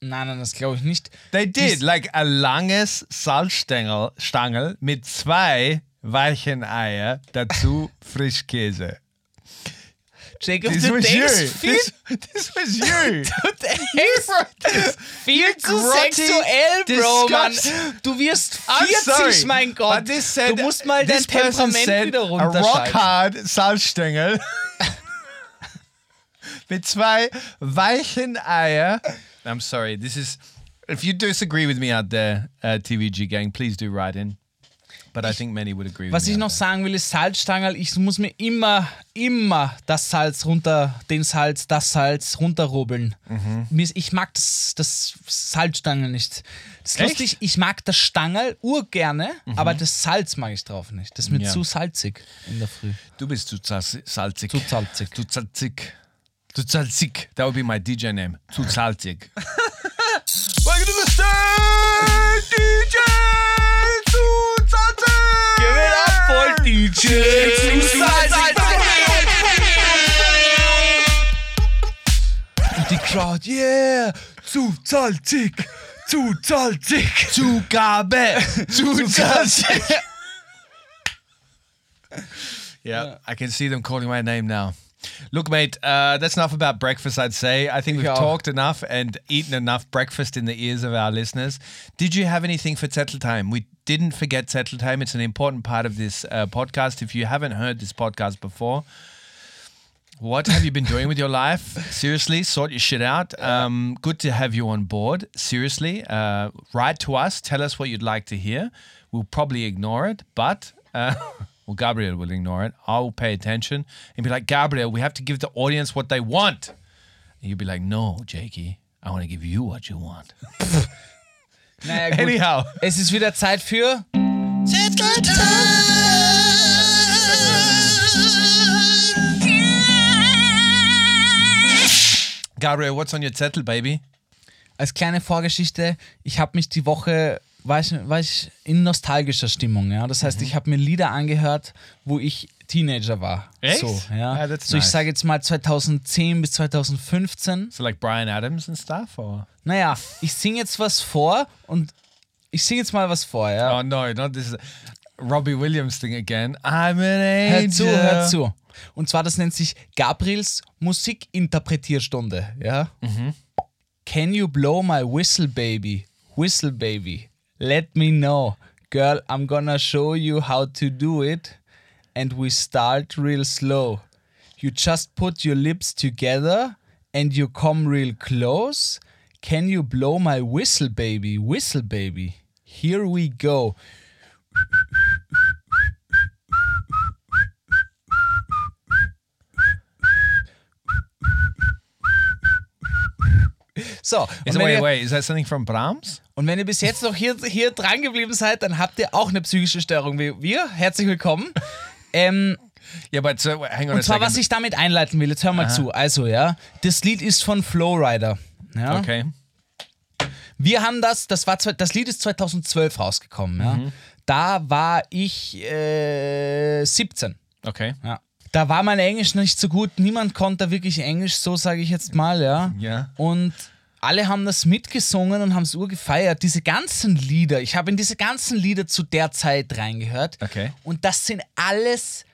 [SPEAKER 1] Nein, nein, das glaube ich nicht.
[SPEAKER 4] They did
[SPEAKER 1] Dies-
[SPEAKER 4] like a langes Salzstängel Stangel mit zwei weichen Eier dazu Frischkäse.
[SPEAKER 1] Jacob,
[SPEAKER 4] This
[SPEAKER 1] du
[SPEAKER 4] was you.
[SPEAKER 1] denkst viel,
[SPEAKER 4] This, this was you.
[SPEAKER 1] du denkst viel zu
[SPEAKER 4] grotty
[SPEAKER 1] sexuell, Bro, Mann.
[SPEAKER 4] disgust-
[SPEAKER 1] Du wirst 40,
[SPEAKER 4] I'm sorry,
[SPEAKER 1] mein Gott.
[SPEAKER 4] But this said,
[SPEAKER 1] du musst mal dein
[SPEAKER 4] this person
[SPEAKER 1] Temperament
[SPEAKER 4] said
[SPEAKER 1] wieder
[SPEAKER 4] A rock
[SPEAKER 1] runterschalten.
[SPEAKER 4] hard Salzstängel mit zwei weichen Eier. I'm sorry. This is. If you disagree with me out there, uh, TVG gang, please do write in. But I think many would agree with
[SPEAKER 1] Was
[SPEAKER 4] me.
[SPEAKER 1] ich
[SPEAKER 4] out
[SPEAKER 1] noch sagen will, ist Salzstangerl. Ich muss mir immer, immer das Salz runter, den Salz, das Salz runterrubbeln. Mir ist- Ich mag das, das Salzstangerl nicht. Das ist
[SPEAKER 4] Echt?
[SPEAKER 1] lustig, ich mag das Stangerl urgerne, aber das Salz mag ich drauf nicht. Das ist mir
[SPEAKER 4] Ja.
[SPEAKER 1] zu salzig in der Früh.
[SPEAKER 4] Du bist zu zas- salzig.
[SPEAKER 1] Zu salzig.
[SPEAKER 4] Zu salzig. Zu salzig. That would be my DJ name. Zu salzig. Welcome to the stage, DJ Zu salzig. Give it up for DJ Zu salzig. Und die Crowd, yeah. Zu salzig. Zu salzig. Zugabe. Zu salzig. Yeah, I can see them calling my name now. Look, mate, uh, that's enough about breakfast, I'd say. I think we've
[SPEAKER 1] Yeah.
[SPEAKER 4] talked enough and eaten enough breakfast in the ears of our listeners. Did you have anything for Settle Time? We didn't forget Settle Time. It's an important part of this uh, podcast. If you haven't heard this podcast before, what have you been doing with your life? Seriously, sort your shit out. Um, good to have you on board. Seriously, uh, write to us. Tell us what you'd like to hear. We'll probably ignore it, but uh, well, Gabriel will ignore it. I'll pay attention and be like, Gabriel, we have to give the audience what they want. And you'll be like, No, Jakey, I want to give you what you want.
[SPEAKER 1] Naja, gut.
[SPEAKER 4] Anyhow,
[SPEAKER 1] Es ist wieder Zeit für.
[SPEAKER 4] Gabriel, what's on your settle, baby?
[SPEAKER 1] Als kleine Vorgeschichte, ich habe mich die Woche, war ich, war ich in nostalgischer Stimmung. Ja? Das
[SPEAKER 4] Mhm.
[SPEAKER 1] heißt, ich habe mir Lieder angehört, wo ich Teenager war.
[SPEAKER 4] Echt?
[SPEAKER 1] So, ja.
[SPEAKER 4] Ah, that's
[SPEAKER 1] so ich
[SPEAKER 4] nice.
[SPEAKER 1] sage jetzt mal 2010 bis 2015.
[SPEAKER 4] So, like Brian Adams and stuff? Or?
[SPEAKER 1] Naja, ich singe jetzt was vor und ich singe jetzt mal was vor. Ja?
[SPEAKER 4] Oh, no, not this. Robbie Williams thing again. I'm an angel.
[SPEAKER 1] Hör zu, hör zu. Und zwar, das nennt sich Gabriels Musikinterpretierstunde. Ja?
[SPEAKER 4] Mhm.
[SPEAKER 1] Can you blow my whistle, baby? Whistle, baby. Let me know. Girl, I'm gonna show you how to do it. And we start real slow. You just put your lips together and you come real close. Can you blow my whistle, baby? Whistle, baby. Here we go. So, und
[SPEAKER 4] Is it,
[SPEAKER 1] wenn
[SPEAKER 4] wait,
[SPEAKER 1] ihr-
[SPEAKER 4] wait, is that something from Brahms?
[SPEAKER 1] Und wenn ihr bis jetzt noch hier, hier dran geblieben seid, dann habt ihr auch eine psychische Störung wie wir. Herzlich willkommen. ähm,
[SPEAKER 4] Yeah, but so wait, hang on a
[SPEAKER 1] und zwar,
[SPEAKER 4] second.
[SPEAKER 1] was ich damit einleiten will, jetzt hör mal zu. Also, ja, das Lied ist von Flowrider. Ja?
[SPEAKER 4] okay.
[SPEAKER 1] Wir haben das, das, war, zwei- das Lied ist 2012 rausgekommen. Ja? Da war ich äh, 17.
[SPEAKER 4] Okay.
[SPEAKER 1] Ja. Da war mein Englisch nicht so gut. Niemand konnte wirklich Englisch, so sage ich jetzt mal, ja.
[SPEAKER 4] Ja.
[SPEAKER 1] Und alle haben das mitgesungen und haben es urgefeiert. Diese ganzen Lieder, ich habe in diese ganzen Lieder zu der Zeit reingehört.
[SPEAKER 4] Okay.
[SPEAKER 1] Und das sind alles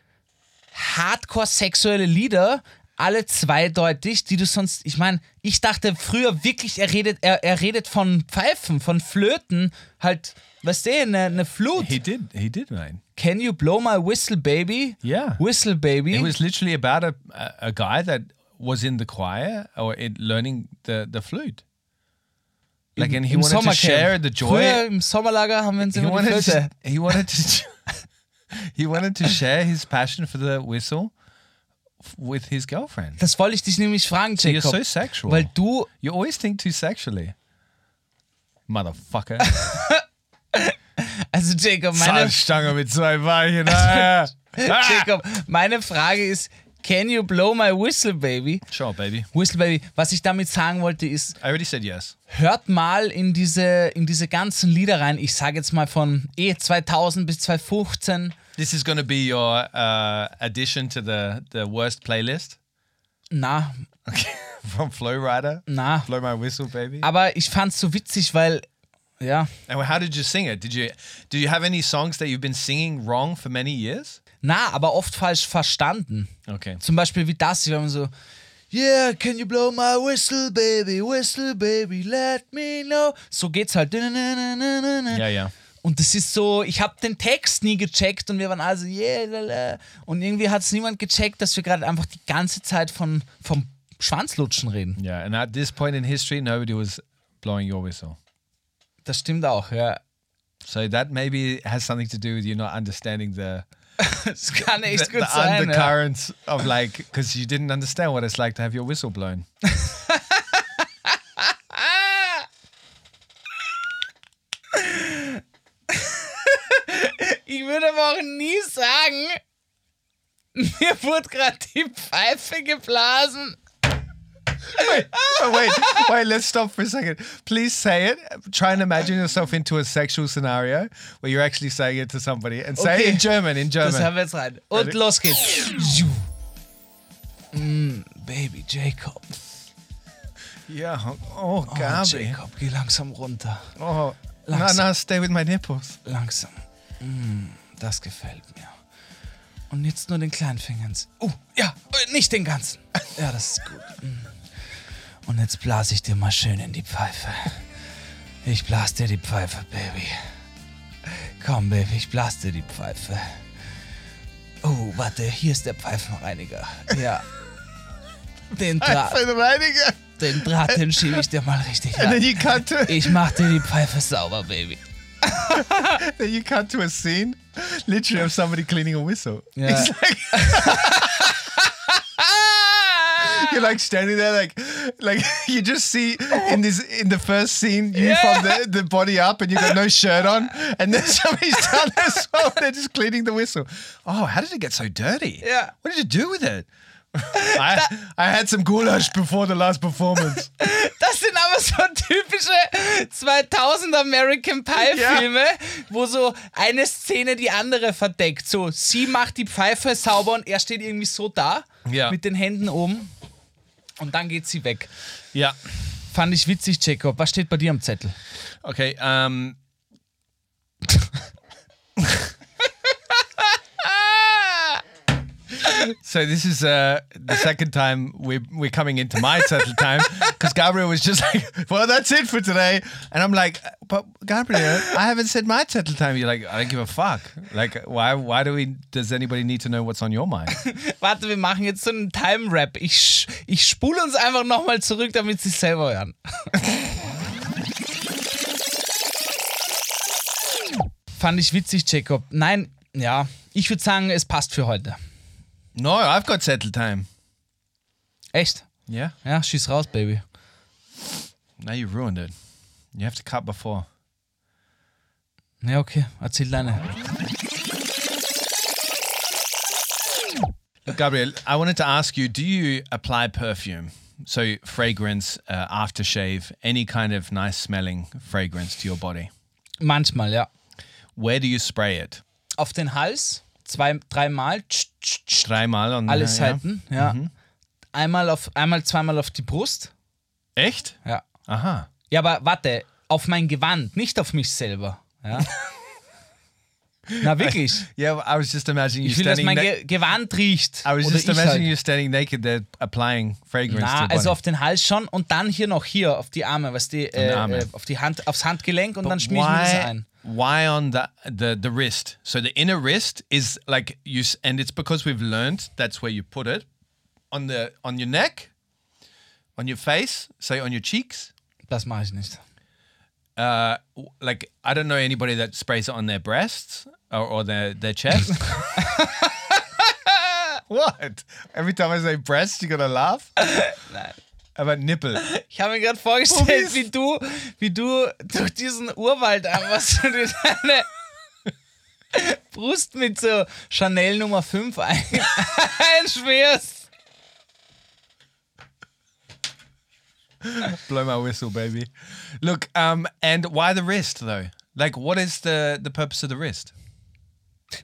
[SPEAKER 1] hardcore sexuelle Lieder, alle zweideutig, die du sonst. Ich meine, ich dachte früher wirklich, er redet, er, er redet von Pfeifen, von Flöten, halt, weißt du, eine, eine Flut.
[SPEAKER 4] He did. He did, mate.
[SPEAKER 1] Can you blow my whistle, baby?
[SPEAKER 4] Yeah.
[SPEAKER 1] Whistle, baby.
[SPEAKER 4] It was literally about a a- a guy that was in the choir or in learning the the flute. Like, and he
[SPEAKER 1] Im
[SPEAKER 4] wanted to
[SPEAKER 1] Sommercamp.
[SPEAKER 4] share the
[SPEAKER 1] Früher
[SPEAKER 4] joy.
[SPEAKER 1] im Sommerlager haben wir uns
[SPEAKER 4] He
[SPEAKER 1] immer die
[SPEAKER 4] wanted
[SPEAKER 1] Flöte.
[SPEAKER 4] to. He wanted to. He wanted to share his passion for the whistle f- with his girlfriend.
[SPEAKER 1] Das wollte ich dich nämlich fragen,
[SPEAKER 4] You're
[SPEAKER 1] Jacob.
[SPEAKER 4] so sexual.
[SPEAKER 1] Weil du,
[SPEAKER 4] you always think too sexually. Motherfucker.
[SPEAKER 1] Also Jacob, meine,
[SPEAKER 4] Salzstange mit zwei Weichen. Ah, ja.
[SPEAKER 1] Jacob, meine Frage ist, can you blow my whistle, baby?
[SPEAKER 4] Ah! Sure, baby.
[SPEAKER 1] Whistle, baby. Was ich damit sagen wollte ist,
[SPEAKER 4] I already said yes.
[SPEAKER 1] hört mal in diese, in diese ganzen Lieder rein. Ich sage jetzt mal von eh 2000 bis 2015.
[SPEAKER 4] This is going to be your uh, addition to the, the worst playlist
[SPEAKER 1] Na,
[SPEAKER 4] from Flow Rider.
[SPEAKER 1] na.
[SPEAKER 4] Blow my whistle, baby.
[SPEAKER 1] Aber ich fand's so witzig, weil, ja,
[SPEAKER 4] And how did you sing it? Did you do you have any songs that you've been singing wrong for many years?
[SPEAKER 1] na, aber oft falsch verstanden.
[SPEAKER 4] Okay.
[SPEAKER 1] Zum Beispiel wie das, wir haben so, yeah, can you blow my whistle, baby, whistle, baby, let me know. So geht's halt. eh.
[SPEAKER 4] Ja, ja.
[SPEAKER 1] Und das ist so, ich habe den Text nie gecheckt und wir waren also, yeah, lala. Und irgendwie hat es niemand gecheckt, dass wir gerade einfach die ganze Zeit von, vom Schwanzlutschen reden.
[SPEAKER 4] Yeah, and at this point in history, nobody was blowing your whistle.
[SPEAKER 1] Das stimmt auch, ja.
[SPEAKER 4] So that maybe has something to do with you not understanding the,
[SPEAKER 1] Das kann
[SPEAKER 4] the,
[SPEAKER 1] echt
[SPEAKER 4] the
[SPEAKER 1] gut sein. Ja.
[SPEAKER 4] undercurrents of like, because you didn't understand what it's like to have your whistle blown.
[SPEAKER 1] Ich würde aber auch nie sagen, mir wurde gerade die Pfeife geblasen.
[SPEAKER 4] Oh, wait, wait, let's stop for a second. Please say it. Try and imagine yourself into a sexual scenario where you're actually saying it to somebody and say it
[SPEAKER 1] Okay.
[SPEAKER 4] in German, in
[SPEAKER 1] Das haben
[SPEAKER 4] German.
[SPEAKER 1] wir jetzt rein. Und
[SPEAKER 4] Ready?
[SPEAKER 1] los geht's. Ju. Mm, Baby Jacob.
[SPEAKER 4] Yeah.
[SPEAKER 1] Oh,
[SPEAKER 4] Oh, Gabi.
[SPEAKER 1] Jacob, geh langsam runter.
[SPEAKER 4] Oh, no,
[SPEAKER 1] Langsam.
[SPEAKER 4] no, stay with my nipples.
[SPEAKER 1] Langsam. Mm, das gefällt mir. Und jetzt nur den kleinen Finger ins. Uh, ja, äh, nicht den ganzen. Ja, das ist gut. Mm. Und jetzt blase ich dir mal schön in die Pfeife. Ich blase dir die Pfeife, Baby. Komm, Baby, ich blase dir die Pfeife. Oh, warte, hier ist der Pfeifenreiniger. Ja. Den Draht,
[SPEAKER 4] Reiniger.
[SPEAKER 1] den Draht, den schiebe ich dir mal richtig
[SPEAKER 4] And then
[SPEAKER 1] an.
[SPEAKER 4] you cut to
[SPEAKER 1] Ich mach dir die Pfeife sauber, Baby.
[SPEAKER 4] then you cut to a scene, literally of somebody cleaning a whistle.
[SPEAKER 1] Ja.
[SPEAKER 4] It's like
[SPEAKER 1] Ah!
[SPEAKER 4] you're like standing there, like like you just see in this in the first scene you from the, the body up, and you got no shirt on, and then somebody's down there as well. They're just cleaning the whistle. Oh, how did it get so dirty?
[SPEAKER 1] Yeah.
[SPEAKER 4] What did you do with it? I, I had some goulash before the last performance.
[SPEAKER 1] Das sind aber so typische 2000 American Pie
[SPEAKER 4] Ja.
[SPEAKER 1] Filme, wo so eine Szene die andere verdeckt. So, sie macht die Pfeife sauber und er steht irgendwie so da
[SPEAKER 4] Ja.
[SPEAKER 1] mit den Händen oben und dann geht sie weg.
[SPEAKER 4] Yeah.
[SPEAKER 1] Fand ich witzig, Jacob. Was steht bei dir am Zettel?
[SPEAKER 4] Okay. Um. so this is uh, the second time we're, we're coming into my settle time because Gabriel was just like, well, that's it for today. And I'm like, but Gabriel, I haven't said my settle time. You're like, I don't give a fuck. Like, why, why do we, does anybody need to know what's on your mind?
[SPEAKER 1] Warte, wir machen jetzt so einen Time-Rap. Ich, sch- ich spule uns einfach nochmal zurück, damit sie es selber hören. Fand ich witzig, Jacob. Nein, ja, ich würde sagen, es passt für heute.
[SPEAKER 4] no, I've got settle time.
[SPEAKER 1] Echt?
[SPEAKER 4] Yeah.
[SPEAKER 1] Ja, schieß raus, Baby.
[SPEAKER 4] Now you ruined it. You have to cut before.
[SPEAKER 1] Ja, okay, erzähl deine.
[SPEAKER 4] Gabriel, I wanted to ask you: Do you apply perfume, so fragrance, uh, aftershave, any kind of nice smelling fragrance to your body?
[SPEAKER 1] Manchmal, ja.
[SPEAKER 4] Where do you spray it?
[SPEAKER 1] Auf den Hals, zwei, dreimal, tsch, tsch, tsch,
[SPEAKER 4] Dreimal on
[SPEAKER 1] alle
[SPEAKER 4] yeah.
[SPEAKER 1] Seiten, ja. Einmal, auf, einmal, zweimal auf die Brust,
[SPEAKER 4] Echt?
[SPEAKER 1] ja.
[SPEAKER 4] Aha.
[SPEAKER 1] Ja, aber warte, auf mein Gewand, nicht auf mich selber. Ja? Na wirklich.
[SPEAKER 4] Yeah, well, I was just imagining you
[SPEAKER 1] Ich will, dass
[SPEAKER 4] standing.
[SPEAKER 1] mein
[SPEAKER 4] na-
[SPEAKER 1] Ge Gewand riecht.
[SPEAKER 4] I was
[SPEAKER 1] Oder
[SPEAKER 4] just
[SPEAKER 1] ich
[SPEAKER 4] imagining
[SPEAKER 1] halt.
[SPEAKER 4] you standing naked there, applying fragrance to
[SPEAKER 1] Na,
[SPEAKER 4] your body.
[SPEAKER 1] also auf den Hals schon und dann hier noch hier auf die Arme, was die äh,
[SPEAKER 4] Arme.
[SPEAKER 1] äh, auf die Hand, aufs Handgelenk und
[SPEAKER 4] But
[SPEAKER 1] dann schmier ich mir das ein.
[SPEAKER 4] Why on the, the the wrist? So the inner wrist is like you, s- and it's because we've learned that's where you put it on the on your neck, on your face, say on your cheeks.
[SPEAKER 1] Das mache ich nicht.
[SPEAKER 4] Uh, w- like I don't know anybody that sprays it on their breasts or, or their their chest. what? Every time I say breasts, you gotta laugh. Aber Nippel.
[SPEAKER 1] Ich habe mir gerade vorgestellt,
[SPEAKER 4] Bubis.
[SPEAKER 1] wie du, wie du durch diesen Urwald einfach und in deine Brust mit so Chanel Nummer 5 ein einschmierst.
[SPEAKER 4] Blow my whistle, baby. Look, um, and why the wrist though? Like, what is the the purpose of the wrist?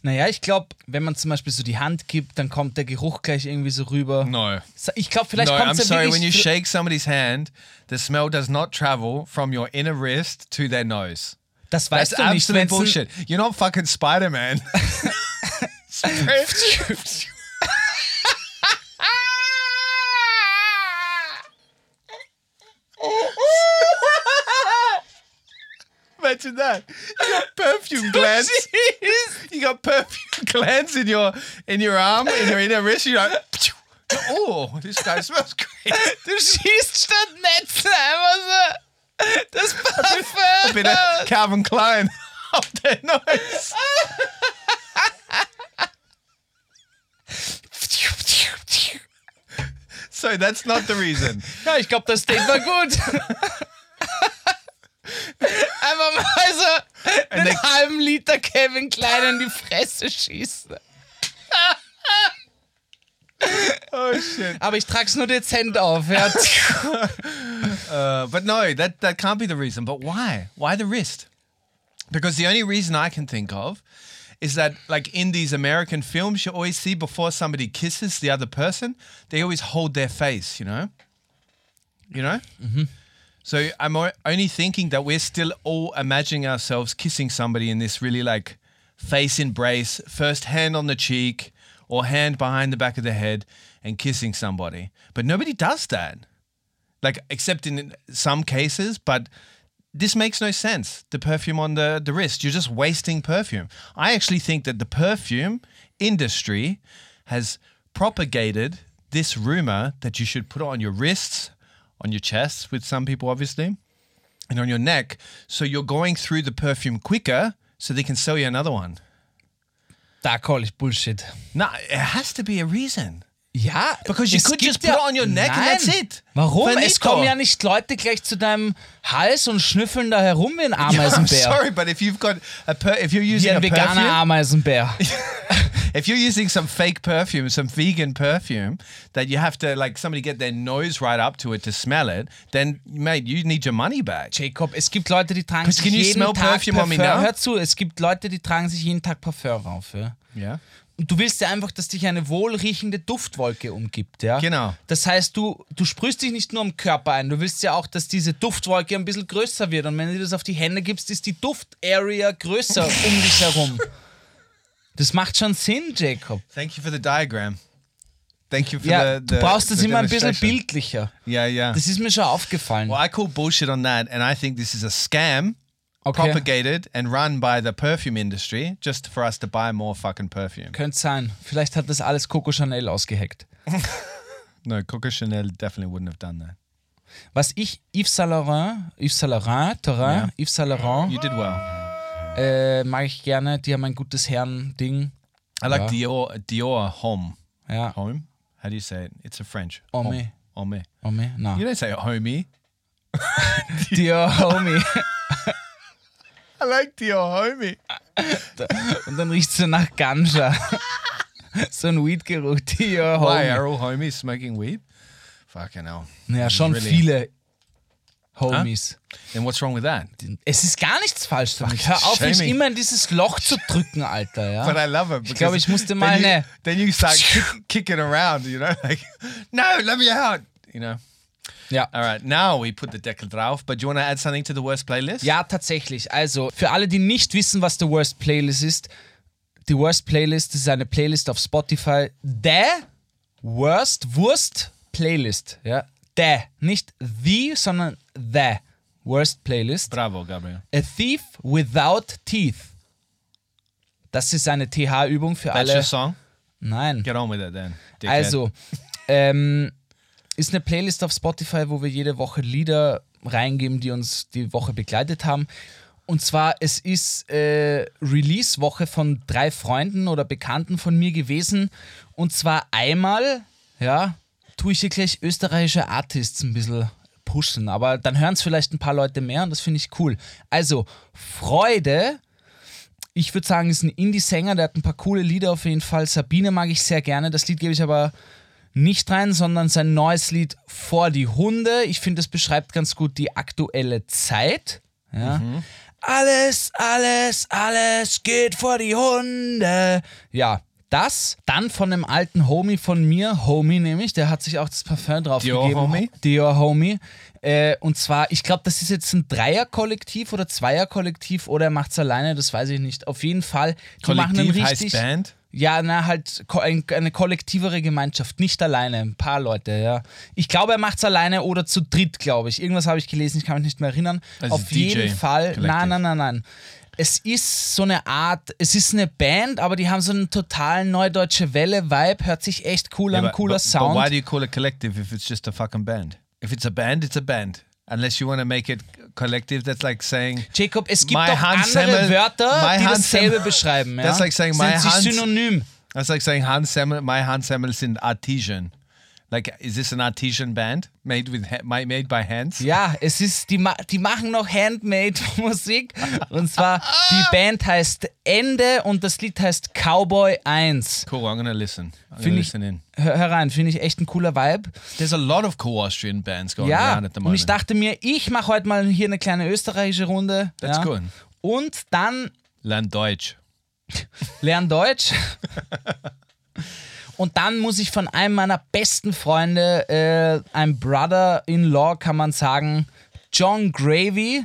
[SPEAKER 1] Naja, ich glaube, wenn man zum Beispiel so die Hand gibt, dann kommt der Geruch gleich irgendwie so rüber.
[SPEAKER 4] No.
[SPEAKER 1] Ich glaube, vielleicht
[SPEAKER 4] no,
[SPEAKER 1] kommt
[SPEAKER 4] I'm
[SPEAKER 1] es ja
[SPEAKER 4] sorry.
[SPEAKER 1] wirklich...
[SPEAKER 4] When you
[SPEAKER 1] so-
[SPEAKER 4] shake somebody's hand, the smell does not travel from your inner wrist to their nose.
[SPEAKER 1] das
[SPEAKER 4] That's
[SPEAKER 1] weißt du nicht,
[SPEAKER 4] absolute
[SPEAKER 1] wenn's ein-
[SPEAKER 4] bullshit. You're not fucking Spider Man. Imagine that. You got perfume glands. You got perfume glands in your in your arm, in your inner wrist. You're like, oh, this guy smells great.
[SPEAKER 1] Du schießt statt Netze einfach so das Parfum.
[SPEAKER 4] Bit of Calvin Klein auf der Nose. So that's not the reason.
[SPEAKER 1] Ja, ich glaube, das Date war gut. Einfach mal so einen
[SPEAKER 4] they-
[SPEAKER 1] halben Liter Kevin Klein in die Fresse schießen.
[SPEAKER 4] Oh shit.
[SPEAKER 1] Aber ich trag's nur dezent auf. Ja.
[SPEAKER 4] Uh, but no, that, that can't be the reason. But why? Why the wrist? Because the only reason I can think of is that, like in these American films, you always see before somebody kisses the other person, they always hold their face, you know? You know? So I'm o- only thinking that we're still all imagining ourselves kissing somebody in this really like face embrace, first hand on the cheek or hand behind the back of the head and kissing somebody. But nobody does that like except in some cases but this makes no sense the perfume on the, the wrist you're just wasting perfume i actually think that the perfume industry has propagated this rumor that you should put it on your wrists on your chests with some people obviously and on your neck so you're going through the perfume quicker so they can sell you another one
[SPEAKER 1] Da call ich Bullshit.
[SPEAKER 4] no it has to be a reason
[SPEAKER 1] Ja,
[SPEAKER 4] Because you
[SPEAKER 1] es
[SPEAKER 4] could
[SPEAKER 1] gibt
[SPEAKER 4] just put it on your neck and
[SPEAKER 1] Nein.
[SPEAKER 4] that's it.
[SPEAKER 1] Warum? Es
[SPEAKER 4] Finito.
[SPEAKER 1] kommen ja nicht Leute gleich zu deinem Hals und schnüffeln da herum wie ein
[SPEAKER 4] i'm
[SPEAKER 1] Ameisenbär.
[SPEAKER 4] sorry but if you've got a per- if you're
[SPEAKER 1] Wie
[SPEAKER 4] using
[SPEAKER 1] ein
[SPEAKER 4] a
[SPEAKER 1] veganer
[SPEAKER 4] perfume,
[SPEAKER 1] Ameisenbär.
[SPEAKER 4] If you're using some fake perfume, some vegan perfume, that you have to like somebody get their nose right up to it to smell it, then mate, you need your money back.
[SPEAKER 1] Jacob, es gibt Leute, die tragen
[SPEAKER 4] Can
[SPEAKER 1] sich
[SPEAKER 4] you
[SPEAKER 1] jeden
[SPEAKER 4] smell
[SPEAKER 1] Tag
[SPEAKER 4] perfume on me
[SPEAKER 1] Parfum.
[SPEAKER 4] now?
[SPEAKER 1] Hör zu, es gibt Leute, die tragen sich jeden Tag Parfum rauf. Ja?
[SPEAKER 4] Yeah.
[SPEAKER 1] Und du willst ja einfach, dass dich eine wohlriechende Duftwolke umgibt, ja?
[SPEAKER 4] Genau.
[SPEAKER 1] Das heißt, du, du sprühst dich nicht nur am Körper ein, du willst ja auch, dass diese Duftwolke ein bisschen größer wird. Und wenn du dir das auf die Hände gibst, ist die Duft-Area größer um dich herum. Das macht schon Sinn, Jacob.
[SPEAKER 4] Thank you for the diagram. Thank you for
[SPEAKER 1] Ja,
[SPEAKER 4] the, the.
[SPEAKER 1] du brauchst das
[SPEAKER 4] the
[SPEAKER 1] immer ein bisschen
[SPEAKER 4] demonstration.
[SPEAKER 1] bildlicher.
[SPEAKER 4] Yeah, yeah.
[SPEAKER 1] Das ist mir schon aufgefallen.
[SPEAKER 4] well, I call bullshit on that, and I think this is a scam
[SPEAKER 1] Okay.
[SPEAKER 4] propagated and run by the perfume industry just for us to buy more fucking perfume.
[SPEAKER 1] Könnte sein. Vielleicht hat das alles Coco Chanel ausgeheckt.
[SPEAKER 4] No, Coco Chanel definitely wouldn't have done that.
[SPEAKER 1] Was ich Yves Saint Laurent, Yves Saint Laurent, Terrain,
[SPEAKER 4] Ja.
[SPEAKER 1] Yves Saint Laurent,
[SPEAKER 4] You did well.
[SPEAKER 1] äh, mag ich gerne. Die haben ein gutes Herren-Ding.
[SPEAKER 4] I like
[SPEAKER 1] Yeah.
[SPEAKER 4] Dior. Dior home.
[SPEAKER 1] Ja,
[SPEAKER 4] Home? How do you say it? It's a French.
[SPEAKER 1] Homie.
[SPEAKER 4] Home. Homie.
[SPEAKER 1] Homie, na.
[SPEAKER 4] You don't say homie.
[SPEAKER 1] Dior Homie.
[SPEAKER 4] I like your homie.
[SPEAKER 1] Und dann riecht so nach Ganja. so ein Weed-Geruch. Dior
[SPEAKER 4] Why are
[SPEAKER 1] Homie.
[SPEAKER 4] all homies smoking weed? Fucking hell.
[SPEAKER 1] Ja, schon
[SPEAKER 4] Really?
[SPEAKER 1] viele Homies.
[SPEAKER 4] Then what's wrong with that?
[SPEAKER 1] Es ist gar nichts falsch damit. Hör auf, mich
[SPEAKER 4] shaming.
[SPEAKER 1] immer in dieses Loch zu drücken, Alter. Ja?
[SPEAKER 4] But I love it. because
[SPEAKER 1] glaube, ich musste
[SPEAKER 4] then
[SPEAKER 1] mal
[SPEAKER 4] you-
[SPEAKER 1] eine-
[SPEAKER 4] Then you start kick, kicking around, you know, like, no, let me out. You know.
[SPEAKER 1] ja.
[SPEAKER 4] All right, now we put the deckel drauf. But do you want to add something to the worst playlist?
[SPEAKER 1] Ja, tatsächlich. Also, für alle, die nicht wissen, was die Worst Playlist ist, die Worst Playlist ist eine Playlist auf Spotify. The Worst Wurst Playlist. Ja. The. Nicht the, sondern the Worst Playlist.
[SPEAKER 4] Bravo, Gabriel.
[SPEAKER 1] A Thief Without Teeth. Das ist eine TH-Übung für
[SPEAKER 4] That's
[SPEAKER 1] alle.
[SPEAKER 4] your song.
[SPEAKER 1] Nein.
[SPEAKER 4] Get on with it then. dickhead.
[SPEAKER 1] Also, ähm, ist eine Playlist auf Spotify, wo wir jede Woche Lieder reingeben, die uns die Woche begleitet haben. Und zwar, es ist äh, Release-Woche von drei Freunden oder Bekannten von mir gewesen. Und zwar einmal, ja, tue ich wirklich österreichische Artists ein bisschen pushen, aber dann hören es vielleicht ein paar Leute mehr und das finde ich cool. Also, Freude, ich würde sagen, ist ein Indie-Sänger, der hat ein paar coole Lieder auf jeden Fall. Sabine mag ich sehr gerne, das Lied gebe ich aber nicht rein, sondern sein neues Lied Vor die Hunde. Ich finde, das beschreibt ganz gut die aktuelle Zeit. Ja. Alles, alles, alles geht vor die Hunde. Ja, das. Dann von einem alten Homie von mir, Homie nämlich, der hat sich auch das Parfum draufgegeben.
[SPEAKER 4] Dior Homie?
[SPEAKER 1] Dior Homie. Äh, und zwar, ich glaube, das ist jetzt ein Dreier-Kollektiv oder Zweier-Kollektiv oder er macht es alleine, das weiß ich nicht. Auf jeden Fall, die machen einen
[SPEAKER 4] Kollektiv heißt
[SPEAKER 1] richtig...
[SPEAKER 4] Band.
[SPEAKER 1] Ja, na, halt ko- ein, eine kollektivere Gemeinschaft, nicht alleine, ein paar Leute, ja. Ich glaube, er macht's alleine oder zu dritt, glaube ich. Irgendwas habe ich gelesen, ich kann mich nicht mehr erinnern.
[SPEAKER 4] Also
[SPEAKER 1] Auf
[SPEAKER 4] DJ
[SPEAKER 1] jeden Fall,
[SPEAKER 4] Collective.
[SPEAKER 1] nein, nein, nein, nein. Es ist so eine Art, es ist eine Band, aber die haben so einen totalen neudeutsche Welle-Vibe, hört sich echt cool an,
[SPEAKER 4] but-
[SPEAKER 1] cooler
[SPEAKER 4] but,
[SPEAKER 1] Sound.
[SPEAKER 4] But why do you call it collective if it's just a fucking band? If it's a band, it's a band. Unless you want to make it collective, that's like saying.
[SPEAKER 1] Jacob, es gibt
[SPEAKER 4] My
[SPEAKER 1] auch
[SPEAKER 4] Hans
[SPEAKER 1] andere
[SPEAKER 4] Semmel-
[SPEAKER 1] Wörter,
[SPEAKER 4] My
[SPEAKER 1] die
[SPEAKER 4] Hans
[SPEAKER 1] dasselbe
[SPEAKER 4] Semmel-
[SPEAKER 1] beschreiben. Ja?
[SPEAKER 4] That's like saying my
[SPEAKER 1] Sind sie
[SPEAKER 4] Hans-
[SPEAKER 1] synonym?
[SPEAKER 4] That's like saying Hans Semmel, my Hans Semmel sind artisan. Like, is this an artisan band made with ha- my- made by hands?
[SPEAKER 1] Ja, es ist, die, ma die machen noch Handmade-Musik. Und zwar, die Band heißt Ende und das Lied heißt Cowboy 1.
[SPEAKER 4] Cool. I'm gonna listen. I'm gonna
[SPEAKER 1] Finde ich,
[SPEAKER 4] listen in.
[SPEAKER 1] hör, hör rein, finde ich echt ein cooler Vibe.
[SPEAKER 4] There's a lot of cool Austrian bands going
[SPEAKER 1] Ja,
[SPEAKER 4] around at the
[SPEAKER 1] und
[SPEAKER 4] moment.
[SPEAKER 1] ich dachte mir, ich mache heute mal hier eine kleine österreichische Runde.
[SPEAKER 4] That's
[SPEAKER 1] ja.
[SPEAKER 4] good.
[SPEAKER 1] Und dann
[SPEAKER 4] Land Deutsch.
[SPEAKER 1] lern Deutsch. Und dann muss ich von einem meiner besten Freunde, äh, einem Brother-in-Law, kann man sagen, John Gravy,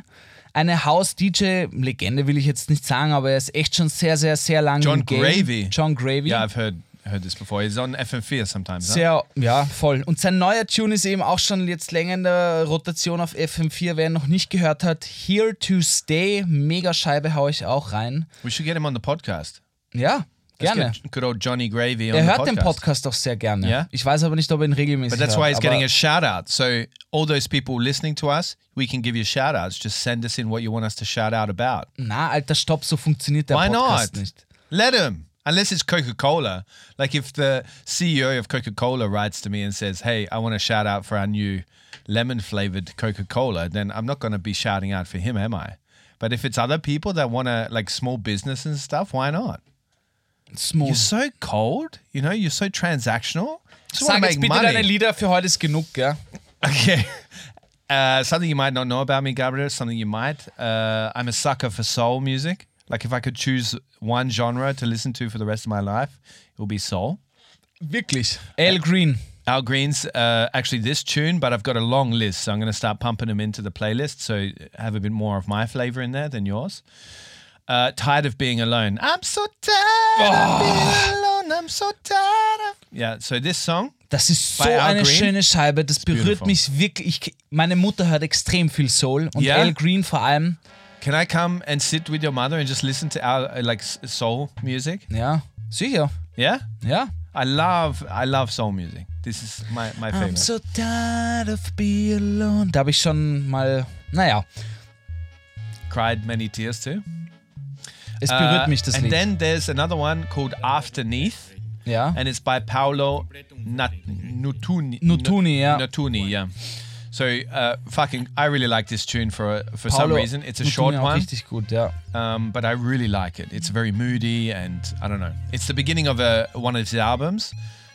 [SPEAKER 1] eine House-DJ-Legende will ich jetzt nicht sagen, aber er ist echt schon sehr, sehr, sehr lange
[SPEAKER 4] John
[SPEAKER 1] im Game.
[SPEAKER 4] Gravy?
[SPEAKER 1] John Gravy.
[SPEAKER 4] Yeah, I've heard heard this before. He's on FM4 sometimes. huh?
[SPEAKER 1] Sehr, ja, voll. Und sein neuer Tune ist eben auch schon jetzt länger in der Rotation auf FM4. Wer ihn noch nicht gehört hat, Here to Stay, Megascheibe haue ich auch rein.
[SPEAKER 4] We should get him on the podcast.
[SPEAKER 1] Ja,
[SPEAKER 4] Let's
[SPEAKER 1] gerne.
[SPEAKER 4] get good old Johnny Gravy on
[SPEAKER 1] Er
[SPEAKER 4] the
[SPEAKER 1] hört den Podcast auch sehr gerne.
[SPEAKER 4] Ja?
[SPEAKER 1] Ich weiß aber nicht, ob er ihn regelmäßig
[SPEAKER 4] But that's why
[SPEAKER 1] hört.
[SPEAKER 4] he's getting
[SPEAKER 1] aber
[SPEAKER 4] a shout out. So all those people listening to us, we can give you shout outs. Just send us in what you want us to shout out about.
[SPEAKER 1] na, alter Stopp, so funktioniert der
[SPEAKER 4] Why
[SPEAKER 1] Podcast
[SPEAKER 4] not?
[SPEAKER 1] nicht.
[SPEAKER 4] Let him. Unless it's Coca Cola. Like if the CEO of Coca Cola writes to me and says, Hey, I want a shout out for our new lemon flavored Coca Cola, then I'm not going to be shouting out for him, am I? But if it's other people that want to, like small business and stuff, why not?
[SPEAKER 1] Smooth.
[SPEAKER 4] You're so cold, you know, you're so transactional. Just
[SPEAKER 1] Sag
[SPEAKER 4] want to
[SPEAKER 1] jetzt
[SPEAKER 4] make
[SPEAKER 1] bitte deine
[SPEAKER 4] money.
[SPEAKER 1] Lieder, für heute ist genug, gell?
[SPEAKER 4] Okay. Uh, something you might not know about me, Gabriel, something you might. Uh, I'm a sucker for soul music. Like, if I could choose one genre to listen to for the rest of my life, it will be soul.
[SPEAKER 1] Wirklich. Al Green.
[SPEAKER 4] Al Green's uh, actually this tune, but I've got a long list, so I'm going to start pumping them into the playlist. So have a bit more of my flavor in there than yours. Uh, tired of being alone. I'm so tired of being alone. I'm so tired of. Yeah. So this song.
[SPEAKER 1] Das ist so
[SPEAKER 4] Bei Al
[SPEAKER 1] eine
[SPEAKER 4] Green?
[SPEAKER 1] schöne Scheibe, das berührt
[SPEAKER 4] beautiful.
[SPEAKER 1] mich wirklich. Ich, meine Mutter hört extrem viel Soul und
[SPEAKER 4] Ja?
[SPEAKER 1] Al Green vor allem.
[SPEAKER 4] Can I come and sit with your mother and just listen to our uh, like s- soul music?
[SPEAKER 1] Ja, sicher.
[SPEAKER 4] Yeah.
[SPEAKER 1] Ja.
[SPEAKER 4] I love I love soul music. This is my my favorite.
[SPEAKER 1] I'm Um, so tired of being alone. Da habe ich schon mal, naja,
[SPEAKER 4] Cried many tears too.
[SPEAKER 1] es berührt
[SPEAKER 4] Uh,
[SPEAKER 1] mich das
[SPEAKER 4] and
[SPEAKER 1] Lied.
[SPEAKER 4] then there's another one called Afterneath.
[SPEAKER 1] ja.
[SPEAKER 4] and it's by Paolo Nat- Nutuni.
[SPEAKER 1] Nutuni, yeah.
[SPEAKER 4] Nutuni, yeah. So, uh, fucking, I really like this tune for for some
[SPEAKER 1] Paolo
[SPEAKER 4] reason. It's a
[SPEAKER 1] tut mir
[SPEAKER 4] short
[SPEAKER 1] auch
[SPEAKER 4] one,
[SPEAKER 1] Richtig gut, ja.
[SPEAKER 4] um, but I really like it. It's very moody, and I don't know. It's the beginning of a, one of his albums.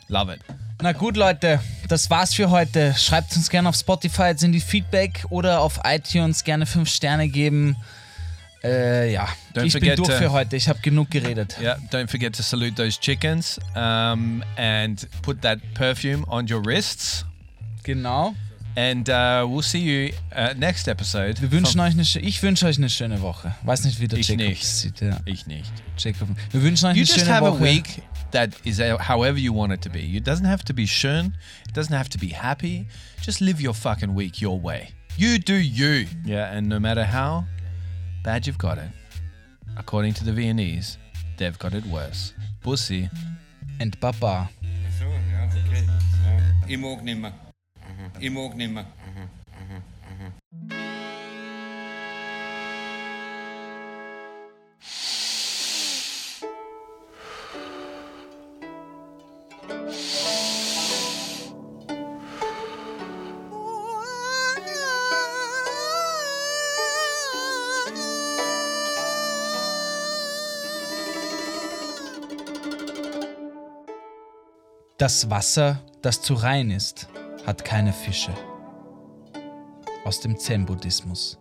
[SPEAKER 4] Love it.
[SPEAKER 1] Na gut, Leute, das war's für heute. Schreibt uns gerne auf Spotify jetzt in die Feedback oder auf iTunes gerne 5 Sterne geben. Äh, ja,
[SPEAKER 4] Don't
[SPEAKER 1] ich bin
[SPEAKER 4] forget,
[SPEAKER 1] durch
[SPEAKER 4] äh,
[SPEAKER 1] für heute. Ich habe genug geredet.
[SPEAKER 4] Yeah. Don't forget to salute those chickens um, and put that perfume on your wrists.
[SPEAKER 1] Genau.
[SPEAKER 4] And uh, we'll see you uh, next episode.
[SPEAKER 1] Wir wünschen euch eine, schö- ich wünsche euch eine schöne Woche. Weiß nicht, wie der
[SPEAKER 4] Ich
[SPEAKER 1] Jacob
[SPEAKER 4] nicht.
[SPEAKER 1] das sieht. Ja.
[SPEAKER 4] Ich nicht.
[SPEAKER 1] Jacob. Wir wünschen euch
[SPEAKER 4] you
[SPEAKER 1] eine
[SPEAKER 4] just
[SPEAKER 1] schöne
[SPEAKER 4] have
[SPEAKER 1] Woche.
[SPEAKER 4] a week that is uh, however you want it to be. It doesn't have to be schön. It doesn't have to be happy. Just live your fucking week your way. You do you. Yeah, and no matter how bad you've got it, according to the Viennese, they've got it worse. Pussy.
[SPEAKER 1] And Baba.
[SPEAKER 2] So, ja, okay. Ja. Ich mag nicht mehr. Ich mag nicht mehr.
[SPEAKER 1] Das Wasser, das zu rein ist, hat keine Fische. Aus dem Zen-Buddhismus.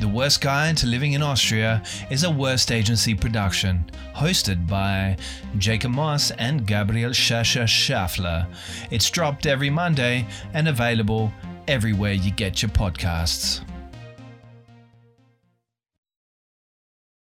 [SPEAKER 4] The Worst Guide to Living in Austria is a Worst Agency production, hosted by Jacob Moss and Gabriel Schascher Schaffler. It's dropped every Monday and available everywhere you get your podcasts.